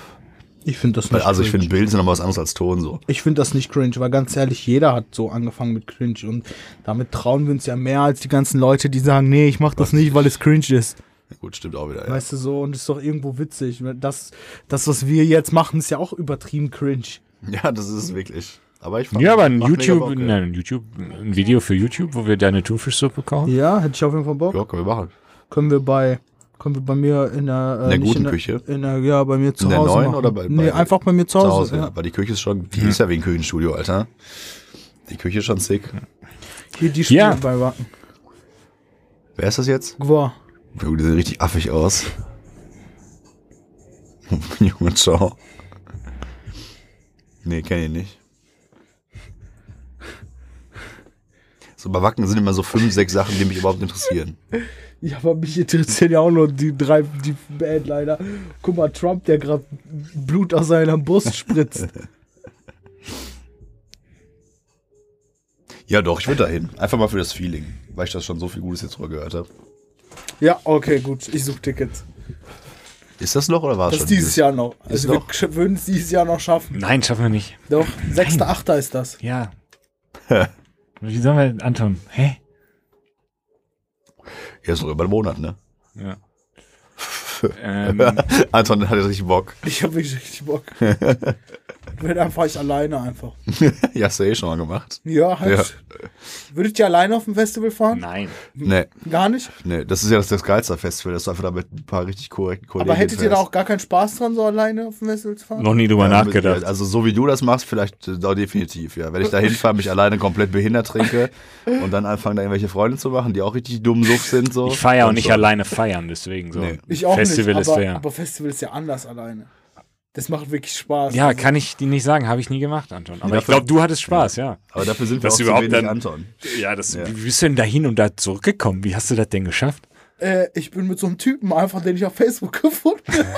Speaker 3: Ich finde das
Speaker 2: Weil,
Speaker 3: nicht
Speaker 2: also ich
Speaker 3: cringe.
Speaker 2: finde Bild ist nochmal was anderes als Ton so.
Speaker 3: Ich finde das nicht cringe, weil ganz ehrlich, jeder hat so angefangen mit cringe und damit trauen wir uns ja mehr als die ganzen Leute, die sagen, nee, ich mach das nicht, weil es cringe ist.
Speaker 2: Ja, gut, stimmt auch wieder, ja.
Speaker 3: Weißt du so, und ist doch irgendwo witzig. Das, das was wir jetzt machen, ist ja auch übertrieben cringe.
Speaker 2: Ja, das ist es wirklich. Aber ich fand-
Speaker 1: Ja, aber ein
Speaker 2: macht mega
Speaker 1: YouTube,
Speaker 2: Bock, ja.
Speaker 1: nein, ein YouTube, ein Video für YouTube, wo wir deine Thunfischsuppe kochen.
Speaker 3: Ja, hätte ich auf jeden Fall Bock.
Speaker 2: Ja, können wir machen.
Speaker 3: Können wir bei können wir bei mir in der, äh,
Speaker 2: In der
Speaker 3: nicht
Speaker 2: guten
Speaker 3: in der,
Speaker 2: Küche?
Speaker 3: In der, ja, bei mir zu
Speaker 2: In der
Speaker 3: Hause.
Speaker 2: neuen
Speaker 3: machen.
Speaker 2: oder bei-
Speaker 3: Nee,
Speaker 2: bei-
Speaker 3: einfach bei mir zu Hause.
Speaker 2: Zu Hause, ja.
Speaker 3: ja.
Speaker 2: Aber die Küche ist schon, die ist ja wie ein Küchenstudio, Alter. Die Küche ist schon sick.
Speaker 3: Hier die Spiele
Speaker 1: Ja.
Speaker 3: bei Wacken.
Speaker 2: Wer ist das jetzt?
Speaker 3: Gwar.
Speaker 2: Junge, die sehen richtig affig aus. Junge, ciao. Nee, kenn ich nicht. So bei Wacken sind immer so fünf, sechs Sachen, die mich überhaupt interessieren.
Speaker 3: Ja, aber mich interessieren ja auch nur die drei, die Band leider. Guck mal, Trump, der gerade Blut aus seiner Brust spritzt.
Speaker 2: Ja, doch, ich würde dahin. Einfach mal für das Feeling, weil ich das schon so viel Gutes jetzt drüber gehört habe.
Speaker 3: ja, okay, gut, ich suche Tickets.
Speaker 2: Ist das noch oder war es
Speaker 3: Das
Speaker 2: schon?
Speaker 3: ist dieses Jahr noch. Also
Speaker 2: noch.
Speaker 3: wir würden es dieses Jahr noch schaffen.
Speaker 1: Nein, schaffen wir nicht.
Speaker 3: Doch, 6.8. ist das.
Speaker 1: Ja. Wie sollen wir, Anton? Hä?
Speaker 2: Ja, ist noch über einen Monat, ne?
Speaker 1: Ja. ähm,
Speaker 2: Anton hat richtig Bock.
Speaker 3: Ich habe richtig Bock. dann fahre ich alleine einfach.
Speaker 2: ja, hast du eh schon mal gemacht.
Speaker 3: Ja, halt. Würdet ihr alleine auf dem Festival fahren?
Speaker 1: Nein.
Speaker 2: Nee,
Speaker 3: Gar nicht?
Speaker 2: nee, das ist ja das, das geilste Festival, dass du einfach da mit ein paar richtig korrekten Kollegen
Speaker 3: Aber hättet ihr da
Speaker 2: fährst.
Speaker 3: auch gar keinen Spaß dran, so alleine auf dem Festival zu fahren?
Speaker 1: Noch nie drüber
Speaker 2: Ja,
Speaker 1: nachgedacht.
Speaker 2: mit-
Speaker 3: halt
Speaker 2: Also so wie du das machst, vielleicht äh, doch definitiv, ja. Wenn ich da hinfahre, mich alleine komplett behindert trinke und dann anfange, da irgendwelche Freunde zu machen, die auch richtig dumm suff sind. So.
Speaker 1: Ich feiere ja auch
Speaker 2: Dann
Speaker 1: nicht
Speaker 2: schon.
Speaker 1: alleine feiern, deswegen so.
Speaker 2: Nee.
Speaker 3: Ich auch
Speaker 1: Festival
Speaker 3: nicht,
Speaker 1: ist
Speaker 3: aber,
Speaker 1: fair.
Speaker 3: aber Festival ist ja anders alleine. Das macht wirklich Spaß.
Speaker 1: ja,
Speaker 3: Also,
Speaker 1: kann ich dir nicht sagen, habe ich nie gemacht, Anton. Aber ich
Speaker 2: dafür-
Speaker 1: glaube, du hattest Spaß, ja.
Speaker 2: Aber dafür sind wir
Speaker 1: Dass
Speaker 2: auch zu
Speaker 1: überhaupt
Speaker 2: wenig
Speaker 1: dann-
Speaker 2: Anton.
Speaker 1: Ja, das,
Speaker 2: Ja.
Speaker 1: wie bist du denn da hin und da zurückgekommen? Wie hast du das denn geschafft?
Speaker 3: äh, ich bin mit so einem Typen einfach, den ich auf Facebook gefunden habe.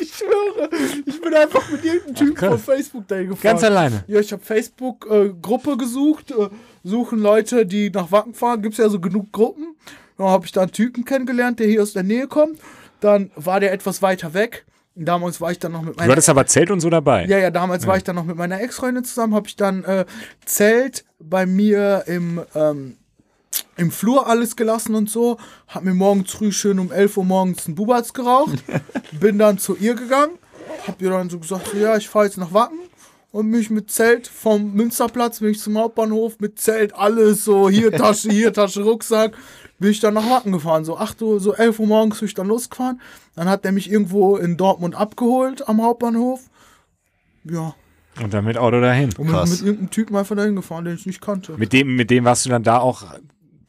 Speaker 3: ich schwöre. Ich bin einfach mit irgendeinem Typen
Speaker 1: krass.
Speaker 3: auf Facebook dahin gefahren.
Speaker 1: Ganz alleine.
Speaker 3: Ja, ich habe Facebook-Gruppe gesucht. Äh, suchen Leute, die nach Wacken fahren. Gibt es ja so genug Gruppen. Dann habe ich da einen Typen kennengelernt, der hier aus der Nähe kommt. Dann war der etwas weiter weg. Damals war ich dann noch mit
Speaker 1: Du
Speaker 3: meiner
Speaker 1: hattest aber Zelt und so dabei.
Speaker 3: Ja, ja, damals war ich dann noch mit meiner Ex-Freundin zusammen, habe ich dann äh, Zelt bei mir im, ähm, im Flur alles gelassen und so, hab mir morgens früh schön um 11 Uhr morgens einen Bubatz geraucht, bin dann zu ihr gegangen, hab ihr dann so gesagt, so, ja, ich fahr jetzt nach Wacken und mich mit Zelt vom Münsterplatz bin ich zum Hauptbahnhof mit Zelt, alles so, hier Tasche, hier Tasche, Rucksack, bin ich dann nach Wacken gefahren. So 8 Uhr, so 11 Uhr morgens bin ich dann losgefahren. Dann hat er mich irgendwo in Dortmund abgeholt am Hauptbahnhof. Ja,
Speaker 1: Und dann mit Auto dahin.
Speaker 3: und mit,
Speaker 2: Krass.
Speaker 3: mit irgendeinem Typen einfach dahin gefahren, den ich nicht kannte.
Speaker 1: Mit dem, mit dem warst du dann da auch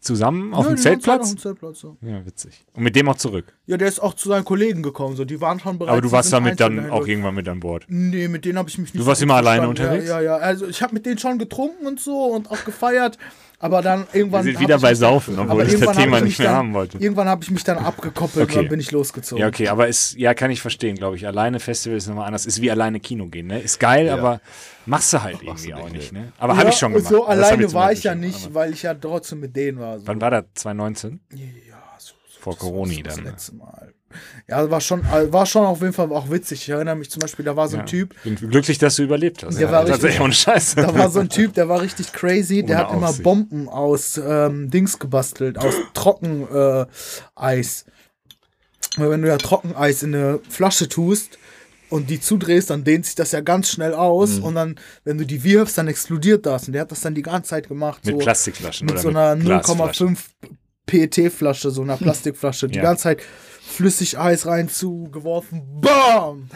Speaker 1: zusammen auf
Speaker 3: Ja,
Speaker 1: dem
Speaker 3: die waren zusammen Auf
Speaker 1: Zeltplatz?
Speaker 3: dem Zeltplatz, ja.
Speaker 1: Ja, witzig. Und mit dem auch zurück.
Speaker 3: ja, der ist auch zu seinen Kollegen gekommen, so die waren schon bereit.
Speaker 1: Aber du
Speaker 3: die
Speaker 1: warst
Speaker 3: sind
Speaker 1: damit dann
Speaker 3: einzeln
Speaker 1: auch
Speaker 3: dahin
Speaker 1: irgendwann mit an Bord.
Speaker 3: durch- Nee, mit denen habe ich mich nicht.
Speaker 1: Du
Speaker 3: so
Speaker 1: warst
Speaker 3: gut
Speaker 1: immer alleine
Speaker 3: verstanden.
Speaker 1: unterwegs?
Speaker 3: Ja, ja, ja. Also ich habe mit denen schon getrunken und so und auch gefeiert, aber dann irgendwann.
Speaker 1: Wir sind
Speaker 3: hab
Speaker 1: wieder
Speaker 3: ich
Speaker 1: bei
Speaker 3: mich-
Speaker 1: Saufen, obwohl
Speaker 3: aber
Speaker 1: ich das
Speaker 3: irgendwann hab
Speaker 1: Thema
Speaker 3: ich
Speaker 1: nicht
Speaker 3: mich
Speaker 1: mehr
Speaker 3: dann-
Speaker 1: haben wollte.
Speaker 3: Irgendwann habe ich mich dann abgekoppelt
Speaker 1: Okay.
Speaker 3: und dann bin ich losgezogen.
Speaker 1: Ja, okay, aber ist, ja, kann ich verstehen, glaube ich. Alleine Festival ist nochmal anders. Ist wie alleine Kino gehen, ne? Ist geil, aber machst du halt irgendwie auch nicht, ne? Aber habe ich schon gemacht.
Speaker 3: So
Speaker 1: Das hab
Speaker 3: alleine
Speaker 1: zum
Speaker 3: war
Speaker 1: Beispiel
Speaker 3: ich ja
Speaker 1: schon
Speaker 3: nicht,
Speaker 1: gemacht.
Speaker 3: weil ich ja trotzdem mit denen war. So.
Speaker 1: Wann war das? 2019?
Speaker 3: Ja, so, so
Speaker 1: Vor
Speaker 3: das war
Speaker 1: Corona
Speaker 3: so das
Speaker 1: dann, ne?
Speaker 3: letzte Mal. Ja, war schon, äh, war schon auf jeden Fall auch witzig. Ich erinnere mich zum Beispiel, da war so ein
Speaker 1: Ja.
Speaker 3: Typ,
Speaker 1: Bin glücklich, dass du überlebt hast.
Speaker 3: Der war
Speaker 1: tatsächlich
Speaker 3: richtig-
Speaker 1: ohne Scheiß.
Speaker 3: da war so ein Typ, der war richtig crazy. Der
Speaker 1: Ohne
Speaker 3: hat immer
Speaker 1: Aufsicht.
Speaker 3: Bomben aus ähm, Dings gebastelt, aus Trockeneis. Äh, Eis. Weil wenn du ja Trockeneis in eine Flasche tust und die zudrehst, dann dehnt sich das ja ganz schnell aus
Speaker 1: Mhm.
Speaker 3: und dann, wenn du die wirfst, dann explodiert das. Und der hat das dann die ganze Zeit gemacht.
Speaker 1: mit
Speaker 3: so.
Speaker 1: Plastikflaschen
Speaker 3: mit
Speaker 1: oder
Speaker 3: so einer
Speaker 1: mit Glasflaschen.
Speaker 3: 0,5 PET-Flasche, so einer Plastikflasche, die
Speaker 1: Ja.
Speaker 3: ganze Zeit flüssig Eis rein zugeworfen. Bam!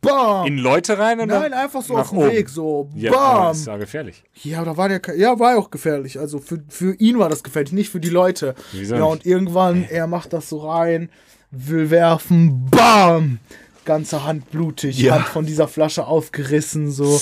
Speaker 3: Bam!
Speaker 1: In Leute rein oder?
Speaker 3: Nein, einfach so
Speaker 1: nach
Speaker 3: auf dem
Speaker 1: oben.
Speaker 3: Weg, so.
Speaker 1: Ja, aber
Speaker 3: Bam!
Speaker 1: das war gefährlich.
Speaker 3: Ja, da war der, ke- ja, war ja auch gefährlich. Also für, für ihn war das gefährlich, nicht für die Leute.
Speaker 1: Wieso
Speaker 3: ja,
Speaker 1: nicht?
Speaker 3: und irgendwann, er macht das so rein, will werfen, bam! Ganze Hand blutig,
Speaker 2: Ja.
Speaker 3: Hand von dieser Flasche aufgerissen, so.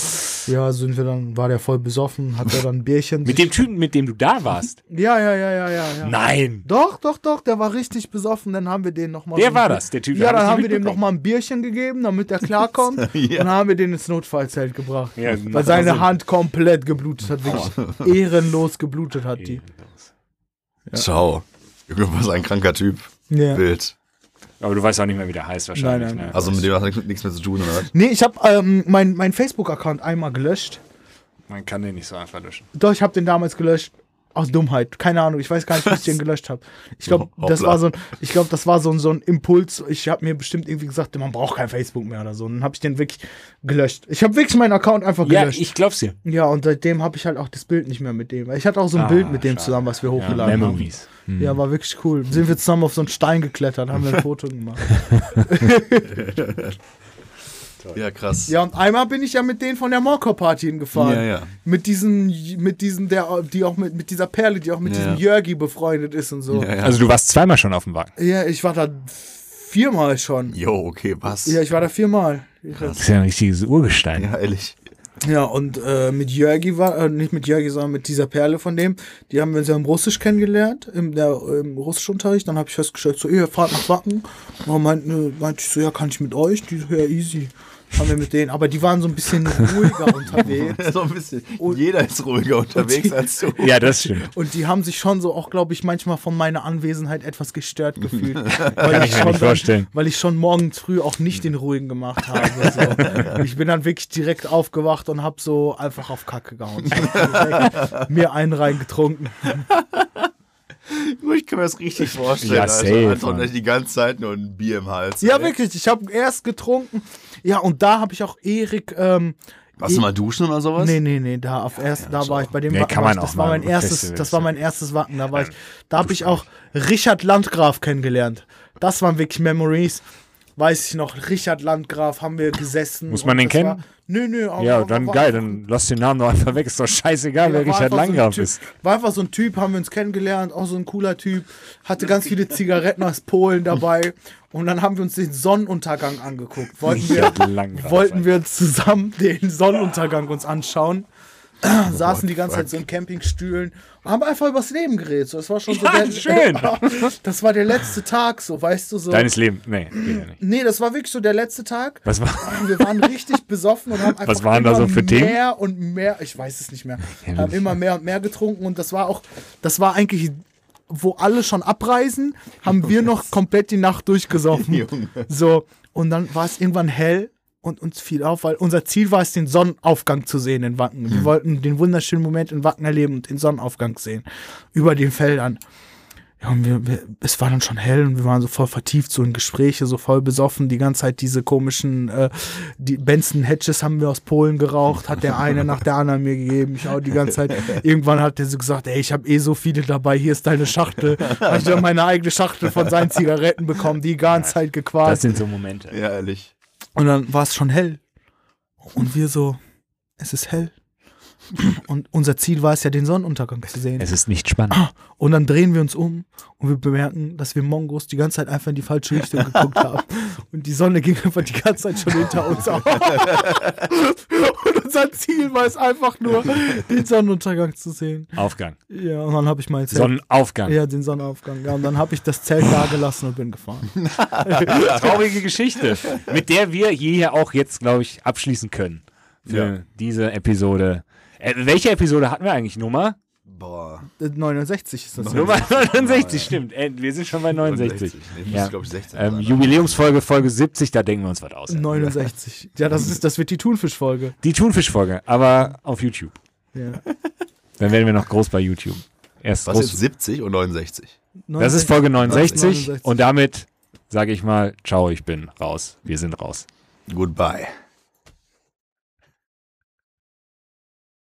Speaker 3: Ja, sind wir dann, war der voll besoffen, hat er dann ein Bierchen.
Speaker 1: Mit dem Typen, mit dem du da warst?
Speaker 3: ja, ja, ja, ja, ja, ja.
Speaker 1: Nein.
Speaker 3: Doch, doch, doch, der war richtig besoffen, dann haben wir den nochmal.
Speaker 1: Der war das, der Typ,
Speaker 3: Ja,
Speaker 1: hab ich
Speaker 3: dann
Speaker 1: nicht
Speaker 3: haben wir dem
Speaker 1: mitbekommen.
Speaker 3: nochmal ein Bierchen gegeben, damit er klarkommt. Und dann haben wir den ins Notfallzelt gebracht.
Speaker 1: Ja,
Speaker 3: weil
Speaker 1: macht
Speaker 3: seine
Speaker 1: Sinn.
Speaker 3: Hand komplett geblutet hat, wirklich ehrenlos geblutet hat die.
Speaker 2: Ciao. Junge, was ein kranker Typ.
Speaker 3: Ja.
Speaker 2: Bild.
Speaker 1: Aber du weißt auch nicht mehr, wie der heißt wahrscheinlich.
Speaker 3: Nein, nein.
Speaker 1: Ne?
Speaker 2: Also mit dem hat nix- nichts mehr zu tun, oder? was?
Speaker 3: Nee, ich habe ähm, meinen mein Facebook-Account einmal gelöscht.
Speaker 1: Man kann den nicht so einfach löschen.
Speaker 3: Doch, ich habe den damals gelöscht. Aus Dummheit, keine Ahnung, ich weiß gar nicht, wie ich den gelöscht habe. Ich glaube, das
Speaker 2: Hoppla.
Speaker 3: war so ein, ich glaube, das war so ein, so ein Impuls. Ich habe mir bestimmt irgendwie gesagt, man braucht kein Facebook mehr oder so. Und dann habe ich den wirklich gelöscht. Ich habe wirklich meinen Account einfach
Speaker 1: Ja,
Speaker 3: gelöscht.
Speaker 1: ich glaub's dir.
Speaker 3: Ja, und seitdem habe ich halt auch das Bild nicht mehr mit dem. Ich hatte auch so ein Bild mit dem
Speaker 1: Ah, schade.
Speaker 3: zusammen, was wir
Speaker 1: Ja,
Speaker 3: hochgeladen haben.
Speaker 1: Memories. Hm.
Speaker 3: Ja, war wirklich cool. Sind wir zusammen auf so einen Stein geklettert, haben wir ein Foto gemacht.
Speaker 2: Ja, krass.
Speaker 3: Ja, und einmal bin ich ja mit denen von der Morkor-Party hingefahren.
Speaker 2: Ja, ja.
Speaker 3: Mit diesen, mit diesen, der, die auch mit, mit dieser Perle, die auch mit
Speaker 2: Ja.
Speaker 3: diesem Jörgi befreundet ist und so.
Speaker 2: Ja,
Speaker 3: Ja,
Speaker 2: ja.
Speaker 1: Also du warst zweimal schon auf dem Wagen.
Speaker 3: ich war da viermal schon.
Speaker 2: Jo, okay, was?
Speaker 3: Ja, ich war da viermal.
Speaker 1: Das ist ja ein richtiges Urgestein.
Speaker 2: Ja, ehrlich.
Speaker 3: Ja, und äh, mit Jörgi war, äh, nicht mit Jörgi, sondern mit dieser Perle von dem, die haben wir uns ja im Russisch kennengelernt, im, der, im Russischunterricht. Dann habe ich festgestellt, so, ihr fahrt nach Wacken. Und dann meinte, meinte ich so, ja, kann ich mit euch? Die so, ja, easy. Haben wir mit denen. Aber die waren so ein bisschen ruhiger unterwegs.
Speaker 2: so ein bisschen. Jeder ist ruhiger unterwegs als du.
Speaker 1: Ja, das stimmt.
Speaker 3: Und die haben sich schon so auch, glaube ich, manchmal von meiner Anwesenheit etwas gestört gefühlt. weil,
Speaker 1: ich mir nicht vorstellen.
Speaker 3: weil ich schon morgens früh auch nicht den ruhigen gemacht habe. So. Ich bin dann wirklich direkt aufgewacht und habe so einfach auf Kacke gehauen. Ich hab direkt Mir einen reingetrunken.
Speaker 2: Ich kann mir das richtig vorstellen.
Speaker 1: Ja,
Speaker 2: Alter.
Speaker 1: safe,
Speaker 2: Anton
Speaker 1: Mann.
Speaker 2: hat die ganze Zeit nur ein Bier im Hals.
Speaker 3: Ja,
Speaker 2: ey.
Speaker 3: wirklich. Ich habe erst getrunken. Ja, und da habe ich auch Erik. Ähm,
Speaker 2: Warst du mal duschen oder sowas?
Speaker 3: Nee, nee, nee, da auf erst, da war ich bei dem
Speaker 1: Nee,
Speaker 3: Wacken
Speaker 1: kann
Speaker 3: war
Speaker 1: man
Speaker 3: ich,
Speaker 1: auch
Speaker 3: das war mein
Speaker 1: mal.
Speaker 3: erstes,
Speaker 1: Festivals,
Speaker 3: das war mein erstes Wacken, da war ich, da habe ich auch Richard Landgraf kennengelernt. Das waren wirklich Memories. Weiß ich noch, Richard Landgraf haben wir gesessen.
Speaker 1: Muss man
Speaker 3: und
Speaker 1: den
Speaker 3: das
Speaker 1: kennen?
Speaker 3: War, nö, nö. aber-
Speaker 1: Ja,
Speaker 3: aber
Speaker 1: dann
Speaker 3: war
Speaker 1: geil,
Speaker 3: einfach-
Speaker 1: dann lass den Namen doch einfach weg. Ist doch scheißegal, wer
Speaker 3: war
Speaker 1: Richard
Speaker 3: einfach so ein
Speaker 1: Langkamp
Speaker 3: Typ-
Speaker 1: ist.
Speaker 3: War einfach so ein Typ, haben wir uns kennengelernt, auch so ein cooler Typ. Hatte ganz viele Zigaretten aus Polen dabei. Und dann haben wir uns den Sonnenuntergang angeguckt. Wollten wir,
Speaker 1: Richard Langkamp,
Speaker 3: wollten wir zusammen den Sonnenuntergang uns anschauen.
Speaker 1: Oh
Speaker 3: Saßen die ganze Zeit so in Campingstühlen und haben einfach übers Leben geredet. So, das war schon so
Speaker 1: Ja,
Speaker 3: der,
Speaker 1: schön.
Speaker 3: Das war der letzte Tag, so, weißt du, so.
Speaker 1: Deines Lebens. Nee, geht ja nicht.
Speaker 3: nee, das war wirklich so der letzte Tag.
Speaker 1: Was war?
Speaker 3: Wir waren richtig besoffen und haben einfach
Speaker 1: Was waren da
Speaker 3: immer
Speaker 1: so für Themen?
Speaker 3: mehr und mehr, ich weiß es nicht mehr, haben immer mehr und mehr getrunken und das war auch, das war eigentlich, wo alle schon abreisen, haben wir noch komplett die Nacht durchgesoffen. so, und dann war es irgendwann hell und uns fiel auf, weil unser Ziel war es, den Sonnenaufgang zu sehen in Wacken.
Speaker 1: Hm.
Speaker 3: Wir wollten den wunderschönen Moment in Wacken erleben und den Sonnenaufgang sehen, über den Feldern. Ja, und wir, wir, es war dann schon hell und wir waren so voll vertieft, so in Gespräche, so voll besoffen, die ganze Zeit diese komischen, äh, die Benson Hedges haben wir aus Polen geraucht, hat der eine nach der anderen mir gegeben, ich auch die ganze Zeit. Irgendwann hat der so gesagt, ey, ich habe eh so viele dabei, hier ist deine Schachtel. Habe ich dann meine eigene Schachtel von seinen Zigaretten bekommen, die ganze Zeit gequarzt.
Speaker 1: sind so Momente.
Speaker 2: Ja, ehrlich.
Speaker 3: Und dann war es schon hell. Und wir so, es ist hell. Und unser Ziel war es ja, den Sonnenuntergang zu sehen.
Speaker 1: Es ist nicht spannend.
Speaker 3: Und dann drehen wir uns um und wir bemerken, dass wir Mongos die ganze Zeit einfach in die falsche Richtung geguckt haben. Und die Sonne ging einfach die ganze Zeit schon hinter uns auf. Und unser Ziel war es einfach nur, den Sonnenuntergang zu sehen.
Speaker 1: Aufgang.
Speaker 3: Ja, und dann habe ich mein Zelt.
Speaker 1: Sonnenaufgang.
Speaker 3: ja, den Sonnenaufgang. Ja, und dann habe ich das Zelt da gelassen und bin gefahren.
Speaker 1: Traurige Geschichte, mit der wir hier auch jetzt, glaube ich, abschließen können. Für
Speaker 2: Ja.
Speaker 1: diese Episode. Äh, welche Episode hatten wir eigentlich? Nummer?
Speaker 2: Boah.
Speaker 3: Äh, 69 ist das.
Speaker 1: Nummer 69, stimmt. Äh, wir sind schon bei 69.
Speaker 2: 69. Ich muss,
Speaker 1: Ja.
Speaker 2: glaube ich, Mhm. 16
Speaker 1: Ähm,
Speaker 2: sein.
Speaker 1: Jubiläumsfolge, Folge 70, da denken wir uns was aus.
Speaker 3: 69. Ja, das ist, das wird die Thunfischfolge.
Speaker 1: Die Thunfischfolge, aber auf YouTube.
Speaker 3: Ja.
Speaker 1: Dann werden wir noch groß bei YouTube. Erst
Speaker 2: Was
Speaker 1: groß.
Speaker 2: jetzt 70 und 69?
Speaker 1: das ist Folge 69,
Speaker 3: 69.
Speaker 1: und damit sage ich mal, ciao, ich bin raus. Wir sind raus.
Speaker 2: Goodbye.